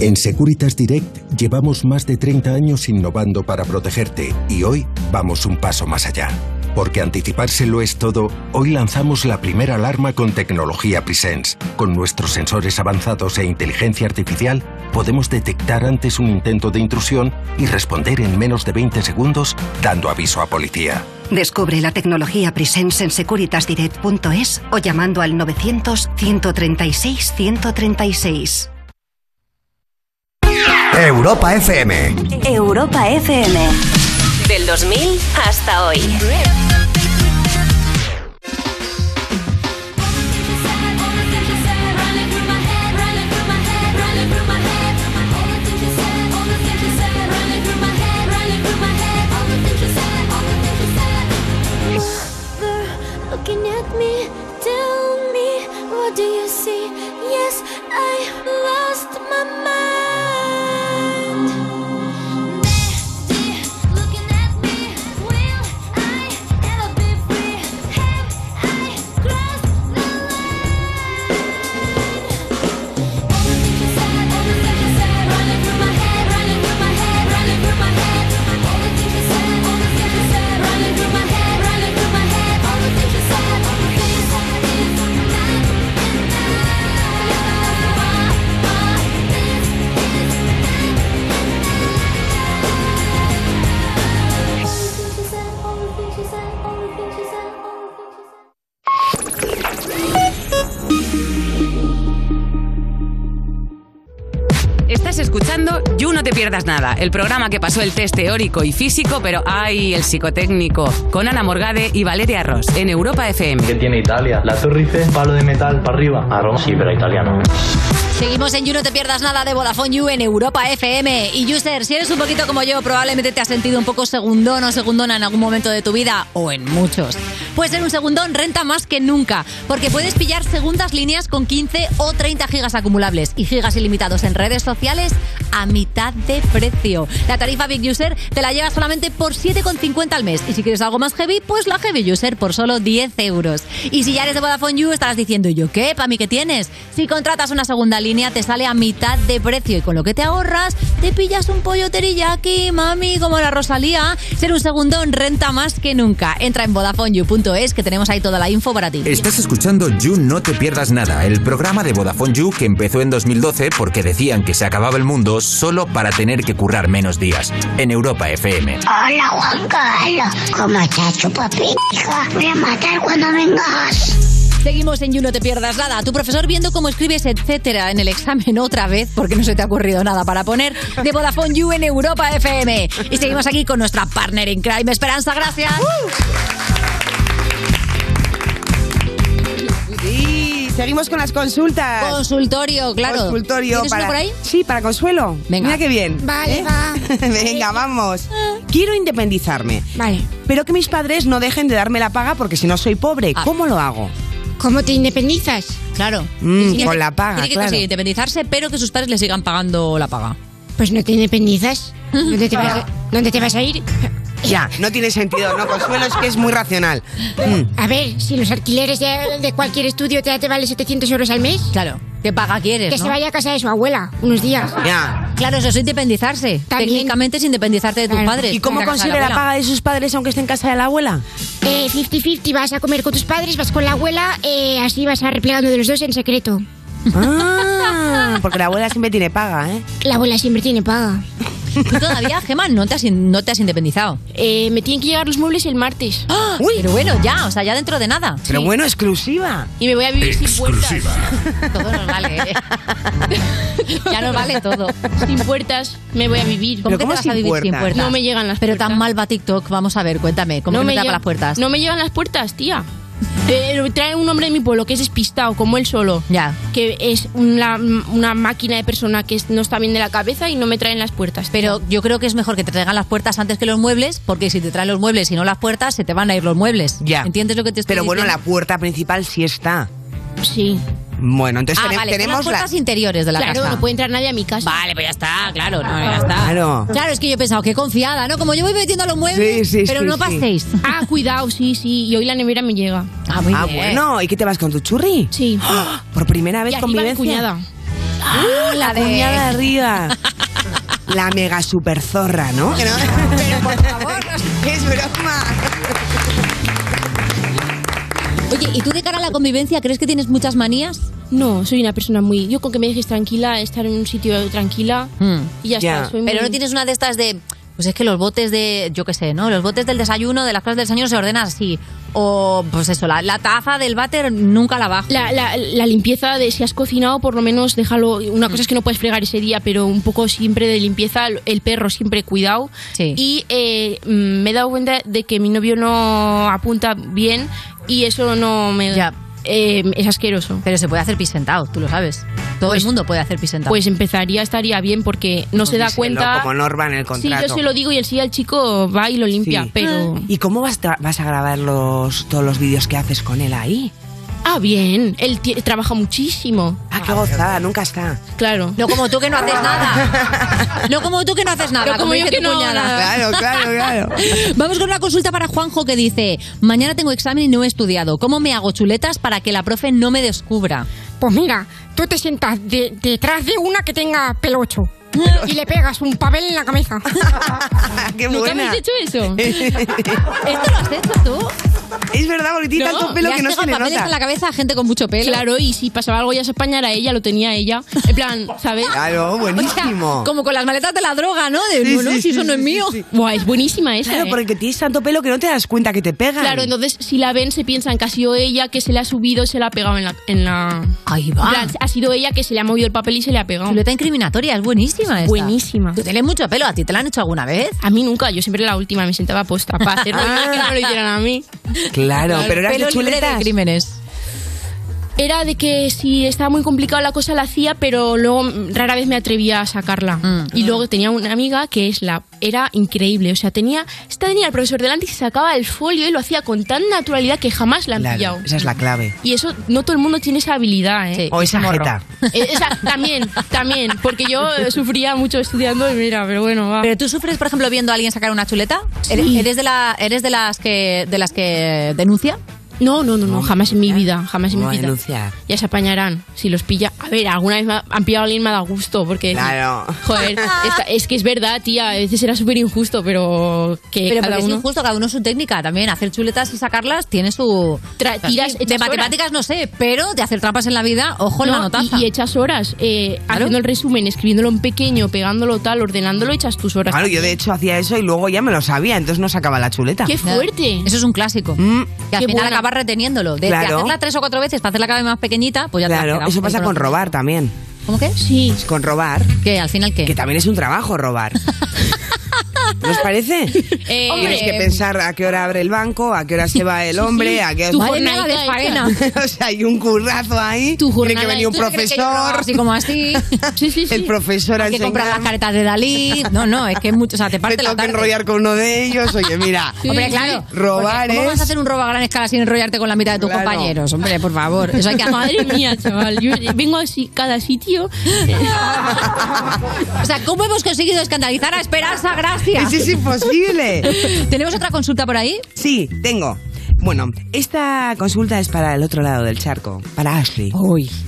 En Securitas Direct llevamos más de 30 años innovando para protegerte y hoy vamos un paso más allá. Porque anticipárselo es todo, hoy lanzamos la primera alarma con tecnología Presence. Con nuestros sensores avanzados e inteligencia artificial, podemos detectar antes un intento de intrusión y responder en menos de 20 segundos dando aviso a policía.
Descubre la tecnología Presence en securitasdirect.es o llamando al 900 136 136.
Europa FM.
Europa FM. Del 2000 hasta hoy.
Mother, looking at me, tell me what do you see? Yes, I lost my mind. Daddy, looking at me, will I ever be free? Have I crossed the line? All the things you said, all the things you said, running through my head, running through my head, running through my head. All the things you said, all the things you said, running through my head, running through my head. All the things you said, all the things you said.
Estás escuchando You No Te Pierdas Nada, el programa que pasó el test teórico y físico, pero ¡ay! el psicotécnico, con Ana Morgade y Valeria Ross, en Europa FM.
¿Qué tiene Italia? La Torre Eiffel, palo de metal para arriba. Arroz, sí, pero italiano.
Seguimos
en You No Te Pierdas Nada de Vodafone You en Europa FM. Y User, si eres un poquito como yo, probablemente te has sentido un poco segundón o segundona en algún momento de tu vida o en muchos. Pues en un segundón renta más que nunca, porque puedes pillar segundas líneas con 15 o 30 gigas acumulables y gigas ilimitados en redes sociales a mitad de precio. La tarifa Big User te la llevas solamente por 7,50 al mes. Y si quieres algo más heavy, pues la Heavy User por solo 10 euros. Y si ya eres de Vodafone You, estarás diciendo, ¿yo qué? ¿Para mí qué tienes? Si contratas una segunda línea, te sale a mitad de precio. Y con lo que te ahorras, te pillas un pollo teriyaki, mami, como la Rosalía. Ser un segundón renta más que nunca. Entra en VodafoneYou.es carglass.es, que tenemos ahí toda la info para ti.
Estás escuchando You No Te Pierdas Nada, el programa de Vodafone You que empezó en 2012 porque decían que se acababa el mundo solo para tener que currar menos días. En Europa FM.
Hola Juan Carlos, ¿cómo estás, chupapija? Voy a matar cuando vengas.
Seguimos en You, no te pierdas nada. Tu profesor viendo cómo escribes etcétera en el examen otra vez, porque no se te ha ocurrido nada para poner de Vodafone You en Europa FM. Y seguimos aquí con nuestra partner in crime, Esperanza, gracias.
Y seguimos con las consultas.
Consultorio, claro.
Consultorio
¿Tienes uno
para
por ahí?
Sí, para Consuelo.
Venga.
Mira qué bien. ¿eh?
Vale, va. Ah.
Venga, vamos. Quiero independizarme.
Vale.
Pero que mis padres no dejen de darme la paga porque si no soy pobre,
Ah.
¿cómo lo hago?
¿Cómo te independizas?
Claro.
Mm,
Tiene-
con la paga,
Tiene que
claro.
conseguir independizarse, pero que sus padres le sigan pagando la paga.
Pues no te independizas. ¿Dónde te, vas, a- dónde te vas a ir?
Ya, no tiene sentido, ¿no? Consuelo es que es muy racional. Mm.
A ver, si los alquileres de, de cualquier estudio te, te valen 700 euros al mes.
Claro. ¿Qué paga quieres?
Que
no?
se vaya a casa de su abuela unos días.
Ya.
Claro, eso es independizarse. Técnicamente es independizarte de tus padres.
¿Y cómo
Irte a casa de
consigue la
abuela.
paga de sus padres aunque esté en casa de la abuela?
Eh, 50-50, vas a comer con tus padres, vas con la abuela, eh, así vas a replegando de los dos en secreto.
Ah, porque la abuela siempre tiene paga, ¿eh?
La abuela siempre tiene paga.
Tú todavía, Gemma, no te has, in- no te has independizado.
Eh, me tienen que llegar los muebles el martes.
Uy. Pero bueno, ya, o sea, ya dentro de nada.
Pero bueno, exclusiva.
Y me voy a vivir sin puertas.
Todo nos vale, ¿eh? Ya nos vale todo.
Sin puertas me voy a vivir.
¿Cómo que te vas a vivir sin puertas?
No me llegan las
Pero tan mal va TikTok, vamos a ver, cuéntame, ¿cómo
no
que no
me
te tapa
llega-
las puertas?
No me llegan las puertas, tía. Eh, trae un hombre de mi pueblo que es despistado, como él solo.
Ya.
Que es una, una máquina de persona que es- no está bien de la cabeza y no me traen las puertas.
Pero yo creo que es mejor que te traigan las puertas antes que los muebles, porque si te traen los muebles y no las puertas, se te van a ir los muebles.
Ya.
¿Entiendes lo que te estoy
Pero bueno, la
diciendo?
puerta principal sí está.
Sí.
Bueno, entonces
Ah,
tene-
vale, son
tenemos
las puertas interiores de la
claro,
casa.
no puede entrar nadie a mi casa.
Vale, pues ya está, claro, no, ya está.
Claro.
Claro, es que yo he pensado, qué confiada, ¿no? Como yo voy metiendo los muebles,
Sí, sí,
pero
sí,
no
sí.
paséis.
Ah, cuidado, sí, sí. Y hoy la nevera me llega.
Ah, muy
Ah, bueno, ¿y qué te vas con tu churri? ¡Ah!
Sí.
Por primera vez
Y aquí va mi
convivencia.
cuñada.
Ah, la
de-
cuñada de arriba. La mega super zorra, ¿no? Que no- Pero por favor, es broma.
Oye, ¿y tú de cara a la convivencia crees que tienes muchas manías?
No, soy una persona muy. Yo con que me dejes tranquila, estar en un sitio tranquila y ya, está. soy muy-
Hmm. Pero no tienes una de estas de. Pues es que los botes de. Yo qué sé, ¿no? Los botes del desayuno, de las cosas del desayuno se ordenan así. O, pues eso, la, la taza del váter nunca la bajo.
La, la- la limpieza de si has cocinado, por lo menos déjalo. Una cosa es que no puedes fregar ese día, pero un poco siempre de limpieza. El perro siempre cuidado. Y eh, mm, me he dado cuenta de que mi novio no apunta bien y eso no me. eh, es asqueroso.
Pero se puede hacer pis sentado, tú lo sabes. Todo el mundo puede hacer pis sentado.
Pues empezaría, estaría bien porque no se da
Díselo,
cuenta.
Como Norma en el
Sí,
contrato.
yo se lo digo y el sí al chico va y lo limpia,
Sí.
pero.
¿Y cómo vas, tra- vas a grabar los, todos los vídeos que haces con él ahí?
Ah, bien. Él ti- trabaja muchísimo.
Ah, qué gozada, nunca está.
Claro.
No como tú que no haces nada. No como tú que no haces nada.
No como yo
dice
que
tu
no,
cuñada.
nada. Claro, claro, claro.
Vamos con una consulta para Juanjo que dice: Mañana tengo examen y no he estudiado. ¿Cómo me hago chuletas para que la profe no me descubra?
Pues mira, tú te sientas de- detrás de una que tenga pelocho y le pegas un papel en la cabeza.
¡Qué
¿Nunca
buena!
me has hecho eso?
¿Esto lo has hecho tú?
Es verdad, porque tiene tanto pelo que no se le nota.
cabeza a gente con mucho pelo.
Claro, y si pasaba algo ya se apañara ella, lo tenía ella. En plan, ¿sabes?
Claro, buenísimo.
Como con las maletas de la droga, ¿no? De,
Sí,
no, no,
sí,
si eso
sí,
no es
sí,
mío.
Buah, es buenísima esa.
Claro,
¿eh?
porque tienes tanto pelo que no te das cuenta que te pegan.
Claro, entonces si la ven se piensan que ha sido ella que se le ha subido, se la ha pegado en la... En la...
Ahí
En plan, ha sido ella que se le ha movido el papel y se le ha pegado.
Chuleta incriminatoria, es buenísima esta.
Buenísima.
Tú tienes mucho pelo, ¿a ti te la han hecho alguna vez?
A mí nunca, yo siempre la última me sentaba posta para hacerlo y que no lo hicieran a mí.
Claro, pero eras
Pelo
de
libre de
chuletas.
crímenes.
Era de que si estaba muy complicada la cosa la hacía, pero luego mm, rara vez me atrevía a sacarla.
Mm.
Y luego tenía una amiga que es la era increíble, o sea, tenía tenía el profesor delante y se sacaba el folio y lo hacía con tan naturalidad que jamás la han pillado.
Claro, esa es la clave.
Y eso no todo el mundo tiene esa habilidad, ¿eh?
O esa jeta.
Eh, esa- también, también, porque yo eh, sufría mucho estudiando y mira, pero bueno, va.
¿Pero tú sufres, por ejemplo, viendo a alguien sacar una chuleta? ¿Eres- ¿Eres de, la, eres de las que de las que denuncia? ¿Eh?
No, no, no, no, jamás en mi vida, jamás en
No
mi vida.
denunciar.
Ya se apañarán si los pilla. A ver, alguna vez me ha- han pillado a alguien me ha dado gusto porque
Claro.
joder, esta- es que es verdad, tía, a veces era súper injusto, pero que
Pero
cada
porque es
uno
injusto, cada uno su técnica también. Hacer chuletas y sacarlas tiene su.
tiras
Sí,
hechas
de
horas.
matemáticas no sé, pero de hacer trampas en la vida, ojo en
No,
la notaza.
Y, y echas horas eh, haciendo el resumen, escribiéndolo en pequeño, pegándolo tal, ordenándolo, echas tus horas.
Claro, yo de hecho hacía eso y luego ya me lo sabía, entonces no sacaba la chuleta.
¡Qué fuerte!
Eso es un clásico. que al
qué
final
buena.
acabas reteniéndolo. De, de
Mm. Claro.
hacerla tres o cuatro veces para hacerla cada vez más pequeñita, pues ya te has
Claro,
quedado.
eso pasa
Ahí
con
lo-
robar también.
¿Cómo qué?
Sí.
Con robar.
¿Qué? ¿Al final qué?
Que también es un trabajo robar. ¿No os parece? Tienes que pensar a qué hora abre el banco, a qué hora se va el
sí,
hombre,
sí.
a qué
Tu Madre mía, jornada la de faena. hecha.
o sea, hay un currazo ahí.
Tu
Tiene que
jornada
venir un
hecha. ¿Tú crees que yo
profesor.
robaba
Así como así.
El profesor
Hay que comprar las caretas de Dalí. No, no, es que mucho. O sea, te parte
Me
la
tengo que
tarde.
enrollar con uno de ellos. Oye, mira.
Hombre, claro.
Robar
Porque ¿Cómo vas
es.
a hacer un robo a gran escala sin enrollarte con la mitad de tus
Claro.
compañeros? Hombre, por favor. Eso hay que hacer.
Madre mía, chaval, yo eh, vengo así cada sitio.
O sea, ¿cómo hemos conseguido escandalizar a Esperanza Gracia?
Eso es imposible.
¿Tenemos otra consulta por ahí?
Sí, tengo. Bueno, esta consulta es para el otro lado del charco, para Ashley.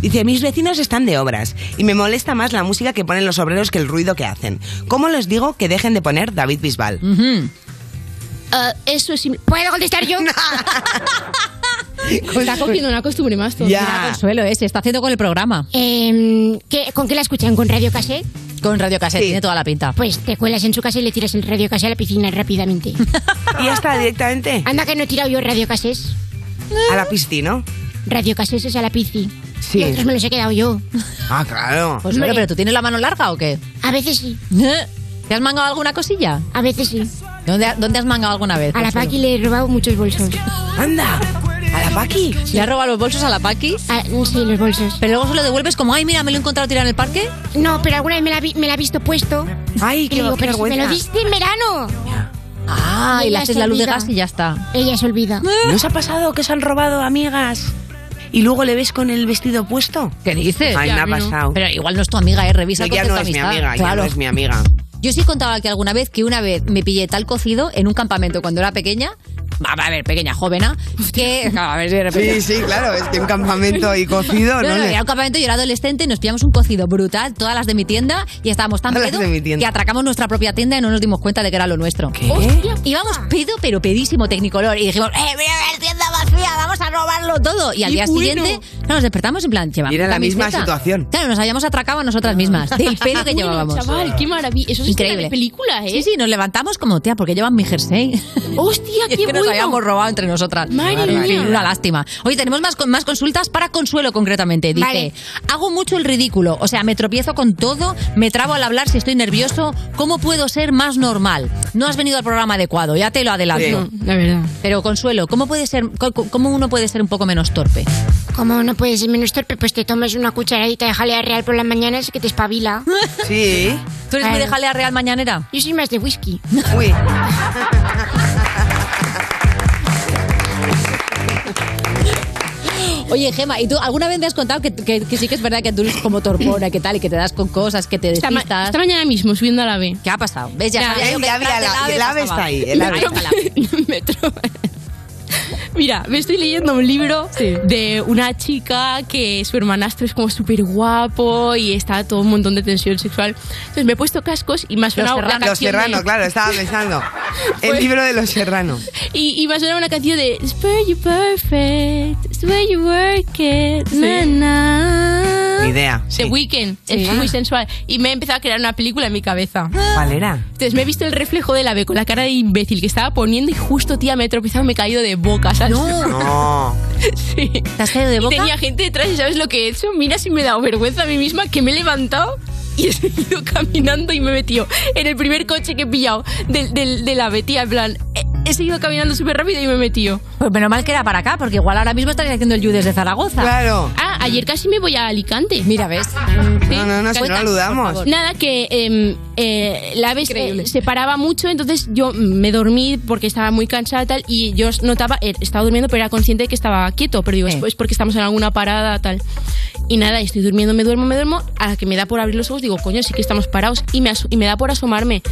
Dice, mis vecinos están de obras y me molesta más la música que ponen los obreros que el ruido que hacen. ¿Cómo les digo que dejen de poner David Bisbal?
Ah, eso es sim- ¿Puedo contestar yo?
Está cogiendo
una costumbre más
todavía. Ya.
Consuelo, ¿eh? Se está haciendo con el programa.
¿Con Em, qué la escuchan? ¿Con radio cassette?
Con radio cassette, tiene toda la pinta.
Pues te cuelas en su casa y le tiras el radio cassette a la piscina rápidamente.
y ya está, directamente.
Anda que no he tirado yo radio cassette.
A la piscina.
Radio cassette es a la pisci.
Sí.
Y otros me los he quedado yo.
Ah, claro.
Pues bueno, pero ¿tú tienes la mano larga o qué?
A veces sí.
¿Eh? ¿Te has mangado alguna cosilla?
A veces sí.
¿Dónde, dónde has mangado alguna vez?
A la
Consuelo?
Paqui le he robado muchos bolsos.
¡Anda! ¿A la Paqui?
¿Le has robado los bolsos a la Paqui?
Ah, sí, los bolsos.
Pero luego se lo devuelves como, ay, mira, me lo he encontrado tirado en el parque.
No, pero alguna vez me la, vi- me la ha visto puesto.
Ay,
qué-
y le digo,
qué
pero si me lo
vergüenza".
diste en verano.
Ah, y le
Ella
haces
se
la luz de
olvida.
gas y ya está.
Ella se olvida.
¿No os ha pasado que se han robado, amigas? Y luego le ves con el vestido puesto.
¿Qué dices?
Ay, me
Ya,
ha
no.
pasado.
Pero igual no es tu amiga, ¿eh? Revisa el
ya no
concepto
es mi
amistad.
amiga, ya
Claro.
no es mi amiga.
Yo sí contaba aquí alguna vez que una vez me pillé tal cocido en un campamento cuando era pequeña. Va, va, A ver, pequeña, jovena. Que. A ver si de repente-
Sí, sí, claro, es que un campamento y cocido,
No,
¿no?
no,
le-
era un campamento, yo era adolescente, nos pillamos un cocido brutal, todas las de mi tienda, y estábamos tan
Todas las
pedo
de mi tienda.
que atracamos nuestra propia tienda y no nos dimos cuenta de que era lo nuestro. Íbamos pedo, pero pedísimo tecnicolor, y dijimos, ¡eh, mira la tienda vacía, vamos a robarlo todo! Y al
Y
día
bueno.
siguiente claro, nos despertamos en plan, llevamos
Y era la misma
camiseta.
situación.
Claro, nos habíamos atracado a nosotras mismas, del pedo que
Bueno,
llevábamos.
chaval, qué maravilla. Eso es
Increíble.
Increíble. película, ¿eh?
Sí, sí, nos levantamos como, tía, porque llevan mi jersey.
¡Hostia,
qué que nos
bueno!
habíamos robado entre nosotras.
Madre
En fin,
mía.
Una lástima. Oye, tenemos más, con- más consultas para Consuelo, concretamente. Dice,
Vale.
hago mucho el ridículo, o sea, me tropiezo con todo, me trabo al hablar si estoy nervioso. ¿Cómo puedo ser más normal? No has venido al programa adecuado, ya te lo adelanto.
Sí, la verdad.
Pero, Consuelo, ¿cómo, puede ser, co- co- cómo uno puede ser un poco menos torpe?
Como no puedes ser menos torpe, pues te tomas una cucharadita de jalea real por las mañanas que te espabila.
Sí.
¿Tú eres muy de jalea real mañanera?
Yo soy más de whisky.
Uy.
Oye, Gema, ¿y tú alguna vez me has contado que, que- que sí que es verdad que tú eres como torpona, que tal, y que te das con cosas, que te
Esta, ma-
despistas?
esta mañana mismo, subiendo a la B.
¿Qué ha pasado? ¿Ves? Ya sabía yo que
había
el ave pasaba.
Mira, me estoy leyendo un libro de una chica que su hermanastro es como súper guapo y está todo un montón de tensión sexual. Entonces me he pusto cascos y me ha sonado la
Los
canción de-
Serrano, claro, estaba pensando.
Pues
El libro de los Serrano.
Y, y me ha sonado una canción de It's where you perfect, it's where you work it, na, na.
Ni idea,
The Weeknd, es
Sí.
muy sensual. Y me he empezado a crear una película en mi cabeza.
¿Cuál era?
Entonces me he visto el reflejo del ave con la cara de imbécil que estaba poniendo y justo, tía, me he tropezado, me he caído de boca, ¿sabes?
No.
Sí.
¿Te has caído de
boca? tenía gente detrás y ¿sabes lo que he hecho? Mira si me he dado vergüenza a mí misma que me he levantado y he seguido caminando y me he metido en el primer coche que he pillado del, del, del ave, tía, en plan... eh, He seguido caminando súper rápido y me he metido.
Pues menos mal que era para acá, porque igual ahora mismo estarías haciendo el You desde Zaragoza.
Claro.
Ah, ayer casi me voy a Alicante.
Mira, ¿ves?
No,
no, no, si no lo dudamos.
Nada, que em, eh, la ave se, se paraba mucho, entonces yo me dormí porque estaba muy cansada y tal, y yo notaba, eh, estaba durmiendo, pero era consciente de que estaba quieto, pero digo, es es porque estamos en alguna parada tal. Y nada, y estoy durmiendo, me duermo, me duermo. A la que me da por abrir los ojos, digo, coño, sí que estamos parados. Y me, aso- y me da por asomarme.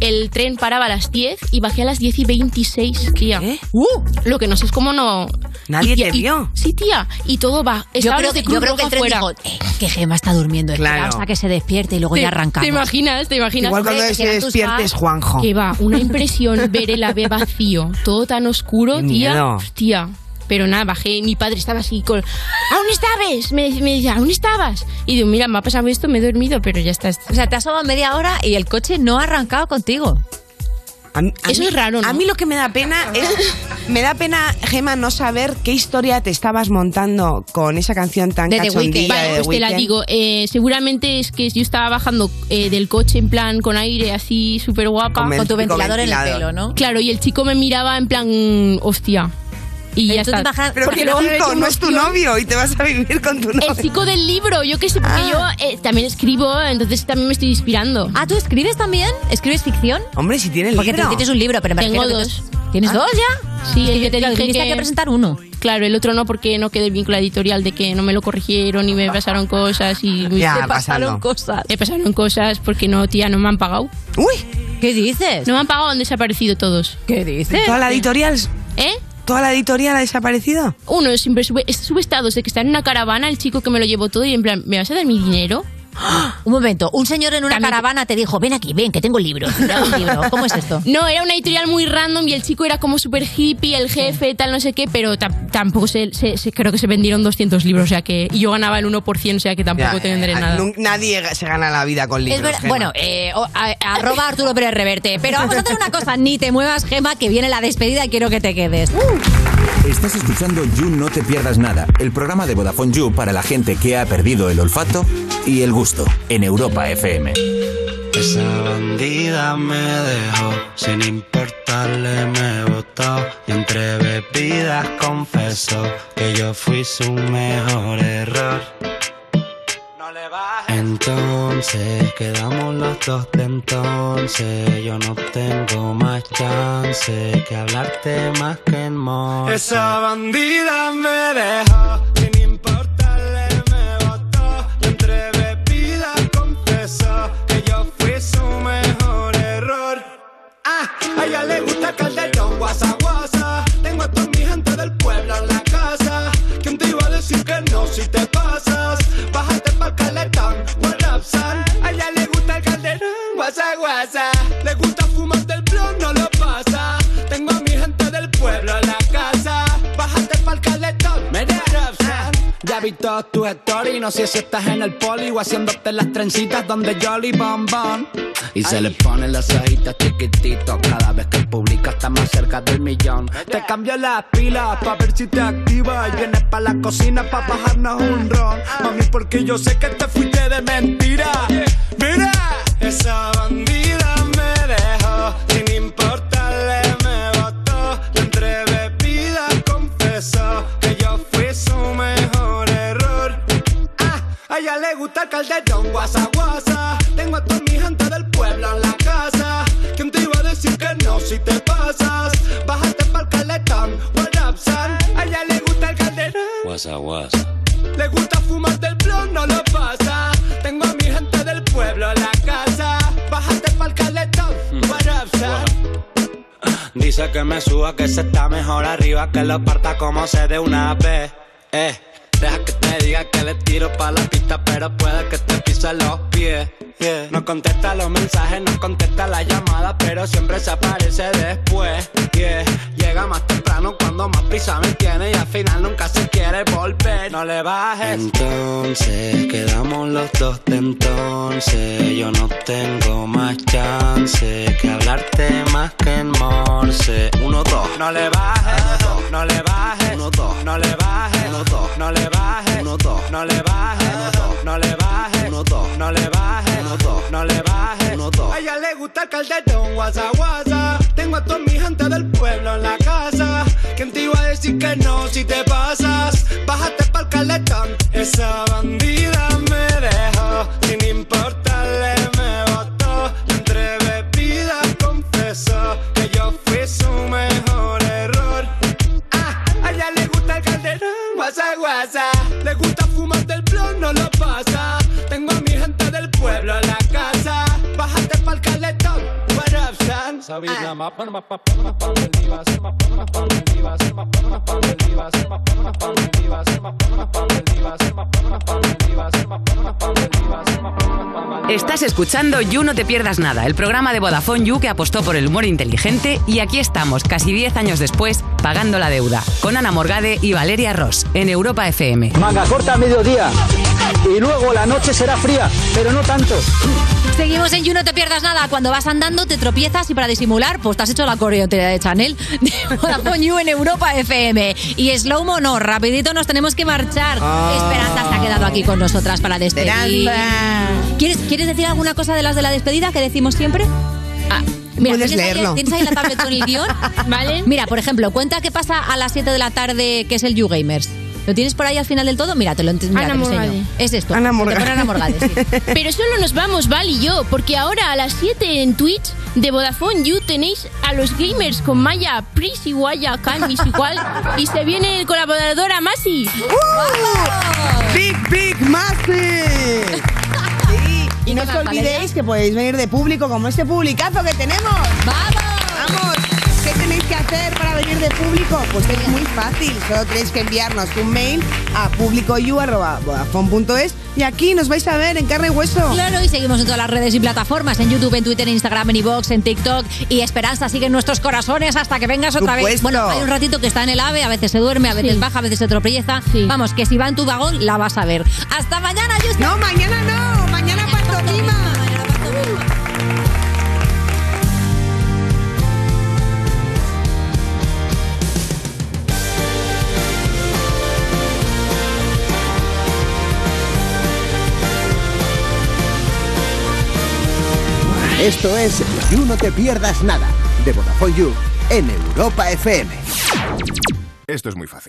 El tren paraba a las 10 y bajé a las 10 y 26, tía.
Uh.
Lo que no sé es cómo no.
Nadie
Y-
te
y-
vio.
Sí, tía. Y todo va.
Yo
Estaban
creo
los de
que-
Cruz
yo creo que el
Roja
tren
fuera.
dijo, Que Gema está durmiendo. Espera hasta que se despierte y luego
Te-
ya arrancamos.
¿Te imaginas? ¿Te imaginas?
Igual cuando Hombre, se que eran tus despierte fans. es Juanjo.
Que va, una impresión ver el ave vacío, todo tan oscuro,
Qué
tía.
miedo.
Hostia. Pero nada, bajé, mi padre estaba así con... ¿Aún estabas? Me, me decía, ¿aún estabas? Y digo, mira, me ha pasado esto, me he dormido, pero ya está.
O sea, te has asomado media hora y el coche no ha arrancado contigo.
Eso es raro,
A mí lo que me da pena es... Me da pena, Gema, no saber qué historia te estabas montando con esa canción tan cachondilla
Vale,
de
pues
The
te la
Weeknd.
digo. eh, seguramente es que yo estaba bajando eh, del coche en plan con aire así súper guapa.
Con Con tu ventilador en el ventilador. pelo,
¿no?
Claro, y el chico me miraba en plan, mm, hostia. Y ya está.
Pero que no, no es tu novio y te vas a vivir con tu novio.
El chico del libro, yo qué sé, porque
Ah.
yo eh, también escribo, entonces también me estoy inspirando.
Ah, ¿tú escribes también? ¿Escribes ficción?
Hombre, si tienes
Porque tú tienes un libro, pero me
Tengo
refiero que
dos. Ah,
¿Tienes
¿Ah?
dos ya?
Sí,
Es que
el
yo
que
te
te
digo,
dije
teniste que presentar uno.
Claro, el otro no, porque no quedé bien con la editorial de que no me lo corrigieron y me pasaron cosas y
Ya,
me
pasando.
cosas. Me pasaron cosas porque no, tía, no me han pagado.
Uy, ¿qué dices?
No me han pagado, han desaparecido todos.
¿Qué dices?
¿Toda la editorial?
¿Eh?
¿Toda la editorial ha desaparecido?
Uno siempre sube, es- sube estados de que está en una caravana el chico que me lo llevó todo y en plan, ¿me vas a dar mi dinero?
Un momento, un señor en una caravana te dijo, ven aquí, ven, que tengo el libro. Dame el libro. ¿Cómo es esto?
No, era una editorial muy random y el chico era como súper hippie, el jefe, tal, no sé qué, pero tam- tampoco se, se- se- creo que se vendieron 200 libros, o sea que y yo ganaba el 1%, o sea que tampoco
Ya,
tendré
eh,
nada.
nun- Nadie se gana la vida con libros.
Es verdad-
Gema.
bueno, eh, o- a- arroba Arturo Pérez Reverte. Pero vamos a hacer una cosa, ni te muevas, Gema, que viene la despedida y quiero que te quedes.
Estás escuchando You No Te Pierdas Nada, el programa de Vodafone You para la gente que ha perdido el olfato y el gusto en Europa FM.
Esa bandida me dejó, sin importarle me botó. Y entre bebidas confesó que yo fui su mejor error. Entonces quedamos los dos de entonces. Yo no tengo más chance que hablarte más que en morse.
Esa bandida me dejó, sin importarle me botó. Y entre bebidas confesó que yo fui su mejor error. Ah, a ella le gusta el calderón, guasa guasa. Tengo a toda mi gente del pueblo en la casa. ¿Quién te iba a decir que no si te pasas? Bájate pa'l calentón, what son? A ella le gusta el calderón, guasa guasa. Le gusta fumar del blon, no lo pasa. Tengo a mi gente del pueblo en la casa. Bájate pa'l calentón, me da up, son.
Ya vi todas tus stories, no sé si estás en el poli o haciéndote las trencitas donde Jolly Bon Bon. Y se le ponen los ojitos chiquititos cada vez que publica está más cerca del millón.
Te cambio las pilas pa' ver si te activas. Y vienes pa' la cocina pa' bajarnos un ron. Mami, porque yo sé que te fuiste de mentira. Mira, esa bandida me dejó. Sin importarle me botó. Y entre bebidas confesó que yo fui su mejor error. A ella le gusta el calderón, guasa guasa. Tengo a toda mi gente del pueblo en la casa. ¿Quién te iba a decir que no si te pasas? Bájate pa'l calentón, what up, son? A ella le gusta el calderón.
Guasa, guasa.
Le gusta fumar del blon, no lo pasa. Tengo a mi gente del pueblo en la casa. Bájate pa'l calentón, what up, son?
Dice que me suba, que se está mejor arriba, que lo parta como se de una vez. Eh, deja que te diga que le tiro pa' la pista, pero puede que te pise los pies. Yeah. No contesta los mensajes, no contesta la llamada, pero siempre se aparece después. Yeah. Llega más temprano cuando más prisa me tiene y al final nunca se quiere volver. No le bajes.
Entonces quedamos los dos de entonces. Yo no tengo más chance que hablarte más que en morse. Uno, dos.
No le bajes, no le bajes, no le bajes, no le bajes, no le bajes, no le bajes, no le bajes, no le bajes. A ella le gusta el calderón, guasa guasa. Tengo a toda mi gente del pueblo en la casa. ¿Quién te iba a decir que no si te pasas? Bájate pa'l calentón. Esa bandida me dejó, sin importarle me botó. Y entre bebidas confesó que yo fui su mejor error. Ah, a ella le gusta el calderón, guasa guasa. Le gusta fumar del blon, Sabina, ma- ma- ma- ma-
Estás escuchando You No Te Pierdas Nada, el programa de Vodafone You que apostó por el humor inteligente y aquí estamos, casi 10 años después, pagando la deuda, con Ana Morgade y Valeria Ross, en Europa FM.
Manga corta a mediodía. Y luego la noche será fría, pero no tanto.
Seguimos en You, no te pierdas nada. Cuando vas andando, te tropiezas y para disimular, pues te has hecho la coreotería de Chanel de Vodafone You en Europa FM. Y slow mo no, rapidito nos tenemos que marchar. Esperanza se ha quedado aquí con nosotras para despedir.
Esperanza.
¿Quieres, ¿Quieres decir alguna cosa de las de la despedida que decimos siempre? Ah, Mira,
Puedes
¿tienes ahí-
leerlo.
¿Tienes ahí la tablet con el guión? Vale. Mira, por ejemplo, cuenta qué pasa a las 7 de la tarde, que es el You Gamers. ¿Lo tienes por ahí al final del todo? Mira, te lo, ent- mira,
Ana
te lo enseño.
Morgade.
Es esto. Ana Morgade. Te pone Ana Morgade, sí.
Pero solo nos vamos Val y yo, porque ahora a las 7 en Twitch de Vodafone You tenéis a los gamers con Maya, Pris y Guaya, Candice igual, y se viene el colaborador Amasi.
¡Big, big Masi! Sí, Y no os olvidéis que podéis venir de público como este publicazo que tenemos.
¡Vamos!
¡Vamos! ¿Qué tenéis que hacer para venir de público? Pues es muy fácil. Solo tenéis que enviarnos un mail a publicoyu.vodafone.es y aquí nos vais a ver en carne y hueso.
Claro, y seguimos en todas las redes y plataformas, en YouTube, en Twitter, en Instagram, en iVoox, en TikTok. Y Esperanza sigue en nuestros corazones hasta que vengas otra vez.
Supuesto.
Bueno, hay un ratito que está en el AVE, a veces se duerme, a veces baja, a veces se tropieza. Vamos, que si va en tu vagón, la vas a ver. ¡Hasta mañana, Justin!
¡No, mañana no! ¡Mañana pantomima!
Esto es You No Te Pierdas Nada de Vodafone You en Europa FM.
Esto es muy fácil.